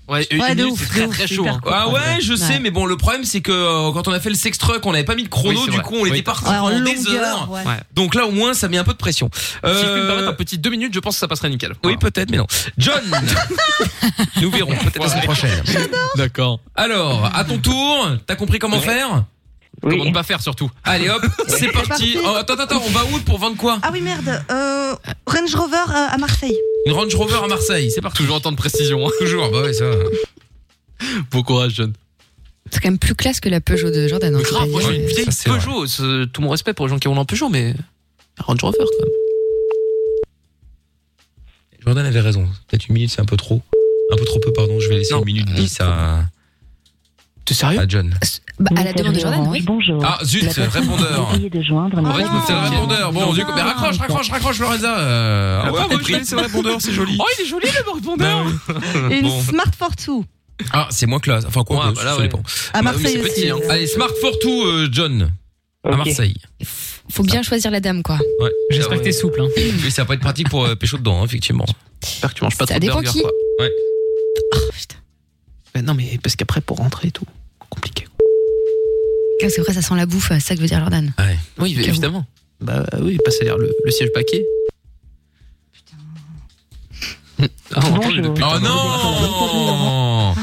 Speaker 2: Ouais, une
Speaker 3: Ouais, de
Speaker 2: minute,
Speaker 3: ouf,
Speaker 2: c'est
Speaker 3: de
Speaker 2: très
Speaker 3: ouf,
Speaker 2: très
Speaker 3: c'est
Speaker 2: chaud.
Speaker 3: hyper
Speaker 2: hein.
Speaker 3: court,
Speaker 2: Ah
Speaker 3: en
Speaker 2: ouais,
Speaker 3: fait.
Speaker 2: je sais,
Speaker 3: Ouais.
Speaker 2: mais bon, le problème c'est que euh, quand on a fait le sex truck, on n'avait pas mis de chrono,
Speaker 6: Oui, c'est
Speaker 2: du
Speaker 6: vrai.
Speaker 2: coup on
Speaker 6: Oui.
Speaker 2: était parti
Speaker 6: Ouais, en
Speaker 2: pendant des
Speaker 6: longueur,
Speaker 2: heures.
Speaker 6: ouais.
Speaker 2: Donc là au moins ça met un peu de pression.
Speaker 6: Si je peux me
Speaker 2: Euh,
Speaker 6: permettre un petit deux minutes, je pense que ça passerait nickel.
Speaker 2: Oui, peut-être, mais non. John Nous verrons peut-être la semaine prochaine. D'accord. Alors, à ton tour, t'as compris comment faire Comment ne pas faire surtout. Allez hop, c'est
Speaker 3: C'est
Speaker 2: parti.
Speaker 3: parti.
Speaker 2: Oh, attends, attends, on va où pour vendre quoi
Speaker 3: Ah oui, merde. euh, Range Rover euh, à Marseille.
Speaker 2: Une Range Rover à Marseille, c'est parti. Toujours en temps de précision. Toujours, bah ouais, ça. Bon courage, John.
Speaker 4: C'est quand même plus classe que la Peugeot de Jordan. hein, je
Speaker 6: Grave,
Speaker 4: peux
Speaker 6: moi
Speaker 4: dire.
Speaker 6: j'ai une vieille Peugeot. ce- Tout mon respect pour les gens qui roulent en Peugeot, mais Range Rover quand même.
Speaker 2: Jordan avait raison. Peut-être une minute, c'est un peu trop. Un peu trop peu, pardon. Je vais laisser une minute dix à. T'es sérieux À John.
Speaker 4: Bah, à la demande de Jordan, oui.
Speaker 12: Bonjour.
Speaker 2: Ah zut,
Speaker 12: La personne
Speaker 2: répondeur.
Speaker 12: que vous essayez de joindre
Speaker 2: En
Speaker 12: ne
Speaker 2: vrai, je me fais le
Speaker 7: Ah,
Speaker 2: répondeur. Bon, du coup, mais raccroche, raccroche, raccroche, Lorenza. Euh,
Speaker 6: Ah,
Speaker 2: ouais,
Speaker 6: pas
Speaker 2: t'es
Speaker 6: de
Speaker 2: pris.
Speaker 6: prix, c'est le répondeur, c'est joli.
Speaker 2: Oh,
Speaker 6: il est joli le répondeur.
Speaker 3: Et une
Speaker 2: Bah Bon.
Speaker 3: Smart Fortwo.
Speaker 2: Ah, c'est moins classe. Enfin, quoi, que, ça dépend.
Speaker 3: À
Speaker 2: Bah oui,
Speaker 3: Marseille
Speaker 2: c'est
Speaker 3: aussi.
Speaker 2: petit, hein. Allez, Smart for tout, euh, John. À
Speaker 4: Ok.
Speaker 2: Marseille.
Speaker 4: Faut bien choisir la dame, quoi.
Speaker 2: Ouais.
Speaker 5: J'espère que t'es souple. Hein.
Speaker 2: Oui, ça va pas être pratique pour euh, pécho dedans, hein, effectivement. J'espère que tu manges pas
Speaker 4: Ça dépend qui.
Speaker 2: Ouais.
Speaker 6: Mais non, mais parce qu'après, pour rentrer et tout.
Speaker 4: Parce que après, ça sent la bouffe, c'est ça que veut dire Jordan.
Speaker 6: Oui,
Speaker 4: J'avoue.
Speaker 6: évidemment. Bah
Speaker 3: euh,
Speaker 6: oui, pas c'est-à-dire le, le siège paquet. Putain.
Speaker 2: Oh non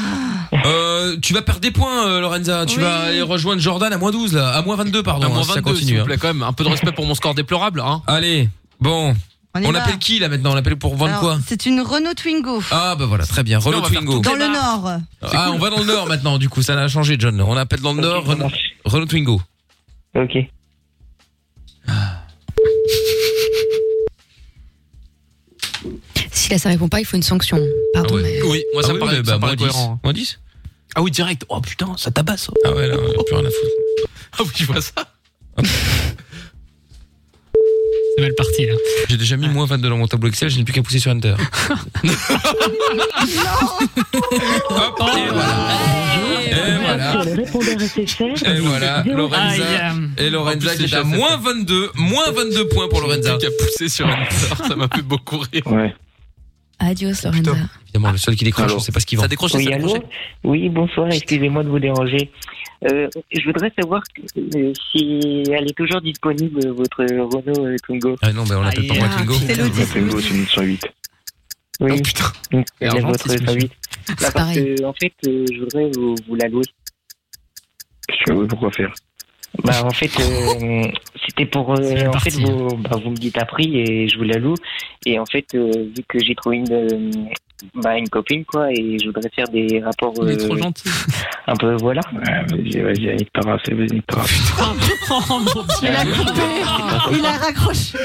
Speaker 2: Euh, tu vas perdre des points, euh, Lorenza. Tu vas aller rejoindre Jordan à moins 12, là. À moins 22, pardon.
Speaker 6: À moins
Speaker 2: hein, si ça
Speaker 6: 22, s'il
Speaker 2: continue.
Speaker 6: vous
Speaker 2: hein.
Speaker 6: plaît, quand même. Un peu de respect pour mon score déplorable, hein.
Speaker 2: Allez, bon.
Speaker 3: On y
Speaker 2: On
Speaker 3: va.
Speaker 2: appelle qui, là, maintenant On appelle pour vendre
Speaker 3: Alors,
Speaker 2: quoi
Speaker 3: C'est une Renault Twingo.
Speaker 2: Ah, bah voilà, très bien. Renault Twingo.
Speaker 3: Dans le Nord.
Speaker 2: Ah, on va dans le Nord maintenant, du coup. Ça a changé, John. On appelle dans le Nord Renault, Renault Twingo.
Speaker 11: Ok.
Speaker 4: Si là, ça répond pas, il faut une sanction.
Speaker 6: Ah
Speaker 4: Pardon. mais-
Speaker 2: Ah Oui, bah, moi ça
Speaker 6: me paraît- ça me paraît cohérent, hein.
Speaker 2: Moins 10
Speaker 6: Ah oui, direct. Oh putain, ça tabasse. ça.
Speaker 2: Ah ouais, là, on a plus rien à foutre.
Speaker 6: Ah oui, je vois ça.
Speaker 5: C'est mal parti, là.
Speaker 2: J'ai déjà mis moins 22 dans mon tableau Excel, je n'ai plus qu'à pousser sur Enter. Hop, et voilà. Et voilà.
Speaker 12: Sur le répondeur SFR,
Speaker 2: Et voilà,
Speaker 12: zéro-
Speaker 2: Lorenza. Et
Speaker 6: En
Speaker 2: Lorenza qui
Speaker 6: plus, les
Speaker 2: est à
Speaker 6: chefs,
Speaker 2: moins 22, moins 22 points pour Lorenza.
Speaker 6: Qui a poussé sur un star, ça m'a fait beaucoup rire.
Speaker 11: Ouais.
Speaker 4: Adios, Lorenza.
Speaker 2: Évidemment, le seul qui décroche, on sait pas ce qu'il vend.
Speaker 6: Ça décroche,
Speaker 11: Oui,
Speaker 6: ça
Speaker 11: allô
Speaker 6: décroche.
Speaker 11: Oui, bonsoir, excusez-moi de vous déranger. Euh, je voudrais savoir que, euh, si elle est toujours disponible, votre Renault euh, Twingo.
Speaker 2: Ah non, mais on l'appelle pas
Speaker 5: Aïe.
Speaker 2: moins Twingo.
Speaker 3: C'est le
Speaker 11: La
Speaker 3: 10.
Speaker 11: Twingo, c'est une 108. Oui,
Speaker 2: Oh,
Speaker 6: putain.
Speaker 11: donc, elle est
Speaker 6: Argentine,
Speaker 11: votre
Speaker 6: c'est
Speaker 11: 108. Là, parce
Speaker 4: pareil.
Speaker 11: que, en fait, euh, je voudrais vous, vous la louer.
Speaker 12: pourquoi faire
Speaker 11: Bah, en fait, euh, c'était pour. euh,
Speaker 5: C'est
Speaker 11: en
Speaker 5: parti.
Speaker 11: fait, vous, bah, vous me dites un prix et je vous la loue. Et en fait, euh, vu que j'ai trouvé une, euh, bah, une copine, quoi, et je voudrais faire des rapports
Speaker 6: Il est
Speaker 11: euh,
Speaker 6: trop gentil.
Speaker 12: Ah
Speaker 11: un peu. Voilà.
Speaker 12: bah Vas-y, vas-y, allez, te parasser, vas-y, te parasser.
Speaker 5: Oh mon dieu.
Speaker 3: Il a coupé. Il a raccroché.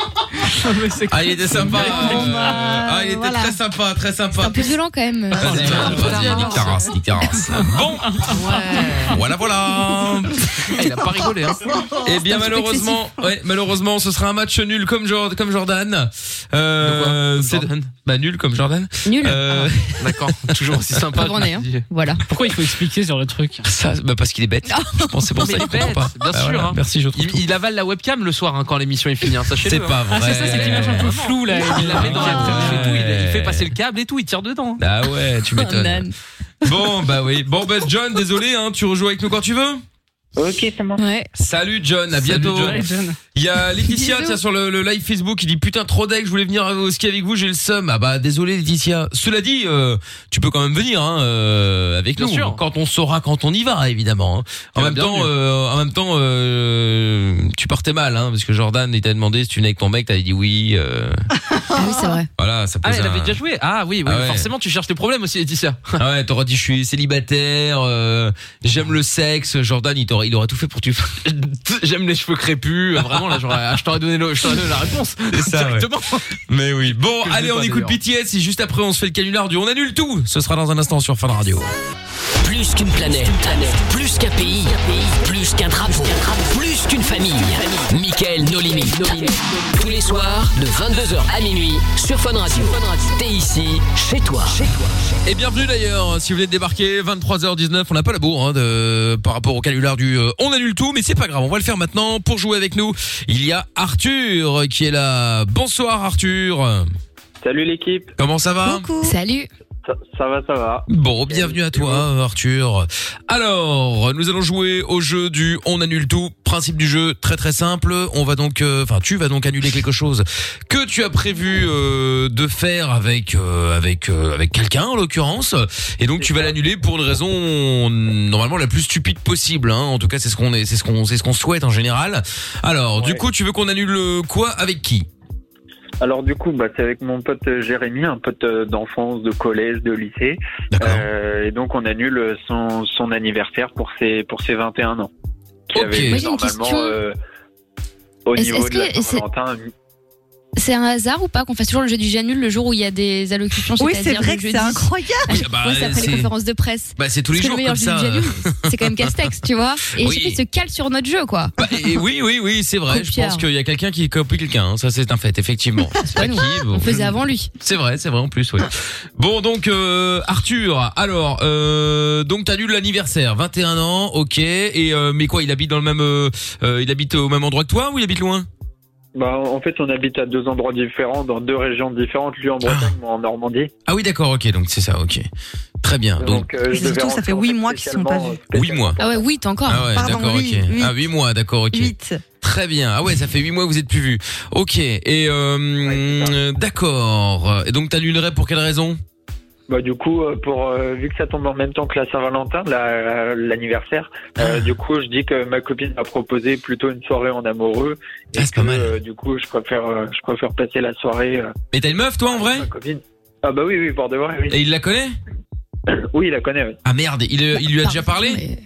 Speaker 5: mais c'est
Speaker 2: Ah, il était sympa.
Speaker 3: Bon,
Speaker 2: euh,
Speaker 3: bah,
Speaker 2: Ah, il était
Speaker 3: voilà.
Speaker 2: très sympa, très
Speaker 4: C'est un
Speaker 2: sympa.
Speaker 4: peu violent, quand même.
Speaker 2: Vas-y, vas-y, nique ta race, nique ta race. Bon,
Speaker 4: Ouais.
Speaker 2: voilà, voilà.
Speaker 6: Ah, il a pas rigolé, hein.
Speaker 2: Eh bien
Speaker 4: un petit peu
Speaker 2: malheureusement, ouais, malheureusement, ce sera un match nul comme Jordan, comme Jordan. Euh, c'est- bah nul comme Jordan.
Speaker 4: Nul.
Speaker 2: Euh,
Speaker 6: D'accord, toujours aussi sympa.
Speaker 4: Bonne journée, hein.
Speaker 6: je me dis.
Speaker 4: Voilà.
Speaker 5: Pourquoi il faut expliquer sur le truc
Speaker 2: ça, bah parce qu'il est bête. Je pense que c'est pour
Speaker 6: Mais
Speaker 2: ça qu'il
Speaker 6: il est
Speaker 2: comprend
Speaker 6: bête,
Speaker 2: pas.
Speaker 6: bien
Speaker 2: Bah
Speaker 6: sûr, hein.
Speaker 2: Merci, je trouve.
Speaker 6: Il,
Speaker 2: tout.
Speaker 6: il avale la webcam le soir hein, quand l'émission est finie, hein,
Speaker 2: C'est
Speaker 6: sachez-le. hein.
Speaker 2: pas vrai.
Speaker 5: Ah, c'est ça, c'est l'image un peu floue, là.
Speaker 6: Il la met dans la tronche et tout, il, il
Speaker 2: Ouais.
Speaker 6: fait passer le câble et tout, il tire dedans. Oh,
Speaker 2: Ah ouais, tu
Speaker 4: Un
Speaker 2: m'étonnes.
Speaker 4: âne.
Speaker 2: Bon bah oui. Bon bah John, désolé, hein, tu rejoues avec nous quand tu veux.
Speaker 11: Ok, ça marche.
Speaker 2: Salut John, à bientôt.
Speaker 11: John. Salut, John.
Speaker 2: Il y a Laetitia
Speaker 11: Bisous.
Speaker 2: tiens, sur le, le live Facebook qui dit putain trop deck, je voulais venir au ski avec vous, j'ai le seum. Ah bah désolé Laetitia. Cela dit, euh, tu peux quand même venir hein, euh, avec
Speaker 6: Bien
Speaker 2: nous
Speaker 6: sûr.
Speaker 2: quand on saura quand on y va évidemment. hein. En, même temps, euh, en même temps, euh, tu partais mal hein, parce que Jordan il t'a demandé si tu venais avec ton mec, t'avais dit oui. euh,
Speaker 4: Ah oui, c'est vrai.
Speaker 2: voilà, ça
Speaker 6: Ah,
Speaker 2: pose
Speaker 6: elle
Speaker 2: un-
Speaker 6: avait déjà joué. Ah oui, oui,
Speaker 2: Ah ouais.
Speaker 6: forcément, tu cherches les problèmes aussi, Laetitia.
Speaker 2: Ah ouais, t'aurais dit je suis célibataire, euh, j'aime le sexe, Jordan il t'aurait il aurait tout fait pour que tu
Speaker 6: J'aime les cheveux crépus. euh, Vraiment, là, j'aurais- ah, je t'aurais donné, le- je t'aurais donné la réponse. Directement.
Speaker 2: Mais oui. Bon,
Speaker 6: Que je
Speaker 2: allez,
Speaker 6: n'ai
Speaker 2: on
Speaker 6: pas,
Speaker 2: écoute BTS et juste après on se fait le canular du on annule tout. Ce sera dans un instant sur Fun Radio.
Speaker 1: Plus qu'une planète, plus qu'un pays, plus qu'un drapeau, plus qu'une famille. Michael No Limites. Tous les soirs, de 22h à minuit, sur Fun Radio. T'es ici, chez toi.
Speaker 2: Et bienvenue d'ailleurs, si vous venez de débarquer, 23h19, on n'a pas la bourre hein, de, par rapport au canular du euh, on annule tout, mais c'est pas grave, on va le faire maintenant pour jouer avec nous. Il y a Arthur qui est là. Bonsoir Arthur.
Speaker 13: Salut l'équipe.
Speaker 2: Comment ça va hein
Speaker 4: Salut.
Speaker 13: Ça, ça va, ça va.
Speaker 2: Bon, bienvenue à toi, Arthur. Alors, nous allons jouer au jeu du on annule tout. Principe du jeu très très simple. On va donc, euh, enfin, tu vas donc annuler quelque chose que tu as prévu euh, de faire avec euh, avec euh, avec quelqu'un en l'occurrence. Et donc tu vas l'annuler pour une raison normalement la plus stupide possible. hein. En tout cas, c'est ce qu'on est, c'est ce qu'on, c'est ce qu'on souhaite en général. Alors, du coup, tu veux qu'on annule euh, quoi avec qui
Speaker 13: Alors du coup, bah, c'est avec mon pote euh, Jérémy, un pote euh, d'enfance, de collège, de lycée. Euh, et donc on annule son, son anniversaire pour ses, pour ses 21 ans. Qui avait
Speaker 4: Moi, j'ai une
Speaker 13: normalement
Speaker 4: question.
Speaker 13: euh, au
Speaker 4: Est-ce-
Speaker 13: niveau
Speaker 4: est-ce
Speaker 13: de la
Speaker 4: que- c'est-
Speaker 13: Saint-Valentin.
Speaker 4: C'est un hasard ou pas qu'on fasse toujours le jeu du j'annule le jour où il y a des allocutions
Speaker 3: Oui,
Speaker 4: c'est-à-dire
Speaker 3: c'est vrai
Speaker 4: le
Speaker 3: que
Speaker 4: jeudi.
Speaker 3: c'est incroyable.
Speaker 4: Ah,
Speaker 2: Oui, bah,
Speaker 4: ouais, c'est après
Speaker 2: c'est-
Speaker 4: les conférences de presse.
Speaker 2: Bah, c'est tous les
Speaker 4: Parce que
Speaker 2: jours
Speaker 4: le meilleur
Speaker 2: comme
Speaker 4: jeu du
Speaker 2: ça.
Speaker 4: j'annule, c'est quand même Castex, tu vois. Et
Speaker 2: Oui.
Speaker 4: il se cale sur notre jeu, quoi.
Speaker 2: Bah, Et oui, oui, oui, c'est vrai. Je
Speaker 4: Copieur.
Speaker 2: pense qu'il y a quelqu'un qui copie quelqu'un. hein. Ça, c'est un fait, effectivement. C'est pas Bah, qui. bon.
Speaker 4: On faisait avant lui.
Speaker 2: C'est vrai, c'est vrai en plus, oui. Bon, donc euh, Arthur, alors, euh, donc t'as lu l'anniversaire, 21 ans, ok. Et euh, mais quoi, il habite dans le même, euh, euh, il habite au même endroit que toi ou il habite loin
Speaker 13: Bah, en fait, on habite à deux endroits différents, dans deux régions différentes, lui en Bretagne, moi en Normandie.
Speaker 2: Ah oui, d'accord, ok. Donc c'est ça, ok. Très bien. Donc,
Speaker 13: Donc, euh, je devais
Speaker 3: ça fait 8 mois qu'ils sont pas vus.
Speaker 2: 8 mois.
Speaker 4: Ah ouais, oui, t'es encore.
Speaker 2: Ah ouais,
Speaker 4: Pardon,
Speaker 2: d'accord,
Speaker 4: oui,
Speaker 2: ok.
Speaker 4: oui.
Speaker 2: Ah, 8 mois, d'accord, ok.
Speaker 3: 8.
Speaker 2: Très bien. Ah ouais, ça fait 8 mois que vous êtes plus vus. Ok. Et euh, euh, d'accord. Et donc t'annulerais pour quelle raison
Speaker 13: Bah du coup, euh, pour euh, vu que ça tombe en même temps que la Saint-Valentin, la- l'anniversaire,
Speaker 2: Ah.
Speaker 13: euh, du coup, je dis que ma copine m'a proposé plutôt une soirée en amoureux
Speaker 2: Ah,
Speaker 13: et que euh, du coup, je préfère, euh, je préfère passer la soirée. euh,
Speaker 2: Mais t'as une meuf, toi, en vrai
Speaker 13: avec ma copine. Ah bah oui, oui, pour de vrai. Oui.
Speaker 2: Et il la connaît
Speaker 13: Oui, il la connaît. Oui.
Speaker 2: Ah merde, il, il lui a déjà parlé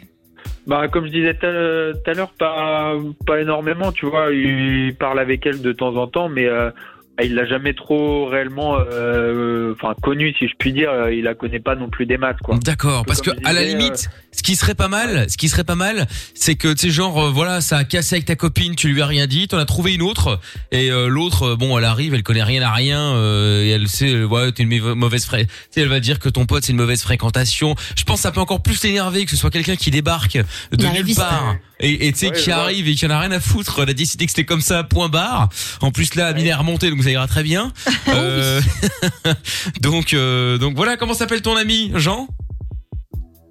Speaker 13: Bah comme je disais tout à l'heure- tout à l'heure, pas, pas énormément, tu vois. Il parle avec elle de temps en temps, mais euh, bah, il l'a jamais trop réellement, euh, enfin connue, si je puis dire. Il la connaît pas non plus des maths, quoi.
Speaker 2: D'accord, parce que
Speaker 13: comme je
Speaker 2: à la
Speaker 13: disais,
Speaker 2: limite, ce qui serait pas mal, ce qui serait pas mal, c'est que tu sais genre euh, voilà, ça a cassé avec ta copine, tu lui as rien dit, t'en as trouvé une autre et euh, l'autre euh, bon, elle arrive, elle connaît rien à rien euh, et elle sait euh, ouais, t'es une mauva- mauvaise fré. Tu sais, elle va dire que ton pote c'est une mauvaise fréquentation. Je pense que ça peut encore plus t'énerver que ce soit quelqu'un qui débarque de
Speaker 6: La
Speaker 2: nulle
Speaker 6: réviste.
Speaker 2: part et et tu sais
Speaker 6: Ouais, je
Speaker 2: qui
Speaker 6: vois.
Speaker 2: arrive et qui en a rien à foutre, elle a décidé que c'était comme ça point barre. En plus là, Amine est remontée donc ça ira très bien. Euh, donc euh, donc voilà, comment s'appelle ton ami Jean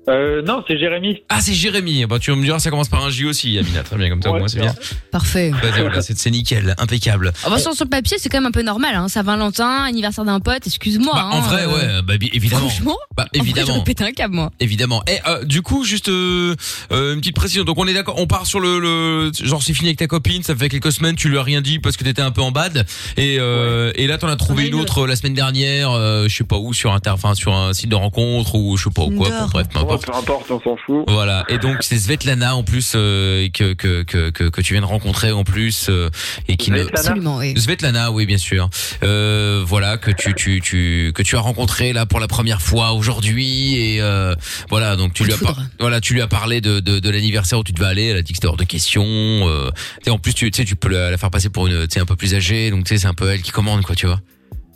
Speaker 13: Euh, non, c'est Jérémy.
Speaker 2: Ah, c'est Jérémy. Bah, tu vas me dire, ça commence par un J aussi, Amina. Très bien, comme ça, au moins, c'est bien.
Speaker 4: Parfait.
Speaker 2: Bah, voilà, c'est c'est nickel, impeccable.
Speaker 4: Ah bah, sur, sur le papier, c'est quand même un peu normal. Hein. Saint-Valentin, anniversaire d'un pote, excuse-moi.
Speaker 2: Bah, en
Speaker 4: hein,
Speaker 2: vrai,
Speaker 4: euh,
Speaker 2: ouais, bah, bi- évidemment.
Speaker 4: Franchement,
Speaker 2: Bah,
Speaker 4: En vrai,
Speaker 2: évidemment.
Speaker 4: j'aurais pété un câble, moi.
Speaker 2: Évidemment. Et du coup, juste euh, euh, une petite précision. Donc on est d'accord, on part sur le, le- genre c'est fini avec ta copine, ça fait quelques semaines, tu lui as rien dit parce que t'étais un peu en bad. Et euh, et là t'en as trouvé une autre euh, la semaine dernière, euh, je sais pas où, sur inter, enfin sur un site de rencontre ou je sais pas ou quoi. Bon, bref, peu
Speaker 13: Bon,
Speaker 2: importe.
Speaker 13: peu importe, on s'en fout.
Speaker 2: Voilà. Et donc c'est Svetlana en plus euh, que, que que que que tu viens de rencontrer en plus euh, et qui ne-
Speaker 13: Svetlana Absolument, oui.
Speaker 2: Svetlana, oui bien sûr. Euh, voilà que tu tu tu que tu as rencontré là pour la première fois aujourd'hui et euh, voilà donc tu lui as par- voilà tu lui as parlé de de, de l'anniversaire où tu devais aller. Elle a dit que c'était hors de question. Euh, et en plus tu tu sais tu peux la, la faire passer pour une tu sais un peu plus âgée donc tu sais c'est un peu elle qui commande quoi tu vois.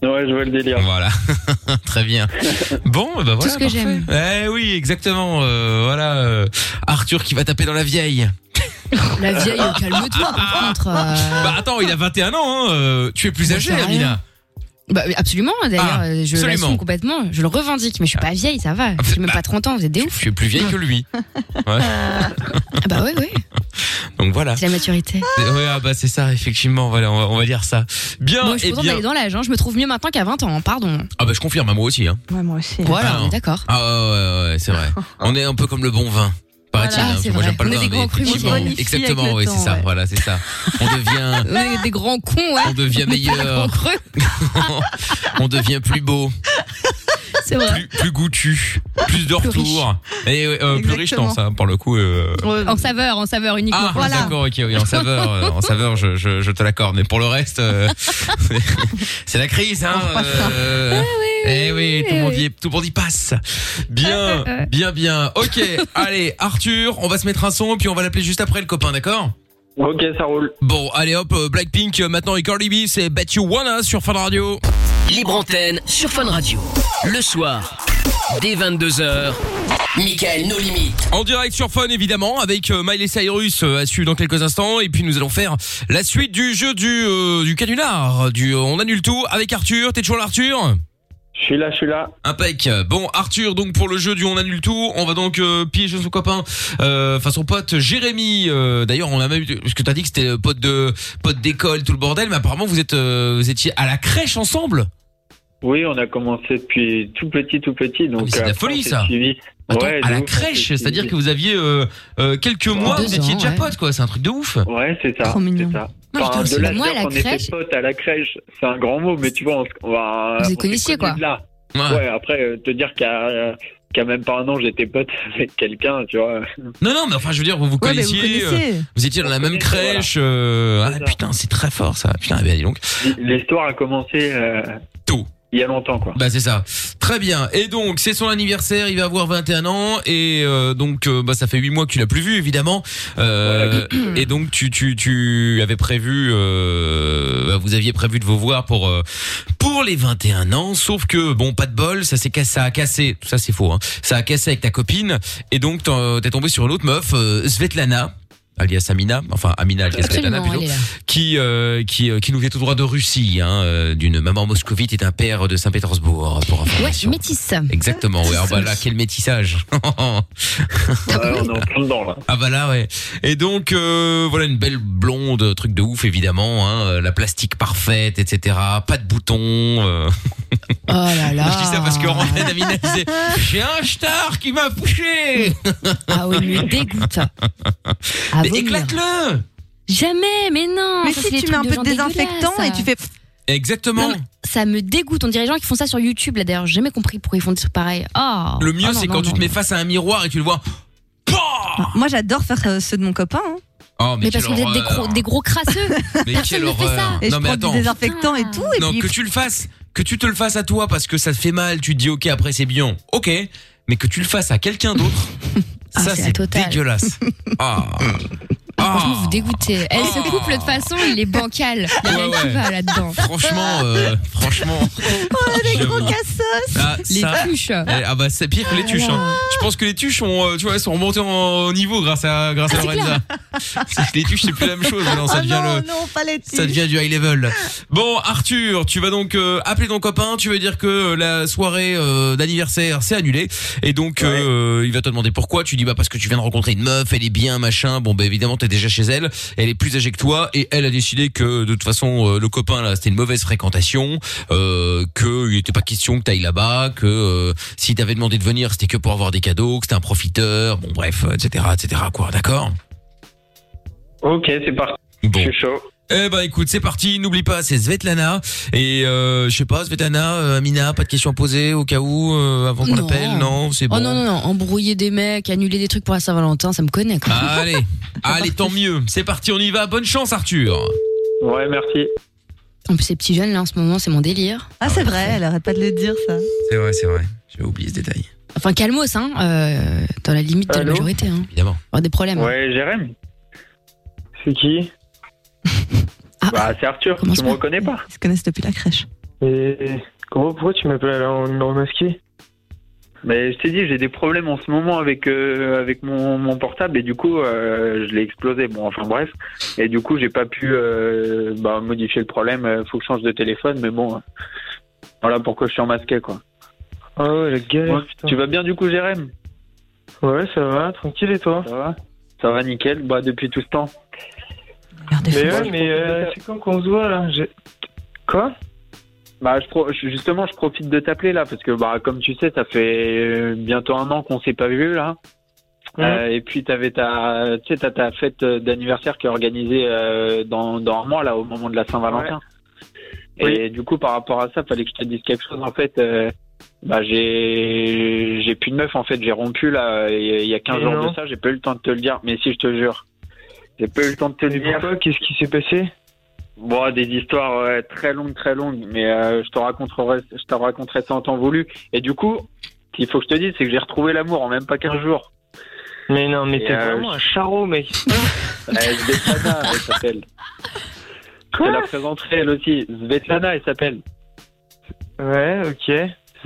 Speaker 13: Ouais, je vois le délire.
Speaker 2: Voilà. Très bien. Bon, eh ben voilà.
Speaker 13: ce que
Speaker 2: parfait.
Speaker 13: j'aime.
Speaker 2: Eh oui, exactement. euh, voilà, euh, Arthur qui va taper dans la vieille.
Speaker 4: La vieille, calme-toi, par contre. euh,
Speaker 2: Bah attends, il a 21 ans. Hein. euh, tu es plus
Speaker 4: Moi,
Speaker 2: âgé,
Speaker 4: ça sert à rien.
Speaker 2: Amina.
Speaker 4: Bah, absolument, d'ailleurs,
Speaker 2: Ah,
Speaker 4: euh, je
Speaker 2: absolument. Ah,
Speaker 4: l'assume complètement. Je le revendique, mais je suis pas vieille, ça va. J'ai même pas 30 ans, vous êtes des ouf.
Speaker 2: Tu es plus vieille que lui. Ouais.
Speaker 4: Ah bah oui, oui,
Speaker 2: Donc voilà.
Speaker 4: c'est la maturité.
Speaker 2: C'est- ouais, ah bah c'est ça, effectivement. Voilà, on va, on va dire ça. Bien,
Speaker 4: Bon, je suis
Speaker 2: et Ah, eh
Speaker 4: contente
Speaker 2: bien.
Speaker 4: d'aller dans l'âge, hein. je me trouve mieux maintenant qu'à 20 ans, hein, pardon.
Speaker 2: Ah bah je confirme, à moi aussi. Hein.
Speaker 4: Ouais, moi aussi. Voilà,
Speaker 2: Ah,
Speaker 4: on
Speaker 2: non.
Speaker 4: est d'accord.
Speaker 2: Ah ouais, ouais, ouais, c'est vrai. on est un peu comme le bon vin. Paraît-il,
Speaker 4: Voilà,
Speaker 2: hein,
Speaker 4: c'est
Speaker 2: moi
Speaker 4: vrai.
Speaker 2: j'aime pas le
Speaker 4: On est
Speaker 2: vin,
Speaker 4: des grands
Speaker 2: mais
Speaker 4: crus, on se
Speaker 2: effectivement,
Speaker 4: bonifie
Speaker 2: exactement,
Speaker 4: avec le
Speaker 2: oui,
Speaker 4: temps,
Speaker 2: c'est ça,
Speaker 4: ouais.
Speaker 2: voilà, c'est ça. On devient,
Speaker 4: On est des grands cons, hein. ouais.
Speaker 2: on devient meilleur,
Speaker 4: creux.
Speaker 2: on devient plus beau,
Speaker 4: C'est vrai.
Speaker 2: plus goûtu, plus de retour, et euh, plus riche non ça, pour le coup. euh,
Speaker 4: En saveur, en saveur uniquement.
Speaker 2: Ah,
Speaker 4: voilà.
Speaker 2: d'accord, ok, oui, en saveur, euh, en saveur, je, je, je te l'accorde. Mais pour le reste, euh, c'est- c'est la crise, hein. euh, eh oui, tout le monde y est- tout le monde y passe. Bien, bien, bien. Ok, allez, Arthur, on va se mettre un son, puis on va l'appeler juste après le copain, d'accord
Speaker 13: Ok, ça roule.
Speaker 2: Bon, allez hop, euh, Blackpink, euh, maintenant et Cardi B, c'est Bet You Wanna sur Fun Radio.
Speaker 1: Libre antenne sur Fun Radio. Le soir, dès 22h, Michael nos limites.
Speaker 2: En direct sur Fun évidemment avec euh, Miley Cyrus euh, à suivre dans quelques instants et puis nous allons faire la suite du jeu du euh, du canular du euh, on annule tout avec Arthur t'es toujours là Arthur
Speaker 13: Je suis là, je suis là.
Speaker 2: Impec. Bon, Arthur, donc pour le jeu du on annule tout, on va donc euh, piéger son copain, euh, enfin son pote Jérémy. euh, D'ailleurs, on a même eu, parce que t'as dit que c'était euh, pote de pote d'école, tout le bordel, mais apparemment vous êtes euh, vous étiez à la crèche ensemble.
Speaker 13: Oui, on a commencé depuis tout petit, tout petit. Donc,
Speaker 2: Ah, c'est de la
Speaker 13: après, on
Speaker 2: folie,
Speaker 13: s'est
Speaker 2: ça.
Speaker 13: suivi.
Speaker 2: Attends,
Speaker 13: Ouais,
Speaker 2: à
Speaker 13: de
Speaker 2: la
Speaker 13: ouf, on s'est
Speaker 2: crèche, c'est-à-dire
Speaker 13: suivi.
Speaker 2: que vous aviez euh, euh, quelques mois,
Speaker 13: Deux
Speaker 2: vous étiez
Speaker 13: ans,
Speaker 2: déjà
Speaker 13: ouais.
Speaker 2: potes, quoi. C'est un truc de ouf.
Speaker 13: Ouais, c'est ça. C'est ça.
Speaker 4: Non, mais
Speaker 13: Enfin,
Speaker 4: putain,
Speaker 13: de là,
Speaker 4: c'est- moi, à la
Speaker 13: on était
Speaker 4: crèche-
Speaker 13: potes à la crèche, c'est un grand mot, mais tu vois, on, se- on va. on
Speaker 4: Vous les
Speaker 13: s'est
Speaker 4: connaissiez,
Speaker 13: connus
Speaker 4: quoi.
Speaker 13: de Là. Ouais. après, euh, te dire qu'à euh, qu'à même pas un an, j'étais pote avec quelqu'un, tu vois.
Speaker 2: Non, non, mais enfin, je veux dire, vous vous
Speaker 13: Ouais, mais vous
Speaker 2: connaissiez, euh, vous,
Speaker 13: connaissiez.
Speaker 2: étiez dans la même
Speaker 13: connaissait, voilà.
Speaker 2: crèche. euh, ah,
Speaker 13: ça.
Speaker 2: putain, c'est très fort ça. Putain, eh bien, dis donc.
Speaker 13: L'histoire a commencé. euh,
Speaker 2: Tout.
Speaker 13: Il y a longtemps, quoi.
Speaker 2: Bah c'est ça. Très bien. Et donc c'est son anniversaire, il va avoir 21 ans et euh, donc euh, bah ça fait 8 mois que tu l'as plus vu évidemment. Euh, et donc tu tu tu avais prévu euh, bah, vous aviez prévu de vous voir pour euh, pour les 21 ans sauf que bon pas de bol, ça s'est cassé, ça a cassé. Tout ça c'est faux hein. Ça a cassé avec ta copine et donc t'en- t'es tombé sur une autre meuf euh, Svetlana alias Amina, enfin Amina alias Svetlana
Speaker 4: Absolument,
Speaker 2: plutôt
Speaker 4: elle est là.
Speaker 2: qui euh, qui euh, qui nous vient tout droit de Russie, hein, euh, d'une maman moscovite et d'un père de Saint-Pétersbourg. Pour
Speaker 4: Ouais,
Speaker 2: information.
Speaker 4: métisse.
Speaker 2: Exactement. Ouais. Alors bah là, quel métissage.
Speaker 13: on est en plein dedans Ah bah là.
Speaker 2: Ah bah là ouais. Et donc euh, voilà une belle blonde, truc de ouf évidemment, hein, euh, la plastique parfaite, etc. Pas de boutons. euh.
Speaker 4: Oh là là.
Speaker 2: Je dis ça parce que Randall Amina disait j'ai un star qui m'a poussé.
Speaker 4: Ah oui, mais dégoûte.
Speaker 2: Mais
Speaker 4: vomir.
Speaker 2: éclate-le.
Speaker 4: Jamais, mais non.
Speaker 3: Mais
Speaker 4: ça,
Speaker 3: si,
Speaker 4: c'est les
Speaker 3: tu mets
Speaker 4: trucs
Speaker 3: un peu
Speaker 4: gens
Speaker 3: de désinfectant
Speaker 4: dégueulasses.
Speaker 3: et tu fais-
Speaker 2: Exactement.
Speaker 4: Non, mais ça me dégoûte. On dirait les gens qui font ça sur YouTube, là. D'ailleurs, j'ai jamais compris pourquoi ils font des trucs pareils. Oh.
Speaker 2: Le mieux
Speaker 4: Oh non,
Speaker 2: c'est
Speaker 4: non,
Speaker 2: quand tu
Speaker 4: non.
Speaker 2: te mets face à un miroir et tu le vois.
Speaker 3: Moi, j'adore faire euh, ceux de mon copain. hein.
Speaker 2: Oh, mais,
Speaker 4: Mais parce que
Speaker 2: quelle
Speaker 4: vous êtes des
Speaker 2: horreur.
Speaker 4: gros, des gros crasseux.
Speaker 2: Mais
Speaker 4: Personne
Speaker 2: quelle
Speaker 4: ne fait ça.
Speaker 2: horreur.
Speaker 3: Et
Speaker 2: Non,
Speaker 3: je
Speaker 2: mais
Speaker 3: prends
Speaker 2: attends.
Speaker 3: du désinfectant et tout. Et
Speaker 2: Non,
Speaker 3: puis,
Speaker 2: que tu le fasses, que tu te le fasses à toi parce que ça te fait mal, tu te dis ok après c'est bien, ok, mais que tu le fasses à quelqu'un d'autre,
Speaker 4: Ah,
Speaker 2: ça
Speaker 4: c'est la
Speaker 2: c'est
Speaker 4: totale.
Speaker 2: dégueulasse. Ah.
Speaker 4: Franchement, vous dégoûtez. Elle se couple de toute façon, il est bancal. Il y a
Speaker 2: Ouais,
Speaker 4: rien qui
Speaker 2: ouais.
Speaker 4: va là-dedans. Oh,
Speaker 2: Franchement, euh, franchement.
Speaker 4: les
Speaker 2: gros
Speaker 3: cassos.
Speaker 2: Ah,
Speaker 4: Les
Speaker 2: ça-
Speaker 4: tuches.
Speaker 2: Eh, Ah bah c'est pire que les tuches. hein. Je pense que les tuches ont, euh, tu vois, elles sont remontées en niveau grâce à grâce à Lorenza. les tuches c'est plus la même chose. maintenant, ça
Speaker 3: Ah
Speaker 2: devient
Speaker 3: non,
Speaker 2: le,
Speaker 3: non, pas les
Speaker 2: Ça devient du high level. Bon, Arthur, tu vas donc euh, appeler ton copain, tu vas dire que euh, la soirée euh, d'anniversaire s'est annulée et donc euh, il va te demander pourquoi. Tu dis bah parce que tu viens de rencontrer une meuf, elle est bien machin. Bon bah évidemment t'es déjà chez elle, elle est plus âgée que toi et elle a décidé que de toute façon euh, le copain là c'était une mauvaise fréquentation, euh, que il était pas question que t'ailles là-bas, que euh, si t'avais demandé de venir c'était que pour avoir des cadeaux, que c'était un profiteur. Bon bref, euh, etc etc quoi, d'accord.
Speaker 13: Ok, c'est parti.
Speaker 2: Bon.
Speaker 13: Je suis chaud.
Speaker 2: Eh ben écoute, c'est parti, n'oublie pas, c'est Svetlana et euh, je sais pas Svetlana, euh, Amina, pas de questions à poser au cas où euh, avant qu'on
Speaker 4: Non.
Speaker 2: l'appelle, non, c'est bon.
Speaker 4: Oh non, non, non. Embrouiller des mecs, annuler des trucs pour la Saint-Valentin, ça me connaît, quoi.
Speaker 2: Allez, allez, tant mieux. C'est parti, on y va. Bonne chance Arthur.
Speaker 13: Ouais, merci.
Speaker 2: Ah.
Speaker 4: En plus, ces petits jeunes, là, en ce moment, c'est mon délire.
Speaker 3: Ah, c'est vrai, elle arrête pas de le dire, ça.
Speaker 2: C'est vrai, c'est vrai. J'ai oublié ce détail.
Speaker 4: Enfin, calmos, hein. euh, dans la limite de la
Speaker 13: Allô
Speaker 4: majorité, hein.
Speaker 2: Évidemment.
Speaker 4: Avoir des problèmes.
Speaker 13: Ouais, Jérém. C'est qui
Speaker 4: Ah.
Speaker 13: Bah, c'est Arthur. Tu me reconnais pas
Speaker 3: Ils se connaissent depuis la crèche.
Speaker 13: Et comment, pourquoi tu m'appelles en numéro masqué Mais je t'ai dit, j'ai des problèmes en ce moment avec, euh, avec mon, mon portable et du coup, euh, je l'ai explosé. Bon, enfin bref. Et du coup, j'ai pas pu euh, bah, modifier le problème. euh, Faut que je change de téléphone, mais bon. Voilà pourquoi je suis en masqué, quoi.
Speaker 12: Ah ouais, la galère, putain.
Speaker 13: tu vas bien du coup, Jérém
Speaker 12: Ouais, ça va, tranquille et toi
Speaker 13: Ça va Ça va nickel, bah depuis tout ce temps.
Speaker 12: Mais ouais, mais euh, c'est quand qu'on se voit là J'ai- Quoi
Speaker 13: Bah je pro- je- justement, je profite de t'appeler là parce que bah comme tu sais, ça fait euh, bientôt un an qu'on s'est pas vu là.
Speaker 12: Mhm.
Speaker 13: Euh, et puis t'avais ta, tu sais, t'as ta fête euh, d'anniversaire qui est organisée euh, dans dans un mois là au moment de la Saint-Valentin. Et du coup, par rapport à ça, fallait que je te dise quelque chose en fait. euh, bah j'ai j'ai plus de meuf en fait, j'ai rompu là il y a 15
Speaker 12: Et
Speaker 13: jours
Speaker 12: non.
Speaker 13: de ça, j'ai pas eu le temps de te le dire, mais si je te jure. J'ai pas eu le temps de te le dire.
Speaker 12: Pourquoi Qu'est-ce qui s'est passé
Speaker 13: Bon, des histoires ouais, très longues, très longues, mais euh, je te raconterai, je te raconterai ça en temps voulu. Et du coup, ce qu'il faut que je te dise, c'est que j'ai retrouvé l'amour en même pas 15 jours.
Speaker 12: Mais non, mais
Speaker 13: Et,
Speaker 12: t'es
Speaker 13: euh,
Speaker 12: vraiment un charreau, mec.
Speaker 13: Euh, Svetlana, elle s'appelle. Je te la présenterai, elle aussi. Svetlana, elle s'appelle.
Speaker 12: Ouais, ok.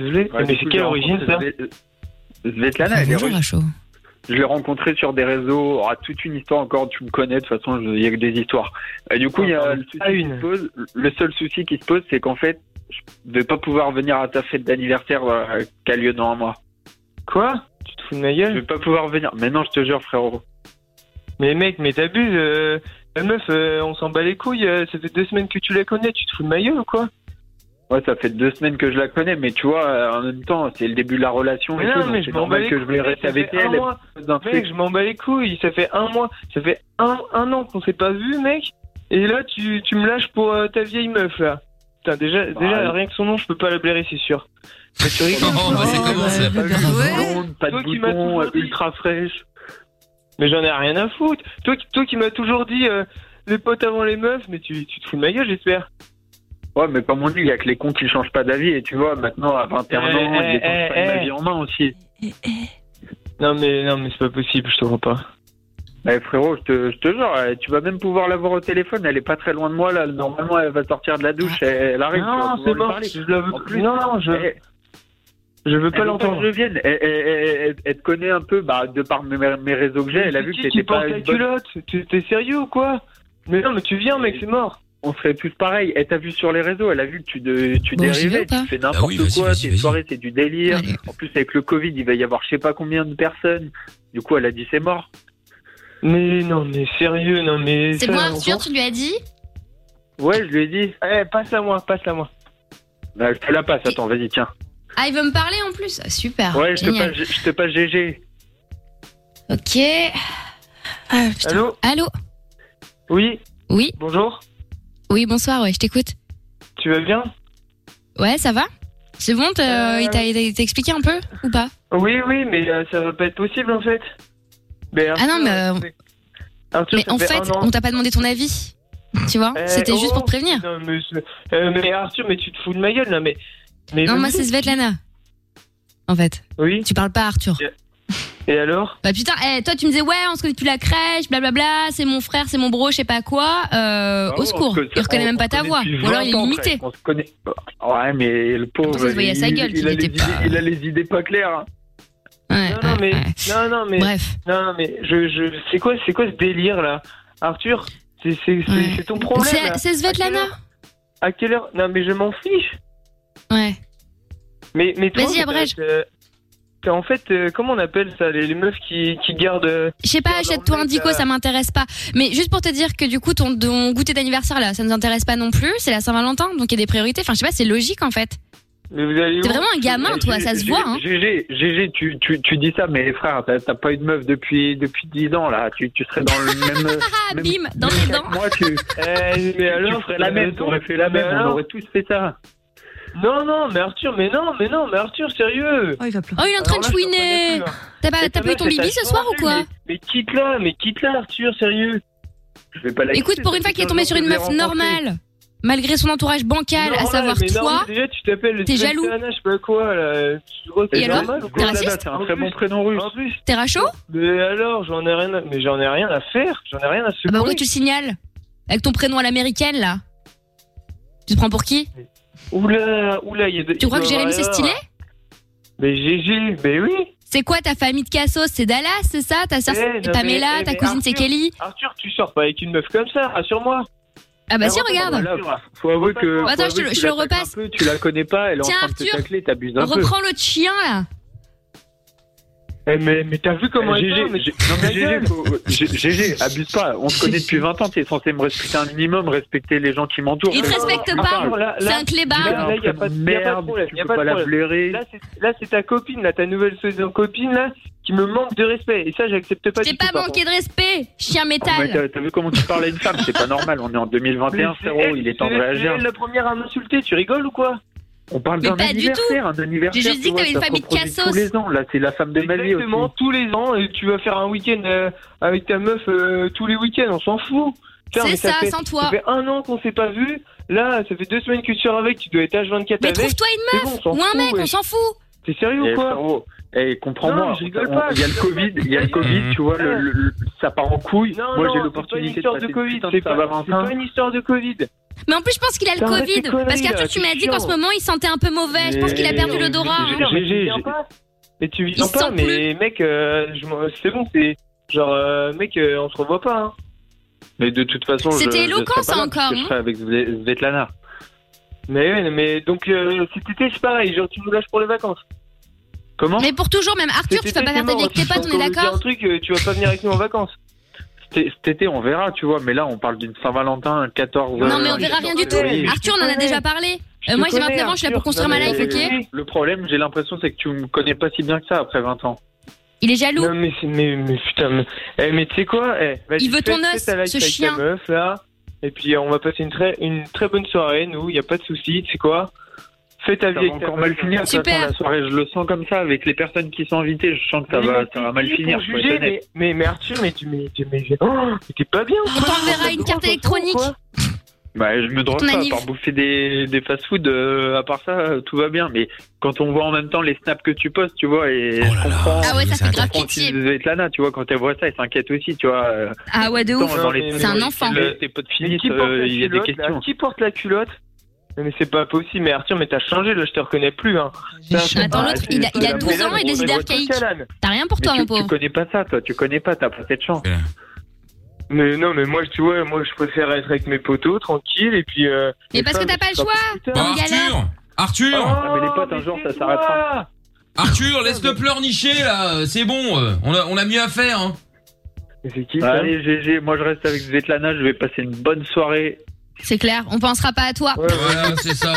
Speaker 12: Désolé.
Speaker 13: Ouais,
Speaker 12: mais
Speaker 13: du
Speaker 12: c'est
Speaker 13: coup,
Speaker 12: quelle
Speaker 13: j'ai
Speaker 12: origine ça
Speaker 13: rencontré Sve- Svetlana, elle est russe. Je l'ai rencontrée sur des réseaux, aura toute une histoire encore, tu me connais, de toute façon, je- il y a que des histoires. Et du coup, il y a le souci
Speaker 12: Ah,
Speaker 13: qui
Speaker 12: une.
Speaker 13: se pose- le seul souci qui se pose, c'est qu'en fait, je vais pas pouvoir venir à ta fête d'anniversaire euh, qui a lieu dans un mois.
Speaker 12: Quoi Tu te fous de ma gueule
Speaker 13: Je vais pas pouvoir venir. Mais non, je te jure, frérot.
Speaker 12: Mais mec, mais t'abuses. euh, la meuf, euh, on s'en bat les couilles. euh, ça fait deux semaines que tu la connais. Tu te fous de ma gueule ou quoi
Speaker 13: Ouais, ça fait deux semaines que je la connais, mais tu vois, euh, en même temps, c'est le début de la relation. et
Speaker 12: Non,
Speaker 13: tout, donc
Speaker 12: mais
Speaker 13: hein. c'est
Speaker 12: je m'en bats
Speaker 13: normal
Speaker 12: les
Speaker 13: que je voulais
Speaker 12: couilles,
Speaker 13: rester
Speaker 12: ça
Speaker 13: avec
Speaker 12: fait un
Speaker 13: elle.
Speaker 12: mois.
Speaker 13: d'un
Speaker 12: Mec,
Speaker 13: truc.
Speaker 12: je m'en bats les couilles. Ça fait un mois. Ça fait un, un an qu'on s'est pas vu, mec. Et là, tu, tu me lâches pour euh, ta vieille meuf, là. Putain, déjà,
Speaker 13: Bah,
Speaker 12: déjà
Speaker 13: elle-
Speaker 12: rien que son nom, je peux pas la blairer, c'est sûr. Mais tu rigoles
Speaker 2: Oh, bah, c'est comment ça
Speaker 13: Pas de blonde, pas
Speaker 12: Toi
Speaker 13: de
Speaker 12: qui m'as
Speaker 13: bouton,
Speaker 12: toujours dit.
Speaker 13: ultra fraîche.
Speaker 12: Mais j'en ai rien à foutre. Toi, qui- toi qui m'as toujours dit euh, les potes avant les meufs, mais tu, tu te fous de ma gueule, j'espère.
Speaker 13: Ouais, mais comme on dit, il y a que les cons qui changent pas d'avis. Et tu vois, maintenant, à 21
Speaker 12: Eh,
Speaker 13: ans,
Speaker 12: eh,
Speaker 13: je dépense
Speaker 12: eh,
Speaker 13: pas de ma
Speaker 12: eh.
Speaker 13: vie en main aussi.
Speaker 12: Non mais non mais c'est pas possible, je te vois pas.
Speaker 13: Eh, frérot, je te, je te jure, eh, tu vas même pouvoir l'avoir au téléphone. Elle est pas très loin de moi, là. Normalement, elle va sortir de la douche. Elle, elle arrive. tu vas
Speaker 12: non,
Speaker 13: pouvoir
Speaker 12: c'est
Speaker 13: lui
Speaker 12: bon,
Speaker 13: parler.
Speaker 12: je la veux
Speaker 13: En
Speaker 12: plus.
Speaker 13: plus,
Speaker 12: Non, non, je,
Speaker 13: eh,
Speaker 12: je veux pas
Speaker 13: Elle veut
Speaker 12: l'entendre.
Speaker 13: que je vienne. Elle, elle- elle- elle- elle te connaît un peu, bah, de par mes, mes réseaux que j'ai. Elle a
Speaker 12: Mais
Speaker 13: vu
Speaker 12: qui
Speaker 13: que
Speaker 12: qui
Speaker 13: t'étais
Speaker 12: porte
Speaker 13: pas
Speaker 12: la
Speaker 13: une bonne-
Speaker 12: culotte Tu- T'es sérieux ou quoi Mais non, mais tu viens, mec, c'est mort.
Speaker 13: On serait tous pareils. Elle t'a vu sur les réseaux. Elle a vu que tu, de- tu
Speaker 4: Bon, j'y vais
Speaker 13: dérivais,
Speaker 4: ou pas Ah
Speaker 13: tu fais n'importe
Speaker 2: Bah oui, vas-y,
Speaker 13: quoi.
Speaker 2: vas-y,
Speaker 13: Tes
Speaker 2: vas-y.
Speaker 13: soirées, c'est du délire.
Speaker 4: Allez.
Speaker 13: En plus, avec le Covid, il va y avoir je sais pas combien de personnes. Du coup, elle a dit c'est mort.
Speaker 12: Mais non, mais sérieux, non, mais.
Speaker 4: C'est
Speaker 12: ça,
Speaker 4: moi,
Speaker 12: on
Speaker 4: Arthur,
Speaker 12: s'en-
Speaker 4: tu lui as dit
Speaker 13: Ouais, je lui ai dit.
Speaker 12: Eh, passe à moi, passe à moi.
Speaker 13: Bah, je te la passe. Attends, vas-y, tiens.
Speaker 4: Ah, il veut me parler en plus Ah, Super.
Speaker 13: ouais, je te,
Speaker 4: génial.
Speaker 13: passe, je, je te passe GG.
Speaker 4: Ok. Ah, putain.
Speaker 12: Allô
Speaker 4: Allô
Speaker 12: Oui,
Speaker 4: Oui,
Speaker 12: bonjour,
Speaker 4: oui, bonsoir, ouais, je t'écoute.
Speaker 12: tu vas bien
Speaker 4: Ouais, ça va C'est bon, t'as-
Speaker 12: Euh,
Speaker 4: il t'a- il t'a il t'a expliqué un peu ou pas
Speaker 12: Oui, oui, mais euh, ça va pas être possible en fait. Mais Arthur,
Speaker 4: non, mais, euh,
Speaker 12: Arthur,
Speaker 4: Mais
Speaker 12: ça
Speaker 4: en
Speaker 12: fait
Speaker 4: fait,
Speaker 12: un an.
Speaker 4: on t'a pas demandé ton avis. Tu vois
Speaker 12: Eh,
Speaker 4: C'était juste
Speaker 12: oh,
Speaker 4: pour prévenir.
Speaker 12: Non, mais, c'est- euh, mais Arthur, mais tu te fous de ma gueule là, mais. mais
Speaker 4: Non,
Speaker 12: mais-
Speaker 4: moi, c'est Svetlana. En fait,
Speaker 12: Oui, Euh,
Speaker 4: tu parles pas à Arthur.
Speaker 12: et alors
Speaker 4: Bah putain, eh, toi tu me disais ouais, on se connaît depuis la crèche, blablabla, c'est mon frère, c'est mon bro, je sais pas quoi.
Speaker 12: Ah
Speaker 4: Euh,
Speaker 13: Bravo,
Speaker 4: au secours,
Speaker 13: on se-
Speaker 4: il reconnaît
Speaker 13: on-
Speaker 4: même
Speaker 13: on
Speaker 4: pas ta
Speaker 13: connaît
Speaker 4: voix.
Speaker 13: depuis
Speaker 4: Ou alors
Speaker 13: 20
Speaker 4: il est
Speaker 13: ans,
Speaker 4: limité.
Speaker 13: presque, On se connaît. Ouais, mais le
Speaker 4: Pour
Speaker 13: pauvre.
Speaker 4: ça, ça se voyait à sa
Speaker 13: il-
Speaker 4: gueule
Speaker 13: il,
Speaker 4: qu'il
Speaker 13: a les
Speaker 4: était
Speaker 13: idées-
Speaker 4: pas-
Speaker 13: il a les idées pas claires. hein.
Speaker 4: Ouais,
Speaker 12: Non, non,
Speaker 4: ouais,
Speaker 12: mais.
Speaker 4: ouais.
Speaker 12: Non, non, mais.
Speaker 4: Bref.
Speaker 12: Non, non, mais je, je... c'est quoi, c'est quoi ce délire là, Arthur C'est c'est- c'est-
Speaker 4: Ouais.
Speaker 12: c'est ton problème.
Speaker 4: C'est-
Speaker 12: là.
Speaker 4: C'est Svetlana
Speaker 12: À quelle heure Non, mais je m'en fiche.
Speaker 4: Ouais.
Speaker 12: Mais mais toi.
Speaker 4: Vas-y,
Speaker 12: t'as-
Speaker 4: abrège.
Speaker 12: t'as- t'as- En fait, euh, comment on appelle ça les, les meufs qui, qui gardent. euh,
Speaker 4: Je sais pas,
Speaker 12: Regarde,
Speaker 4: achète-toi
Speaker 12: en
Speaker 4: un
Speaker 12: fait,
Speaker 4: dico,
Speaker 12: euh,
Speaker 4: ça m'intéresse pas. Mais juste pour te dire que du coup, ton, ton goûter d'anniversaire là, ça nous intéresse pas non plus. C'est la Saint-Valentin, donc il y a des priorités. Enfin, je sais pas, c'est logique en fait.
Speaker 12: Mais vous allez où
Speaker 4: T'es vraiment un gamin,
Speaker 13: Eh,
Speaker 4: toi,
Speaker 13: Gé-
Speaker 4: ça se
Speaker 13: Gé-
Speaker 4: voit. Hein.
Speaker 13: Gégé, Gégé, tu, tu, tu dis ça, mais frère, t'as t'as pas eu de meuf depuis, depuis 10 ans, là. Tu, tu serais dans le même.
Speaker 4: Ah,
Speaker 13: même-
Speaker 4: bim, hein. dans
Speaker 13: même
Speaker 4: les
Speaker 13: cas
Speaker 4: dents.
Speaker 13: que Moi, tu,
Speaker 12: Eh, mais alors,
Speaker 13: tu ferais la même, t'aurais fait la
Speaker 12: Mais
Speaker 13: même, on
Speaker 12: alors
Speaker 13: aurait tous fait ça.
Speaker 12: Non, non, mais Arthur, mais non, mais non, mais Arthur, sérieux
Speaker 3: Oh, il va pleurer.
Speaker 4: Oh, il est en train
Speaker 12: Alors
Speaker 4: de
Speaker 12: là, je t'en connais
Speaker 4: chouiner.
Speaker 12: plus, là. Mais
Speaker 4: T'as pas, Bah, t'as
Speaker 12: ta
Speaker 4: pas eu
Speaker 12: meuf,
Speaker 4: ton
Speaker 12: elle t'a
Speaker 4: bibi ce soir ou
Speaker 12: fendu,
Speaker 4: quoi
Speaker 12: mais, mais quitte-la, mais quitte-la, Arthur, sérieux
Speaker 13: Je vais pas la
Speaker 4: Écoute, pour une fois qu'il est tombé sur une meuf normale, malgré son entourage bancal,
Speaker 12: Non,
Speaker 4: à
Speaker 12: là,
Speaker 4: savoir
Speaker 12: mais non,
Speaker 4: toi.
Speaker 12: mais déjà, tu t'appelles
Speaker 4: t'es
Speaker 12: Sylvester
Speaker 4: jaloux.
Speaker 12: Hanna, je sais pas quoi, là. Tu crois que
Speaker 4: Et
Speaker 12: c'est
Speaker 4: alors
Speaker 12: normal ou
Speaker 4: T'es
Speaker 12: quoi
Speaker 4: raciste
Speaker 13: C'est un très bon prénom russe.
Speaker 12: En plus,
Speaker 4: T'es rachaud
Speaker 12: mais alors, j'en ai rien à... Mais j'en ai rien à faire, j'en ai rien à
Speaker 4: Ah bah
Speaker 12: secouer.
Speaker 4: pourquoi tu le signales Avec ton prénom à l'américaine là Tu te prends pour qui
Speaker 12: Oula, oula, il y a... Euh,
Speaker 4: Tu crois que Jérémy c'est stylé
Speaker 12: Mais Gégé, mais oui
Speaker 4: C'est quoi ta famille de cassos C'est Dallas, c'est ça Ta sœur
Speaker 12: Eh,
Speaker 4: c'est
Speaker 12: non, mais-
Speaker 4: Pamela,
Speaker 12: eh,
Speaker 4: ta
Speaker 12: mais
Speaker 4: cousine c'est
Speaker 12: Arthur.
Speaker 4: Kelly
Speaker 12: Arthur, tu sors pas avec une meuf comme ça, rassure-moi
Speaker 4: Ah bah si,
Speaker 13: Alors,
Speaker 4: regarde.
Speaker 13: voilà, faut avouer que.
Speaker 4: Attends,
Speaker 13: faut
Speaker 4: je te
Speaker 13: avouer
Speaker 4: le-
Speaker 13: que tu
Speaker 4: je te le
Speaker 13: la tacles un
Speaker 4: repasse.
Speaker 13: peu, Tu la connais pas, elle est en
Speaker 4: Tiens,
Speaker 13: train de te
Speaker 4: Arthur,
Speaker 13: tacler, t'abuses un peu.
Speaker 4: Reprends l'autre chien là.
Speaker 13: Eh, mais mais t'as vu
Speaker 4: comment elle
Speaker 13: Gégé,
Speaker 4: parle, mais-
Speaker 13: Gé- non, mais Gégé, faut- Gé- Gégé, abuse pas. On se connaît depuis 20 ans. T'es censé me respecter un minimum, respecter les gens qui m'entourent.
Speaker 4: Il te respecte pas. C'est un clébard.
Speaker 13: Là, il y a pas de merde,
Speaker 12: problème.
Speaker 13: tu
Speaker 12: y a
Speaker 13: peux
Speaker 12: pas de
Speaker 13: pas la
Speaker 12: problème.
Speaker 13: blairer.
Speaker 12: Là, c'est- Là, c'est ta copine, là, ta nouvelle saison copine, là, qui me manque de respect. Et ça, j'accepte pas
Speaker 4: T'es
Speaker 12: du
Speaker 4: pas
Speaker 12: tout. par Ah,
Speaker 4: manqué de respect, chien
Speaker 13: Oh, mais
Speaker 4: métal.
Speaker 13: t'as- T'as vu comment tu parles à une femme C'est pas normal. On est en 2021,
Speaker 12: Mais c'est
Speaker 13: frérot.
Speaker 12: elle-
Speaker 13: Il est temps de
Speaker 12: c'est-
Speaker 13: réagir.
Speaker 12: c'est elle la
Speaker 13: première à m'insulter. Tu rigoles ou quoi On parle
Speaker 12: Mais
Speaker 13: d'un
Speaker 12: pas du
Speaker 13: anniversaire,
Speaker 12: tout.
Speaker 13: un anniversaire.
Speaker 12: J'ai juste dit
Speaker 13: tu
Speaker 12: que t'avais
Speaker 13: vois,
Speaker 12: une
Speaker 13: ça
Speaker 12: famille de
Speaker 13: reproduit
Speaker 12: cassos.
Speaker 13: Tous les ans, là, c'est la femme de ma vie aussi.
Speaker 12: Exactement, tous les ans, et tu vas faire un week-end euh, avec ta meuf euh, tous les week-ends, on s'en fout. Putain,
Speaker 4: C'est
Speaker 12: mais
Speaker 4: ça,
Speaker 12: fait-
Speaker 4: sans toi.
Speaker 12: Ça fait un an qu'on s'est pas vu. Là, ça fait deux semaines que tu sors avec, tu dois être H24
Speaker 4: Mais
Speaker 12: avec.
Speaker 4: trouve-toi
Speaker 12: C'est
Speaker 4: une meuf
Speaker 12: bon, on s'en
Speaker 4: ou un
Speaker 12: fout,
Speaker 4: mec,
Speaker 12: ouais.
Speaker 4: on s'en fout.
Speaker 12: T'es sérieux
Speaker 13: Eh,
Speaker 12: ou quoi
Speaker 13: frérot, eh,
Speaker 12: Non,
Speaker 13: comprends-moi.
Speaker 12: je rigole
Speaker 13: on-
Speaker 12: pas,
Speaker 13: Il y a le
Speaker 12: je
Speaker 13: Covid, il y a le Covid, tu vois, le, le- le- ça part en couille.
Speaker 12: Non,
Speaker 13: Moi,
Speaker 12: non,
Speaker 13: j'ai
Speaker 12: c'est
Speaker 13: l'opportunité
Speaker 12: pas une histoire
Speaker 13: passer
Speaker 12: de
Speaker 13: une
Speaker 12: Covid,
Speaker 13: putain
Speaker 12: c'est pas-
Speaker 13: Saint-Valentin.
Speaker 12: c'est pas une histoire de Covid.
Speaker 4: Mais en plus, je pense qu'il a le
Speaker 12: Putain, arrête
Speaker 4: Covid.
Speaker 12: tes conneries,
Speaker 4: Parce qu'Arthur,
Speaker 12: là,
Speaker 4: tu m'as
Speaker 12: c'est
Speaker 4: dit qu'en ce
Speaker 12: chiant.
Speaker 4: moment, il sentait un peu mauvais. Je pense qu'il a perdu
Speaker 12: Mais-
Speaker 4: l'odorat.
Speaker 12: mais-
Speaker 4: hein.
Speaker 12: mais- mais- mais- Mais tu viens
Speaker 4: Il sent
Speaker 12: pas, mais mec, euh, je m'en- c'est bon, c'est genre, euh, mec, euh, on se revoit pas. hein.
Speaker 13: Mais de toute façon, je-
Speaker 4: C'était
Speaker 13: je
Speaker 4: éloquent,
Speaker 13: serai pas
Speaker 4: ça,
Speaker 13: là,
Speaker 4: encore,
Speaker 13: parce que
Speaker 4: hein.
Speaker 13: Je serai avec Sve- Svetlana.
Speaker 12: Mais ouais, mais donc euh, cet été, c'est pareil, genre, tu nous lâches pour les vacances.
Speaker 13: Comment
Speaker 4: Mais pour toujours, même Arthur, tu vas pas faire ta vie avec tes potes, on est d'accord
Speaker 12: un truc, euh, tu vas pas venir avec nous en vacances.
Speaker 13: Cet cet été, on verra, tu vois. Mais là, on parle d'une Saint-Valentin, un 14.
Speaker 4: Non, mais
Speaker 13: euh,
Speaker 4: on verra rien du tout.
Speaker 13: février.
Speaker 4: Arthur, on en a déjà parlé.
Speaker 13: Je
Speaker 4: Euh,
Speaker 13: te
Speaker 4: Moi, j'ai
Speaker 13: connais,
Speaker 4: 29 ans, je suis là pour
Speaker 13: Arthur.
Speaker 4: construire ma
Speaker 13: Non,
Speaker 4: life,
Speaker 13: mais
Speaker 4: ok
Speaker 13: Le problème, j'ai l'impression, c'est que tu me connais pas si bien que ça après 20 ans.
Speaker 4: Il est jaloux.
Speaker 12: Non, mais, c'est- mais, mais putain, mais, eh, mais tu sais quoi eh, vas-y,
Speaker 4: Il veut
Speaker 12: fais-
Speaker 4: ton
Speaker 12: fais
Speaker 4: os,
Speaker 12: ta life avec
Speaker 4: ce
Speaker 12: ta
Speaker 4: chien.
Speaker 12: meuf, là, et puis euh, on va passer une très, une très bonne soirée, nous, y a pas de souci, tu sais quoi Fais ta vie
Speaker 13: Ça va
Speaker 12: avec ta
Speaker 13: encore
Speaker 12: meuf.
Speaker 13: mal finir. de toute façon, La soirée, je le sens comme ça avec les personnes qui sont invitées. Je sens que ça
Speaker 12: Oui,
Speaker 13: va,
Speaker 12: mais
Speaker 13: ça va mal
Speaker 12: qui
Speaker 13: finir.
Speaker 12: pour
Speaker 13: faut être
Speaker 12: juger, mais,
Speaker 13: honnête.
Speaker 12: mais, mais Arthur, mais tu mais, tu- mais, oh, mais t'es pas bien
Speaker 4: On t'enverra une carte électronique.
Speaker 13: Bah, je me drogue
Speaker 4: Ton
Speaker 13: pas,
Speaker 4: anniv.
Speaker 13: à part bouffer des, des fast-food, euh, à part ça, euh, tout va bien. Mais quand on voit en même temps les snaps que tu postes, tu vois, et
Speaker 2: Oh
Speaker 13: je comprends.
Speaker 4: Ah ouais, ça fait grave
Speaker 13: je comprends
Speaker 4: pitié.
Speaker 13: aussi Svetlana, tu vois, quand elle voit ça, elle s'inquiète aussi, tu vois. euh,
Speaker 4: Ah ouais, de
Speaker 13: dans-
Speaker 4: ouf.
Speaker 13: dans les-
Speaker 4: C'est un
Speaker 13: dans les-
Speaker 4: enfant.
Speaker 13: le- Tes potes finissent,
Speaker 12: qui porte la
Speaker 13: euh, il y a des
Speaker 12: culotte, là
Speaker 13: questions.
Speaker 12: Qui porte la culotte Non, mais c'est pas possible, mais Arthur, mais t'as changé, là, je te reconnais plus. Hein.
Speaker 4: Attends, l'autre, il a- il a 12 ans et des idées archaïques. T'as rien pour
Speaker 13: Mais
Speaker 4: toi,
Speaker 13: tu-
Speaker 4: mon
Speaker 13: tu
Speaker 4: pauvre.
Speaker 13: connais pas ça, toi, tu connais pas, t'as pas cette chance.
Speaker 12: Mais non, mais moi, tu vois, moi, je préfère être avec mes potos, tranquille, et puis. euh,
Speaker 4: Mais
Speaker 12: les
Speaker 4: parce que
Speaker 12: femmes,
Speaker 4: t'as pas le
Speaker 12: c'est
Speaker 4: choix.
Speaker 12: plus
Speaker 4: T'es en
Speaker 12: tard.
Speaker 4: galère.
Speaker 2: Arthur Ah,
Speaker 12: Ah, mais les potes, un jour, ça s'arrêtera.
Speaker 2: Arthur, laisse-le pleurnicher là, euh, c'est bon, euh, on a, on a mieux à faire. Hein.
Speaker 12: C'est qui
Speaker 13: Bah, Allez, GG, moi je reste avec Svetlana, je vais passer une bonne soirée.
Speaker 4: C'est clair, on pensera pas à toi.
Speaker 2: Voilà, c'est ça.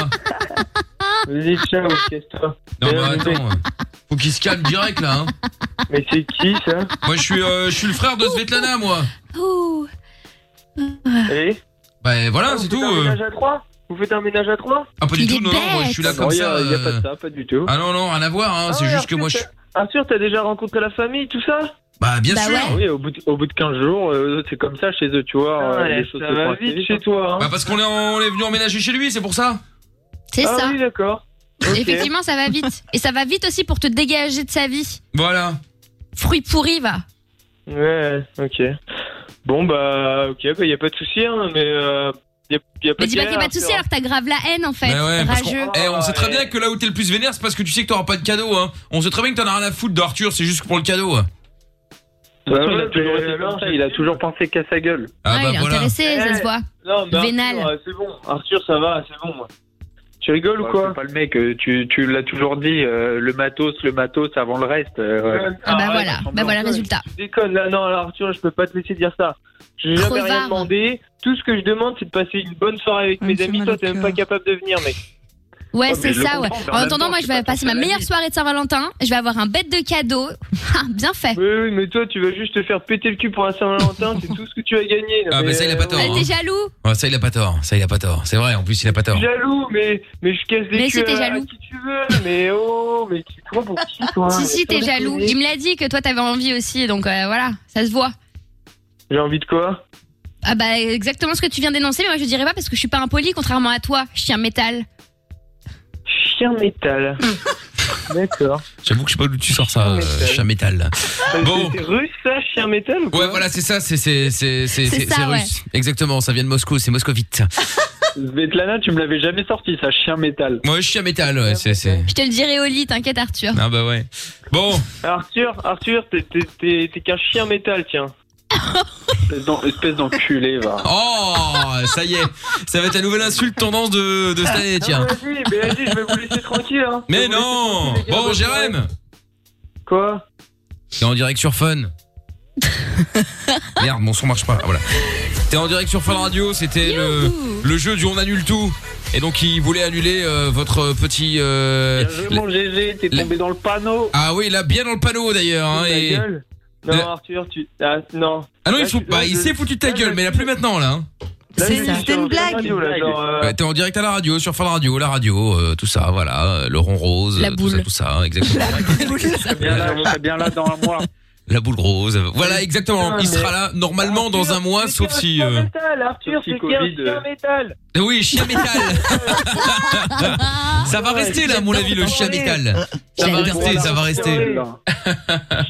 Speaker 12: Vas-y, ciao,
Speaker 4: Ah.
Speaker 12: casse-toi.
Speaker 2: Non, mais attends, euh, faut qu'il se calme direct là. hein.
Speaker 12: Mais c'est qui ça
Speaker 2: Moi je suis, euh, je suis le frère de Svetlana, moi.
Speaker 4: Ouh.
Speaker 12: Allez
Speaker 2: Bah voilà,
Speaker 12: Ah,
Speaker 2: c'est
Speaker 12: vous
Speaker 2: tout.
Speaker 12: faites un
Speaker 2: euh.
Speaker 12: ménage à trois Vous faites un ménage à trois Ah,
Speaker 2: Ah, pas du tout, non, non, moi je suis là comme
Speaker 12: Non, Oh, y
Speaker 2: ça.
Speaker 12: a- y a pas
Speaker 2: euh.
Speaker 12: de ça, pas du tout.
Speaker 2: Ah non, non, rien à voir, hein, c'est
Speaker 4: Oh,
Speaker 12: ouais,
Speaker 2: juste que moi je
Speaker 12: Arthur, t'as- Arthur, ah, t'as déjà rencontré la famille, tout ça
Speaker 2: Bah, bien Bah sûr. ouais.
Speaker 12: Oui, au bout, de, au bout de 15 jours, euh, c'est comme ça chez eux, tu vois.
Speaker 13: Ah
Speaker 12: euh,
Speaker 13: ouais,
Speaker 12: les choses
Speaker 13: ça
Speaker 12: se
Speaker 13: va
Speaker 12: font assez
Speaker 13: vite
Speaker 12: chez toi. hein.
Speaker 2: Bah parce qu'on est, en- on est venu emménager chez lui, c'est pour ça.
Speaker 4: C'est
Speaker 12: ah
Speaker 4: ça.
Speaker 12: oui, d'accord. Ok.
Speaker 4: Effectivement, ça va vite. Et ça va vite aussi pour te dégager de sa vie.
Speaker 2: Voilà.
Speaker 4: Fruit pourri, va.
Speaker 12: Ouais, ok. Bon, bah, ok, bah, y a pas de souci, hein, mais euh, y a, y a pas
Speaker 4: Mais
Speaker 12: de
Speaker 4: dis pas qu'il y a
Speaker 12: galère,
Speaker 4: pas de soucis
Speaker 12: Arthur.
Speaker 4: alors que t'as grave la haine en fait.
Speaker 2: Bah ouais, parce
Speaker 4: Rageux.
Speaker 2: qu'on- eh, on sait très bien que là où t'es le plus vénère, c'est parce que tu sais que t'auras pas de cadeau. Hein. On sait très bien que t'en as rien à foutre d'Arthur, c'est juste pour le cadeau.
Speaker 13: De toute façon,
Speaker 12: Bah
Speaker 13: il
Speaker 12: ouais,
Speaker 13: a toujours
Speaker 12: mais
Speaker 13: été comme
Speaker 12: alors,
Speaker 13: ça, il a toujours pensé qu'à sa gueule.
Speaker 2: Ah,
Speaker 4: Il est intéressé, ça se voit.
Speaker 12: Non, mais
Speaker 4: Vénal.
Speaker 12: Arthur, euh, c'est bon, Arthur, ça va, c'est bon, moi. Tu rigoles ou
Speaker 13: Ouais,
Speaker 12: quoi
Speaker 13: c'est pas le mec, euh, tu, tu l'as toujours dit, euh, le matos, le matos avant le reste. euh, ouais.
Speaker 4: Ah bah voilà, bah voilà le résultat.
Speaker 12: Tu déconnes, là, non, alors, Arthur, je peux pas te laisser dire ça. J'ai jamais rien
Speaker 4: Crevard.
Speaker 12: demandé. Tout ce que je demande, c'est de passer une bonne soirée avec mes amis. Toi, t'es même pas capable de venir, mec.
Speaker 4: Ouais,
Speaker 12: Oh, mais
Speaker 4: c'est
Speaker 12: je le
Speaker 4: ça, ouais.
Speaker 12: comprends, mais en
Speaker 4: En
Speaker 12: même
Speaker 4: attendant,
Speaker 12: temps,
Speaker 4: moi, je
Speaker 12: c'est
Speaker 4: vais
Speaker 12: pas
Speaker 4: passer
Speaker 12: ton
Speaker 4: ma
Speaker 12: seul
Speaker 4: meilleure
Speaker 12: ami.
Speaker 4: soirée de Saint-Valentin. Je vais avoir un bête de cadeau. Ah, Bien fait.
Speaker 12: Oui, oui, mais toi, tu vas juste te faire péter le cul pour la Saint-Valentin. c'est tout ce que tu as gagné. euh,
Speaker 2: Ah, bah, ça, il a pas tort,
Speaker 4: Elle
Speaker 2: hein.
Speaker 4: était jaloux.
Speaker 2: Ouais, ça il a pas tort, ça il a pas tort. C'est vrai, en plus il a pas
Speaker 12: Je
Speaker 2: tort.
Speaker 12: suis jaloux, mais, mais je casse des
Speaker 4: Mais
Speaker 12: culs
Speaker 4: si, t'es
Speaker 12: à- à
Speaker 4: jaloux.
Speaker 12: qui tu veux. Mais oh, mais tu prends pour qui, toi hein,
Speaker 4: Si, si, t'es
Speaker 12: Sans
Speaker 4: jaloux.
Speaker 12: déconner.
Speaker 4: Il me l'a dit que toi, t'avais envie aussi. Donc euh, voilà, ça se voit.
Speaker 12: J'ai envie de quoi
Speaker 4: Ah bah, exactement ce que tu viens d'énoncer, mais moi, je dirais pas parce que je suis pas impoli, contrairement à toi, chien métal.
Speaker 12: Chien métal.
Speaker 4: Hum.
Speaker 12: D'accord.
Speaker 2: J'avoue que je sais pas d'où tu sors ça, euh, chien métal. là. Bon.
Speaker 12: C'est russe, ça, chien métal ou quoi
Speaker 2: Ouais, voilà, c'est ça, c'est c'est c'est c'est
Speaker 12: C'est
Speaker 2: c'est
Speaker 12: ça,
Speaker 2: c'est
Speaker 12: ouais.
Speaker 2: russe. Exactement, ça vient de Moscou, c'est moscovite.
Speaker 12: Svetlana, tu me l'avais jamais sorti, ça, chien métal.
Speaker 2: Moi, chien métal, ouais, c'est c'est.
Speaker 4: Je te le dirai au lit, t'inquiète, Arthur.
Speaker 2: Ah bah ouais. Bon.
Speaker 12: Arthur, Arthur, t'es- t'es- t'es t'es qu'un chien métal, tiens.
Speaker 13: Espèce d'en- Espèce d'enculé, va.
Speaker 2: Oh, ça y est, ça va être la nouvelle insulte tendance de, de cette année,
Speaker 12: Ah,
Speaker 2: tiens.
Speaker 13: Vas-y, mais vas-y, je vais vous laisser tranquille. Hein.
Speaker 2: Mais non Bon, Jérém
Speaker 13: Quoi
Speaker 2: T'es en direct sur Fun. Merde, mon son marche pas. Ah, voilà. T'es en direct sur Fun Radio, c'était le, le jeu du on annule tout. Et donc, il voulait annuler euh, votre petit. euh,
Speaker 13: Mon GG, t'es tombé dans le panneau.
Speaker 2: Ah oui, là, bien dans le panneau d'ailleurs. hein,
Speaker 13: Ta
Speaker 2: et-
Speaker 13: gueule. Non,
Speaker 2: Le-
Speaker 13: Arthur, tu. Ah non.
Speaker 2: Ah non, il,
Speaker 13: Là,
Speaker 2: se fout
Speaker 13: tu-
Speaker 2: pas.
Speaker 13: là,
Speaker 2: il
Speaker 13: je-
Speaker 2: s'est foutu de ta gueule, mais là, plus maintenant là. hein.
Speaker 13: là, je suis sur-
Speaker 3: blague.
Speaker 13: radio, là, genre, euh,
Speaker 2: Ouais, T'es en direct à la radio, sur Fun Radio, la radio, euh, tout ça, voilà, euh, le rond rose,
Speaker 13: La
Speaker 2: euh, tout ça,
Speaker 13: boule.
Speaker 2: tout ça, hein, exactement.
Speaker 13: C'est bien Ah, là, c'est bien là dans un mois.
Speaker 2: La boule rose. euh, Voilà, exactement.
Speaker 13: Putain,
Speaker 2: Il
Speaker 13: mais-
Speaker 2: sera là normalement dans un mois, sauf si. euh,
Speaker 13: Métal, Arthur, c'est
Speaker 2: Covid,
Speaker 13: bien
Speaker 2: euh,
Speaker 13: métal.
Speaker 2: Oui, chien métal. ça va rester là, à mon avis, le chien métal. Ça va
Speaker 13: J'adore.
Speaker 2: rester, ça va rester.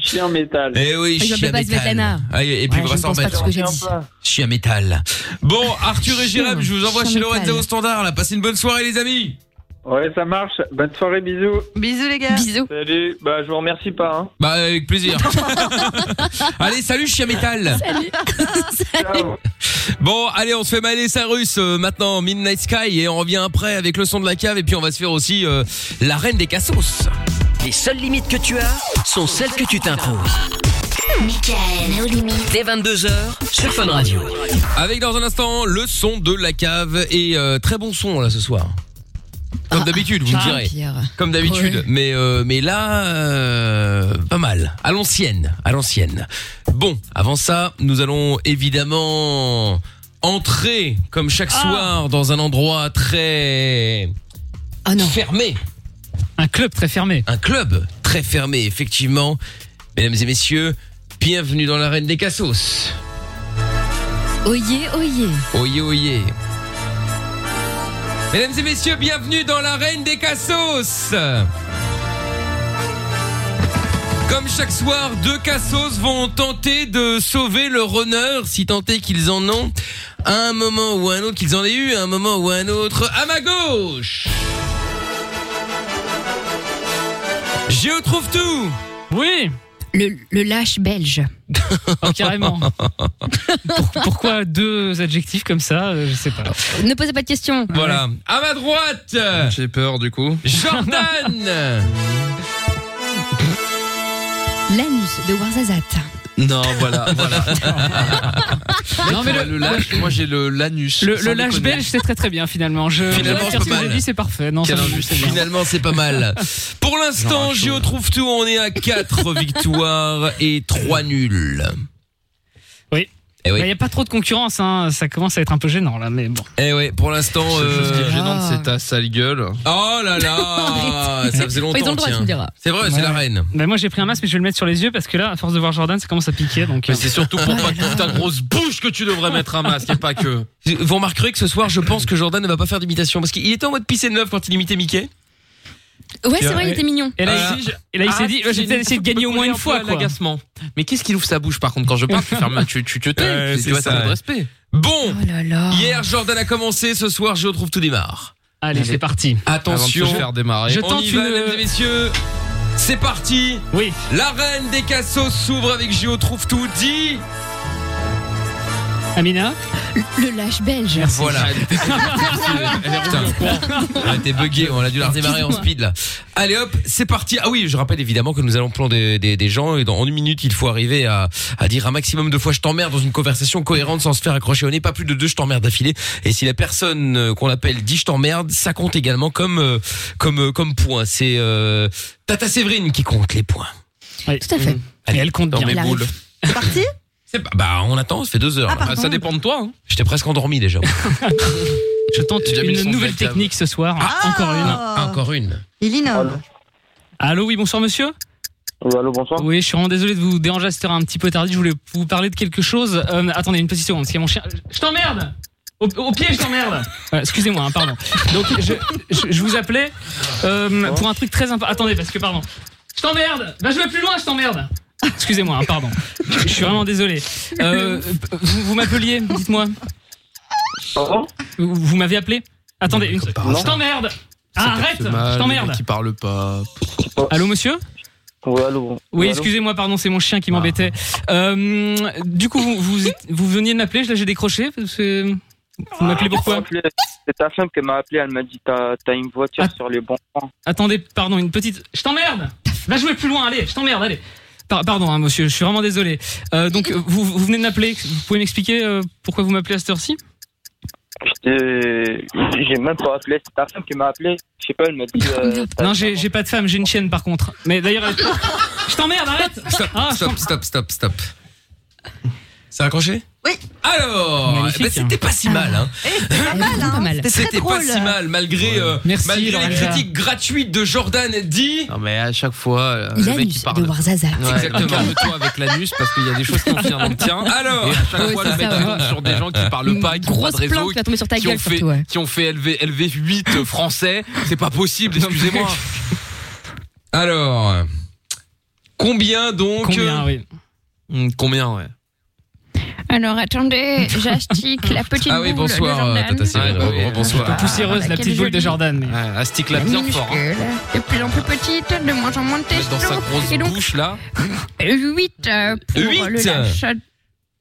Speaker 13: Chien métal.
Speaker 2: Eh oui,
Speaker 4: Je
Speaker 2: chien
Speaker 4: m'appelle pas
Speaker 2: métal.
Speaker 4: Svetlana.
Speaker 2: Ah, et et puis
Speaker 4: Ouais,
Speaker 2: on va
Speaker 4: je ne
Speaker 2: s'en
Speaker 4: pense pas
Speaker 2: remettre.
Speaker 4: de ce que j'ai dit.
Speaker 2: Chien métal. Bon, Arthur et Jérôme, je vous envoie
Speaker 3: Chien
Speaker 2: chez Lorenzo
Speaker 3: métal.
Speaker 2: au standard. Là, passez une bonne soirée, les amis.
Speaker 13: Ouais, ça marche. Bonne soirée, bisous.
Speaker 3: Bisous les gars.
Speaker 4: Bisous.
Speaker 13: Salut. Bah, je vous remercie pas. Hein.
Speaker 2: Bah, avec plaisir. Allez, salut, chien métal. Bon, allez, on se fait maler sa russe euh, maintenant, Midnight Sky, et on revient après avec le son de la cave, et puis on va se faire aussi euh, la reine des cassos.
Speaker 1: Les seules limites que tu as sont celles que tu t'imposes.
Speaker 10: Michael, nos limites.
Speaker 1: Dès 22h sur Fun Radio.
Speaker 2: Avec dans un instant le son de la cave, et euh, très bon son là ce soir. Comme d'habitude, vous me
Speaker 4: ah,
Speaker 2: direz.
Speaker 4: pire.
Speaker 2: Comme d'habitude,
Speaker 4: Ouais.
Speaker 2: mais euh, mais là, euh, pas mal. À l'ancienne, à l'ancienne. Bon, avant ça, nous allons évidemment entrer comme chaque soir dans un endroit très fermé.
Speaker 5: Un club très fermé.
Speaker 2: Un club très fermé, effectivement. Mesdames et messieurs, bienvenue dans l'arène des Cassos.
Speaker 4: Oyez, oyez.
Speaker 2: Oyez, oyez. Mesdames et messieurs, bienvenue dans l'arène des Cassos. Comme chaque soir, deux Cassos vont tenter de sauver leur honneur, si tant est qu'ils en ont, à un moment ou à un autre, qu'ils en aient eu, à un moment ou à un autre. À ma gauche Je trouve tout
Speaker 5: Oui
Speaker 4: Le, le lâche belge.
Speaker 5: Oh, carrément. Pour- pourquoi deux adjectifs comme ça euh, Je sais pas.
Speaker 4: Ne posez pas de questions.
Speaker 2: Voilà. À ma droite
Speaker 6: J'ai peur du coup.
Speaker 2: Jordan
Speaker 4: L'anus de Warzazat.
Speaker 6: Non, voilà, voilà.
Speaker 5: Non, mais
Speaker 6: Ouais, le lâche, moi j'ai le l'anus.
Speaker 5: Le,
Speaker 6: sans
Speaker 5: le lâche
Speaker 6: déconner.
Speaker 5: belge, c'est très très bien finalement. Je,
Speaker 2: Finalement,
Speaker 5: je vais
Speaker 2: c'est
Speaker 5: dire ce
Speaker 2: pas
Speaker 5: que j'ai
Speaker 2: mal.
Speaker 5: dit, c'est parfait. Non, ça,
Speaker 2: Quel
Speaker 5: je-
Speaker 2: injuste.
Speaker 5: c'est bien.
Speaker 2: Finalement, c'est pas mal. Pour l'instant, Géo trouve tout. On est à 4 victoires et 3 nuls.
Speaker 5: Oui.
Speaker 2: Eh
Speaker 5: Bah, Il
Speaker 2: oui.
Speaker 5: n'y a pas trop de concurrence, hein. ça commence à être un peu gênant là, mais bon.
Speaker 2: Eh ouais, pour l'instant.
Speaker 6: La seule chose qui
Speaker 2: euh,
Speaker 6: est
Speaker 4: Ah.
Speaker 6: gênante, c'est ta sale gueule.
Speaker 2: Oh là là Ah, Ça faisait longtemps.
Speaker 4: Ils ont le droit,
Speaker 2: tiens.
Speaker 4: tu me diras.
Speaker 2: C'est vrai, c'est
Speaker 5: Ouais.
Speaker 2: la reine.
Speaker 5: Bah, moi j'ai pris un masque, mais je vais le mettre sur les yeux parce que là, à force de voir Jordan, ça commence à piquer. Donc,
Speaker 6: Mais
Speaker 5: euh,
Speaker 6: c'est surtout
Speaker 4: Ah,
Speaker 6: pour pas toute ta grosse bouche que tu devrais mettre un masque et pas que.
Speaker 2: Vous remarquerez que ce soir, je pense que Jordan ne va pas faire d'imitation parce qu'il était en mode pisse et neuf quand il imitait Mickey.
Speaker 4: Ouais, c'est vrai, il était mignon.
Speaker 5: Et là,
Speaker 6: Ah.
Speaker 5: il- et là, il s'est dit, ouais, j'ai peut-être essayé de gagner au moins une fois. quoi.
Speaker 6: L'agacement. Mais qu'est-ce qu'il ouvre sa bouche par contre quand je parle Tu fermes, tu, tu, tu te tais.
Speaker 2: Ouais,
Speaker 6: tu
Speaker 2: Euh, c'est
Speaker 6: dois
Speaker 2: ça,
Speaker 6: t'as le
Speaker 2: ouais.
Speaker 6: respect.
Speaker 2: Bon
Speaker 4: Oh là là.
Speaker 2: Hier, Jordan a commencé. Ce soir, Géo trouve tout démarre.
Speaker 5: Allez, c'est parti.
Speaker 2: Attention.
Speaker 6: Avant de se faire démarrer.
Speaker 5: Je
Speaker 2: On
Speaker 5: tente
Speaker 2: y va,
Speaker 5: une-
Speaker 2: mesdames et messieurs. C'est parti.
Speaker 5: Oui.
Speaker 2: La reine des cassos s'ouvre avec Géo trouve tout. Dit.
Speaker 5: Amina
Speaker 4: Le lâche belge.
Speaker 2: Voilà.
Speaker 6: Elle est revenue au courant.
Speaker 2: Ah, t'es bugué, on a dû la redémarrer en
Speaker 4: Excuse-moi.
Speaker 2: speed là. Allez hop, c'est parti. Ah oui, je rappelle évidemment que nous allons plan des, des, des gens et dans en une minute il faut arriver à, à dire un maximum de fois je t'emmerde dans une conversation cohérente sans se faire accrocher au nez, pas plus de deux je t'emmerde d'affilée. Et si la personne euh, qu'on appelle dit je t'emmerde, ça compte également comme euh, comme euh, comme point. C'est euh, Tata Séverine qui compte les points.
Speaker 5: Oui.
Speaker 4: Tout à fait.
Speaker 5: Et elle compte
Speaker 2: Dans
Speaker 5: bien.
Speaker 2: mes
Speaker 4: elle arrive.
Speaker 2: boules.
Speaker 3: C'est parti
Speaker 2: C'est pas- bah on attend, ça fait deux heures. là.
Speaker 6: Ah, Ça dépend de toi. hein.
Speaker 2: J'étais presque endormi déjà.
Speaker 5: Je tente
Speaker 6: J'ai mis le son
Speaker 5: une
Speaker 6: de
Speaker 5: nouvelle
Speaker 6: la cave.
Speaker 5: technique ce soir. Encore une.
Speaker 2: Ah, Encore une.
Speaker 3: Il innove.
Speaker 5: Allô, oui, bonsoir monsieur
Speaker 13: Oui, allô, bonsoir.
Speaker 5: Oui, je suis vraiment désolé de vous déranger à cette heure un petit peu tardif. Je voulais vous parler de quelque chose. Euh, attendez, une petite seconde, parce qu'il y a mon chien. Je t'emmerde au, au pied, je t'emmerde Voilà, Excusez-moi, hein, pardon. Donc, je, je, je vous appelais euh, pour un truc très important. Attendez, parce que, pardon. Je t'emmerde Bah, je vais plus loin, je t'emmerde Excusez-moi, hein, pardon. Je suis vraiment désolé. Euh, vous vous m'appeliez, dites-moi.
Speaker 13: Pardon
Speaker 5: Vous, vous m'avez appelé Attendez, une seconde.
Speaker 6: parle.
Speaker 5: Je t'emmerde
Speaker 6: Ça
Speaker 5: Ah,
Speaker 6: capte
Speaker 5: Arrête
Speaker 6: mal,
Speaker 5: Je
Speaker 6: le
Speaker 5: t'emmerde
Speaker 6: mec, Il parle pas.
Speaker 5: Allô, monsieur
Speaker 12: Ouais, allô.
Speaker 5: Oui,
Speaker 12: Ouais, allô
Speaker 5: excusez-moi, pardon, c'est mon chien
Speaker 3: Ah.
Speaker 5: qui m'embêtait. Euh, du coup, vous, vous, êtes- vous veniez de m'appeler, je- là j'ai décroché. Parce que vous m'appelez pourquoi
Speaker 12: C'est ta femme qui m'a appelé, elle m'a dit t'as t'as une voiture
Speaker 2: Ah.
Speaker 12: sur les bons points.
Speaker 5: Attendez, pardon, une petite. Je t'emmerde Va jouer plus loin, allez, je t'emmerde, allez. Par- pardon, hein, monsieur, je suis vraiment désolé. Euh, donc, euh, vous, vous venez de m'appeler, vous pouvez m'expliquer euh, pourquoi vous m'appelez à cette heure-ci
Speaker 12: Euh, J'ai même pas appelé, c'est ta femme qui m'a appelé. Je sais pas, elle m'a dit.
Speaker 2: Oh,
Speaker 12: euh, t'as-
Speaker 5: Non, j'ai j'ai pas de femme, j'ai une chienne par contre. Mais d'ailleurs, elle- je t'emmerde, arrête Ah,
Speaker 3: Stop, stop, stop, stop, stop. C'est accroché
Speaker 7: Oui.
Speaker 3: Alors,
Speaker 5: Magnifique,
Speaker 3: bah, c'était pas si mal. Hein.
Speaker 7: Pas mal, hein. C'était très
Speaker 3: C'était pas
Speaker 7: drôle.
Speaker 3: si mal, malgré, euh,
Speaker 2: Merci,
Speaker 3: malgré les
Speaker 2: Lorenza.
Speaker 3: critiques gratuites de Jordan dit.
Speaker 2: Non, mais à chaque fois, euh,
Speaker 3: Il
Speaker 2: le
Speaker 3: a
Speaker 2: mec
Speaker 3: une-
Speaker 2: qui parle.
Speaker 3: de Warzaza.
Speaker 2: Ah, Ouais,
Speaker 3: Exactement.
Speaker 2: Calme-toi avec l'anus parce qu'il y a des choses qui confirment dans le tien.
Speaker 3: Alors
Speaker 2: Et à chaque
Speaker 3: Ouais,
Speaker 2: fois,
Speaker 3: c'est
Speaker 2: le mec
Speaker 3: ça,
Speaker 2: il
Speaker 3: ouais.
Speaker 2: tombe sur des gens qui parlent pas, qui n'ont pas
Speaker 4: grosse
Speaker 2: de réseau.
Speaker 4: plainte qui va tomber sur ta
Speaker 2: qui ont
Speaker 4: gueule,
Speaker 2: fait-
Speaker 4: surtout, ouais.
Speaker 2: Qui ont fait LV, LV8 français. C'est pas possible, excusez-moi.
Speaker 3: Alors, euh, combien donc Combien,
Speaker 5: oui.
Speaker 3: combien, ouais.
Speaker 4: Alors attendez, j'astique la petite
Speaker 3: Ah oui,
Speaker 4: boule de
Speaker 3: bonsoir, euh,
Speaker 4: Jordan.
Speaker 3: Tata Cyril.
Speaker 2: Ouais, bah oui.
Speaker 3: Bonsoir.
Speaker 2: Un peu poussiéreuse,
Speaker 4: la petite boule de
Speaker 5: Jordan. Mais...
Speaker 2: astique la bien fort. hein.
Speaker 4: minuscule, De plus en plus petite, de moins en moins de testo.
Speaker 2: Dans sa grosse
Speaker 4: et donc
Speaker 2: bouche là.
Speaker 4: 8 pour
Speaker 3: Huit
Speaker 4: le lâche.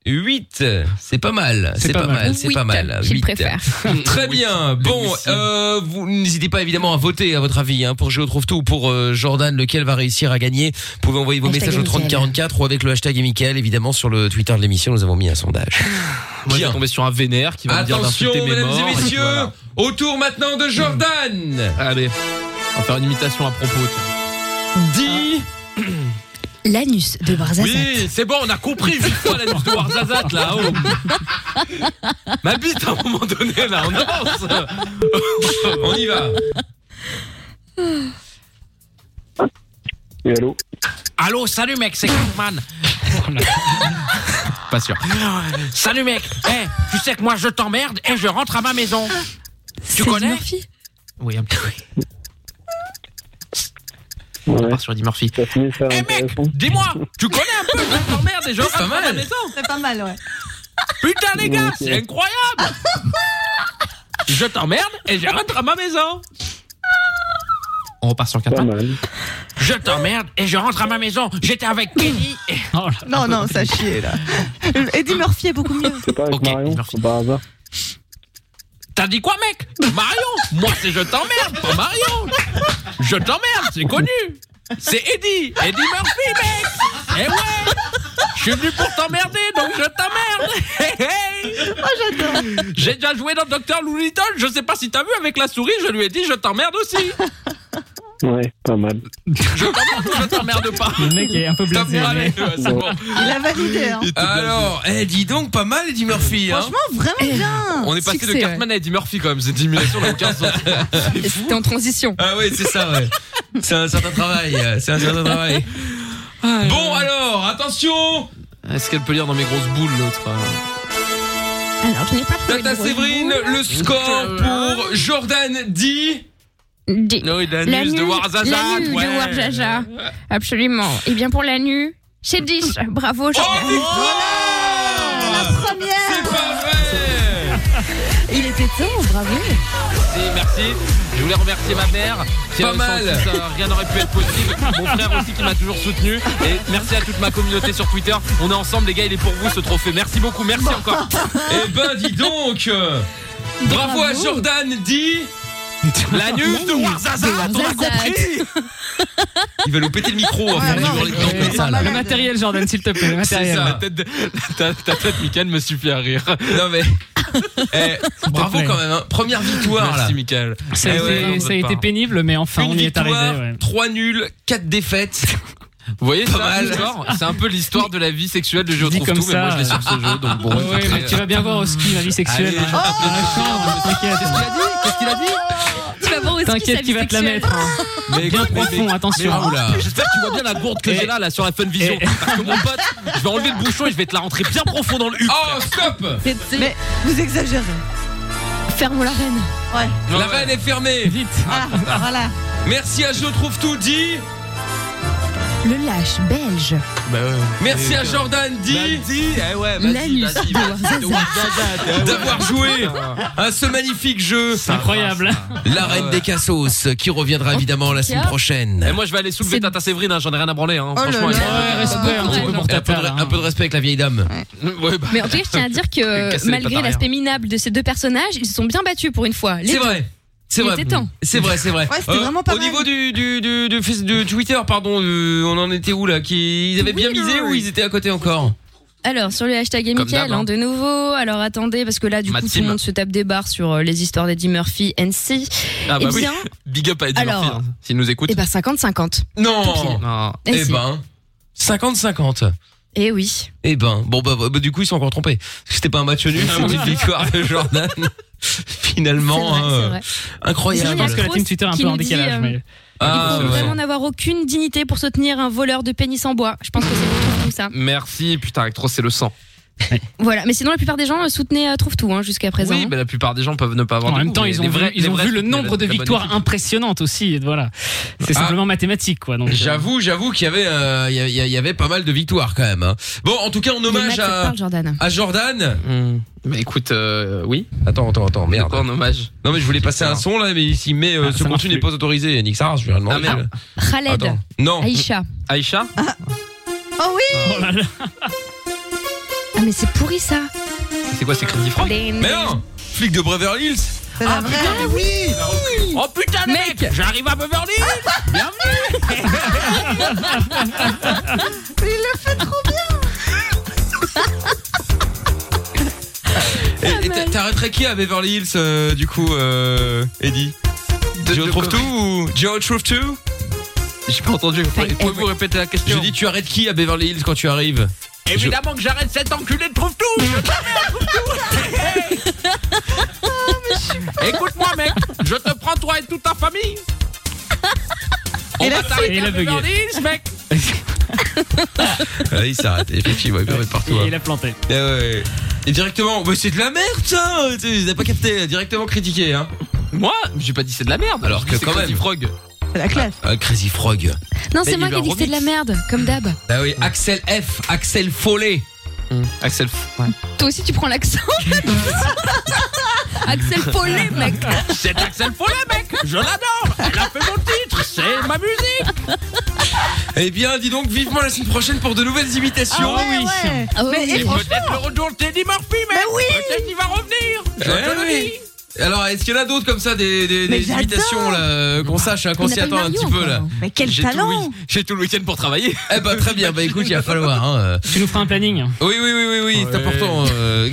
Speaker 3: 8, c'est pas mal, c'est pas, mal, c'est pas mal.
Speaker 4: Huit,
Speaker 3: Huit.
Speaker 4: S'il préfère.
Speaker 3: Très bien. Bon, euh, vous n'hésitez pas évidemment à voter à votre avis hein, pour Je trouve tout ou pour euh, Jordan lequel va réussir à gagner. Vous pouvez envoyer vos
Speaker 2: Hashtag
Speaker 3: messages au 30
Speaker 2: Mickaël.
Speaker 3: 44 ou avec le hashtag et Mickaël, évidemment sur le Twitter de l'émission, nous avons mis un sondage.
Speaker 2: Moi, j'ai tombé sur un vénère qui va me dire
Speaker 3: Attention,
Speaker 2: d'insulter mes
Speaker 3: mesdames
Speaker 2: morts.
Speaker 3: et messieurs,
Speaker 2: voilà. Mmh.
Speaker 3: autour maintenant de Jordan.
Speaker 2: Allez, on va faire une imitation à propos.
Speaker 3: Dis
Speaker 14: L'anus de Barzazat.
Speaker 2: Oui, c'est bon, on a compris huit fois la nuit de Warzazat là. oh. Ma bite à un moment donné là, on avance.
Speaker 3: on y va.
Speaker 12: Et allô
Speaker 2: Allô, salut mec, c'est Carman. Pas
Speaker 5: Ah,
Speaker 2: sûr. Salut mec, Eh, tu sais que moi je t'emmerde et je rentre à ma maison. Tu connais Oui, un petit peu. On part sur Eddie Murphy. Eh mec, dis-moi, tu connais un peu je t'emmerde et je rentre à ma maison.
Speaker 7: C'est pas mal, ouais.
Speaker 2: Putain les gars,
Speaker 7: Ok.
Speaker 2: c'est incroyable Je t'emmerde et je rentre à ma maison. On repart sur hein. Carman. Je t'emmerde et je rentre à ma maison. J'étais avec Kenny.
Speaker 7: Non, non, ça chier là. Eddie Murphy est beaucoup mieux.
Speaker 12: C'est pas avec Marion, par hasard.
Speaker 2: T'as dit quoi, mec Marion Moi, c'est je t'emmerde, pas Marion Je t'emmerde, c'est connu C'est Eddie Eddie Murphy, mec Eh ouais Je suis venu pour t'emmerder, donc je t'emmerde J'ai déjà joué dans Docteur Lou Little, je sais pas si t'as vu avec la souris, je lui ai dit je t'emmerde aussi
Speaker 12: Ah. Ouais, pas mal.
Speaker 2: Je t'emmerde ou je t'emmerde pas
Speaker 5: Le mec est un peu
Speaker 2: blasé.
Speaker 7: Il a validé. Hein.
Speaker 3: Alors, eh, dis donc, pas mal Eddie Murphy. hein.
Speaker 7: Franchement, vraiment bien.
Speaker 2: On est passé de Cartman à Eddie Murphy quand même, cette diminution là, 15
Speaker 4: C'était en transition.
Speaker 3: Ah oui, c'est ça, ouais. C'est un certain travail, euh, c'est un certain travail. Bon alors, attention
Speaker 2: Est-ce qu'elle peut lire dans mes grosses boules l'autre
Speaker 4: Alors je n'ai pas trouvé
Speaker 3: Tata
Speaker 4: de grosse
Speaker 3: Séverine,
Speaker 4: boule.
Speaker 3: le score pour Jordan dit...
Speaker 4: Non, L'anus l'anus de Warzaza. Absolument. Et bien pour l'anus, c'est 10. Bravo,
Speaker 2: Oh,
Speaker 4: Jordan.
Speaker 7: La première. C'est
Speaker 3: pas
Speaker 14: vrai. Il était temps, bravo.
Speaker 2: Merci, merci. Je voulais remercier ma mère. qui,
Speaker 3: Pas
Speaker 2: euh, sans
Speaker 3: mal.
Speaker 2: qui ça, rien n'aurait pu être possible. Mon frère aussi qui m'a toujours soutenu. Et merci à toute ma communauté sur Twitter. On est ensemble, les gars. Il est pour vous ce trophée. Merci beaucoup. Merci encore.
Speaker 3: Eh ben, dis donc euh, Bravo, à
Speaker 2: Bravo.
Speaker 3: Jordan dit...
Speaker 2: L'anus de Warzaza,
Speaker 3: on a compris Il va nous péter le micro en faisant hurler dedans comme ça, là.
Speaker 5: Le matériel, Jordan, s'il te plaît. Le
Speaker 2: C'est
Speaker 5: matériel.
Speaker 2: ça. tête de- ta, ta tête, Mickaël, me suffit à rire.
Speaker 3: Non mais. bravo quand même, hein. première victoire là.
Speaker 2: Merci, Mickaël.
Speaker 5: Ça a,
Speaker 2: Eh ouais,
Speaker 5: été,
Speaker 2: on
Speaker 5: ça a
Speaker 2: peut
Speaker 5: été
Speaker 2: pas.
Speaker 5: pénible, mais enfin, on y est arrivé.
Speaker 3: Victoire,
Speaker 5: ouais.
Speaker 3: 3 nuls, 4 défaites.
Speaker 2: Vous voyez,
Speaker 3: Pas
Speaker 2: ça,
Speaker 3: mal.
Speaker 2: l'histoire, c'est un peu l'histoire de la vie sexuelle de Je
Speaker 5: Dit
Speaker 2: trouve tout,
Speaker 5: comme
Speaker 2: mais moi
Speaker 5: ça,
Speaker 2: je l'ai sur ce jeu, donc bon.
Speaker 5: Ouais, ouais, mais tu vas bien voir au ski la vie sexuelle.
Speaker 2: Allez,
Speaker 5: hein.
Speaker 2: je tape
Speaker 5: Dans la chambre, t'inquiète.
Speaker 2: Qu'est-ce qu'il a dit
Speaker 4: Tu vas voir aussi
Speaker 5: T'inquiète, qui va te la mettre. hein.
Speaker 2: Mais
Speaker 5: Bien
Speaker 2: écoute, mais-
Speaker 5: profond,
Speaker 2: mais-
Speaker 5: attention.
Speaker 2: Ah,
Speaker 5: Eh,
Speaker 2: mais oula. J'espère que tu vois bien la gourde que j'ai là, là, sur la Fun Vision. Parce que mon pote, je vais enlever le bouchon et je vais te la rentrer bien profond dans le huc.
Speaker 3: Oh, stop
Speaker 7: Mais vous exagérez.
Speaker 4: Ferme la reine.
Speaker 7: Ouais.
Speaker 3: La vanne est fermée.
Speaker 5: Vite.
Speaker 7: Ah, voilà.
Speaker 3: Merci à Je trouve tout dit.
Speaker 15: Le lâche belge.
Speaker 2: Merci à Jordan
Speaker 15: Bah,
Speaker 2: D.
Speaker 15: Eh vas-y, L'anus vas-y, de vas-y, Warzazat.
Speaker 2: Warzazat, d'avoir joué à ce magnifique jeu. C'est
Speaker 5: incroyable.
Speaker 2: La reine des cassos euh, qui reviendra évidemment la semaine prochaine.
Speaker 6: Et moi, je vais aller soulever Tata Séverine, hein, j'en ai rien à branler.
Speaker 2: Oh
Speaker 6: Hein,
Speaker 2: là
Speaker 6: franchement,
Speaker 2: là.
Speaker 6: elle- un petit peu pour
Speaker 2: Elle a un peu de- un peu de respect avec la vieille dame.
Speaker 6: Ouais, bah.
Speaker 4: Mais en tout cas, je tiens à dire
Speaker 2: Casser les
Speaker 4: que
Speaker 2: pattes
Speaker 4: malgré
Speaker 2: arrière.
Speaker 4: l'aspect minable de ces deux personnages, ils se sont bien battus pour une fois. Les
Speaker 2: C'est
Speaker 4: deux.
Speaker 2: vrai. C'est
Speaker 4: Il
Speaker 2: vrai.
Speaker 4: était temps.
Speaker 2: C'est vrai, c'est vrai. Euh,
Speaker 4: Ouais, c'était vraiment pas
Speaker 2: au
Speaker 4: mal.
Speaker 2: niveau du, du, du, du, fils- de Twitter, pardon, euh, on en était où là qui, Ils avaient bien misé ou ils étaient à côté encore
Speaker 4: Alors sur le hashtag et
Speaker 2: Comme
Speaker 4: Mickaël,
Speaker 2: d'hab, hein.
Speaker 4: hein, de nouveau. Alors attendez parce que là du
Speaker 2: Ma
Speaker 4: coup tout
Speaker 2: team.
Speaker 4: le monde se tape des barres sur euh, les histoires d'Eddie Murphy NC.
Speaker 2: Ah, bah
Speaker 4: eh bien,
Speaker 6: Big up à Eddie
Speaker 4: Alors-
Speaker 6: Murphy, hein, s'il nous écoute.
Speaker 4: eh ben 50-50. Tout pile.
Speaker 6: Non.
Speaker 4: Eh Eh si.
Speaker 2: ben. 50-50.
Speaker 4: Eh oui.
Speaker 2: Eh ben, bon bah, bah, du coup ils sont encore trompés. C'était pas un match nul,
Speaker 5: Ah
Speaker 2: c'était une
Speaker 5: oui.
Speaker 2: victoire de Jordan. Finalement,
Speaker 4: C'est vrai,
Speaker 2: hein,
Speaker 4: c'est vrai.
Speaker 2: incroyable.
Speaker 4: Sinon, il y a Proust qui nous dit, euh,
Speaker 2: Ah,
Speaker 4: Il
Speaker 2: c'est
Speaker 4: faut
Speaker 2: vrai.
Speaker 4: vraiment n'avoir aucune dignité pour soutenir un voleur de pénis en bois. Je pense que c'est pour tout ça.
Speaker 6: Merci, putain, avec trop, c'est le sang.
Speaker 4: Voilà, mais sinon la plupart des gens euh, soutenaient euh, trouve tout hein, jusqu'à présent.
Speaker 6: Oui, bah, la plupart des gens peuvent ne pas avoir
Speaker 5: En
Speaker 6: de
Speaker 5: même
Speaker 6: goût,
Speaker 5: temps,
Speaker 6: mais
Speaker 5: ils ont
Speaker 6: les
Speaker 5: vu,
Speaker 6: vrais-
Speaker 5: ils
Speaker 6: les
Speaker 5: ont
Speaker 6: vrais
Speaker 5: vu le
Speaker 6: soutenent la-
Speaker 5: nombre de
Speaker 6: la bonne
Speaker 5: victoires
Speaker 6: équipe.
Speaker 5: impressionnantes aussi. et Voilà. C'est
Speaker 2: Ah.
Speaker 5: simplement mathématique, quoi. Donc, euh,
Speaker 2: J'avoue, j'avoue qu'il y avait, euh, il y a- il y, a- il y avait pas mal de victoires quand même. hein. Bon, en tout cas, en hommage
Speaker 4: Max, ça te
Speaker 2: à,
Speaker 4: parle, Jordan.
Speaker 2: à Jordan.
Speaker 6: Bah écoute, euh, oui.
Speaker 2: Attends, attends, attends, merde.
Speaker 6: Encore un hommage.
Speaker 2: Non mais je voulais passer un son là, mais ici, mais euh, ce contenu n'est pas autorisé. Nick Sarah, je vais demander.
Speaker 6: Ah, merde.
Speaker 4: Khaled.
Speaker 2: Attends. Non.
Speaker 4: Aïcha.
Speaker 6: Aïcha
Speaker 4: Oh oui Ah mais c'est pourri ça
Speaker 6: C'est quoi, c'est Crazy Frog
Speaker 4: Mais
Speaker 2: non Flic de Beverly Hills
Speaker 6: Ah putain, mais oui
Speaker 2: Ah
Speaker 6: Oh putain, le mec, J'arrive à Beverly Hills Bienvenue
Speaker 15: Il le fait trop bien.
Speaker 2: Et, et t'a- t'arrêterais qui à Beverly Hills euh, du coup, euh, Eddie Joe trouve tout ou Joe trouve tout
Speaker 6: J'ai pas entendu. Pouvez-vous répéter la question
Speaker 2: Je dis, tu arrêtes qui à Beverly Hills quand tu arrives
Speaker 6: Évidemment que j'arrête cet enculé de trouve tout Écoute-moi, mec, je te prends toi et toute ta famille. On va t'arrêter à Beverly Hills, mec.
Speaker 2: Ah, il s'arrête, effectivement, il permet partout.
Speaker 5: il a planté.
Speaker 2: Et, ouais. Et directement, bah, c'est de la merde ça Tu sais, Vous avez pas capté, directement critiqué. Hein.
Speaker 6: Moi, j'ai pas dit c'est de la merde.
Speaker 2: Alors que quand même.
Speaker 6: Frog.
Speaker 3: La classe.
Speaker 2: Ah, Crazy Frog.
Speaker 4: Non,
Speaker 2: Mais
Speaker 4: c'est moi
Speaker 2: il
Speaker 4: qui
Speaker 2: lui
Speaker 4: ai dit
Speaker 2: a
Speaker 4: que c'était de la merde, comme d'hab.
Speaker 2: Bah oui, Axel F, Axel Follet.
Speaker 6: Mmh, Axel ouais.
Speaker 4: Toi aussi tu prends l'accent Axel Follet, mec
Speaker 6: C'est Axel Follet, mec Je l'adore Elle a fait mon titre C'est ma musique
Speaker 2: Eh bien, dis donc vivement la semaine prochaine pour de nouvelles imitations. Eh
Speaker 6: Ah ouais, Oui. ouais. Ah ouais, Et franchement. peut-être le retour de Teddy Murphy, mec
Speaker 4: Bah
Speaker 2: oui.
Speaker 6: Peut-être il va revenir
Speaker 2: Eh
Speaker 6: Je te le
Speaker 2: oui.
Speaker 6: dis.
Speaker 2: Alors, est-ce qu'il y en a d'autres comme ça, des, des-
Speaker 6: Mais
Speaker 2: des
Speaker 6: j'adore.
Speaker 2: imitations là, euh, qu'on sache, hein, qu'on
Speaker 6: On
Speaker 2: s'y
Speaker 6: appelle
Speaker 2: attend un
Speaker 6: Mario
Speaker 2: petit peu
Speaker 6: encore.
Speaker 2: là
Speaker 6: Mais quel J'ai tout le talent. week- J'ai tout le week-end pour travailler.
Speaker 2: Eh bah très bien, bah écoute, il va falloir. hein, euh.
Speaker 5: Tu nous feras un planning.
Speaker 2: Oui, oui, oui, oui, oui, c'est important. euh.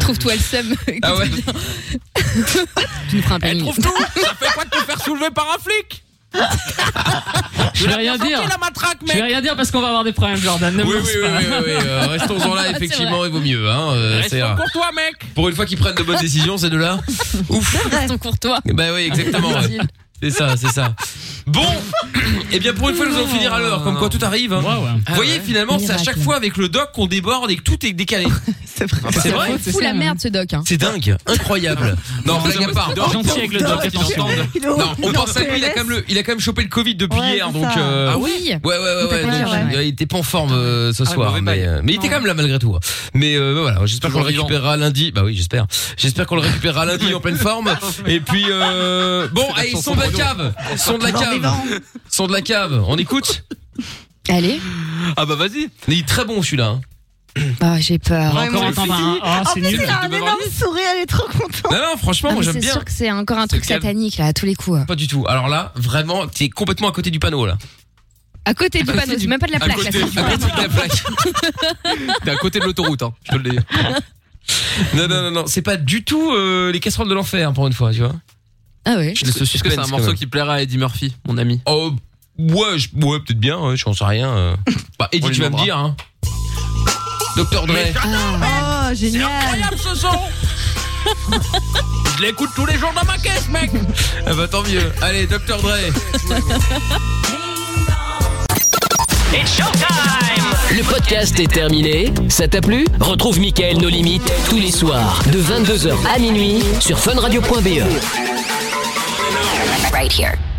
Speaker 4: Trouve-toi le seum.
Speaker 2: Ah ouais.
Speaker 4: Tu nous feras un planning.
Speaker 6: Trouve tout Ça fait quoi de te faire soulever par un flic
Speaker 5: Je vais rien
Speaker 6: bien
Speaker 5: dire.
Speaker 6: senti, la matraque,
Speaker 5: Je vais rien dire parce qu'on va avoir des problèmes, Jordan. Ne
Speaker 2: Oui, oui,
Speaker 5: pense
Speaker 2: oui, oui,
Speaker 5: pas. Ah,
Speaker 2: oui, oui, euh, restons-en là, effectivement, il vaut mieux. Hein, euh, c'est
Speaker 6: Restons
Speaker 2: rare.
Speaker 6: courtois, mec
Speaker 2: Pour une fois qu'ils prennent de bonnes décisions, ces deux-là. Ouf
Speaker 4: Restons courtois.
Speaker 2: Bah oui, exactement. ouais. C'est ça, c'est ça. Bon, et bien pour une fois, nous allons finir à l'heure, comme quoi tout arrive. hein. Vous voyez, finalement, c'est à chaque fois avec le doc qu'on déborde et que tout est décalé. c'est vrai. Ah, bah, C'est vrai.
Speaker 4: Fou la merde ce doc. hein.
Speaker 2: C'est dingue, incroyable. Non,
Speaker 5: Nous
Speaker 2: blague à
Speaker 5: sommes
Speaker 2: part.
Speaker 5: gentil
Speaker 2: Non,
Speaker 5: avec le
Speaker 2: non,
Speaker 5: doc,
Speaker 2: qu'il
Speaker 5: attention.
Speaker 2: entende.
Speaker 5: Il est
Speaker 2: Non,
Speaker 5: horrible.
Speaker 2: on pense à
Speaker 5: Il est
Speaker 2: lui, il a
Speaker 5: PLS.
Speaker 2: quand même, le- il a quand même chopé le Covid depuis
Speaker 5: Ouais,
Speaker 2: hier,
Speaker 5: c'est
Speaker 2: donc.
Speaker 5: ça.
Speaker 2: euh,
Speaker 5: Ah oui
Speaker 2: Ouais, ouais, ouais, ouais,
Speaker 5: pas
Speaker 2: donc,
Speaker 5: dit,
Speaker 2: il- il était pas en forme euh, ce
Speaker 6: Ah,
Speaker 2: soir,
Speaker 6: mauvais
Speaker 2: mais,
Speaker 6: bail.
Speaker 2: euh, mais il était quand même là malgré tout. Mais euh, voilà, j'espère qu'on
Speaker 6: Toujours
Speaker 2: le
Speaker 6: vivant.
Speaker 2: récupérera lundi. Bah oui, j'espère. J'espère qu'on le récupérera lundi en pleine forme. Et puis euh, bon,
Speaker 6: C'est la
Speaker 2: allez,
Speaker 6: chanson
Speaker 2: son de la
Speaker 6: de
Speaker 2: cave,
Speaker 6: Renaud.
Speaker 2: son de la
Speaker 6: Toujours
Speaker 2: cave,
Speaker 6: vivant.
Speaker 2: son de la cave. On écoute.
Speaker 4: Allez.
Speaker 2: Ah bah vas-y. Il est très bon celui-là. hein.
Speaker 4: Ah, j'ai peur.
Speaker 2: On va encore entendre un- Ah, c'est
Speaker 3: en plus,
Speaker 2: nul.
Speaker 3: il a un énorme sourire, elle est trop contente.
Speaker 2: Non, non, franchement,
Speaker 4: Ah,
Speaker 2: moi
Speaker 4: mais
Speaker 2: j'aime
Speaker 4: C'est
Speaker 2: bien.
Speaker 4: sûr que c'est encore un truc
Speaker 2: calme.
Speaker 4: satanique là, à tous les coups.
Speaker 2: Pas du tout. Alors là, vraiment, t'es complètement à côté du panneau là.
Speaker 4: À côté du panneau, c'est même pas de la
Speaker 2: À
Speaker 4: plaque. là,
Speaker 2: côté-
Speaker 4: c'est du
Speaker 2: à
Speaker 4: panneau.
Speaker 2: côté de la plaque. T'es à côté de l'autoroute, hein, je te le dis. Non, non, non, non, c'est pas du tout euh, les casseroles de l'enfer pour une fois, tu vois.
Speaker 4: Ah ouais.
Speaker 2: Je laisse le
Speaker 6: Est-ce que
Speaker 2: suspense,
Speaker 6: c'est un
Speaker 2: quand
Speaker 6: morceau
Speaker 2: même.
Speaker 6: qui plaira à Eddie Murphy, mon ami
Speaker 2: Oh, ouais, je- ouais peut-être bien, ouais, je n'en sais rien. euh. Bah,
Speaker 6: On
Speaker 2: Eddie,
Speaker 6: lui
Speaker 2: tu vas me
Speaker 6: demandera.
Speaker 2: dire, hein. Docteur Dre.
Speaker 3: Oh, génial.
Speaker 6: incroyable ce son Je l'écoute tous les jours dans ma caisse, mec
Speaker 2: Ah bah tant mieux. Allez, Docteur Dre.
Speaker 1: Le podcast est terminé. Ça t'a plu Retrouve Mickaël Nos Limites tous les soirs E. de 22h à minuit sur funradio.be.
Speaker 10: Right here.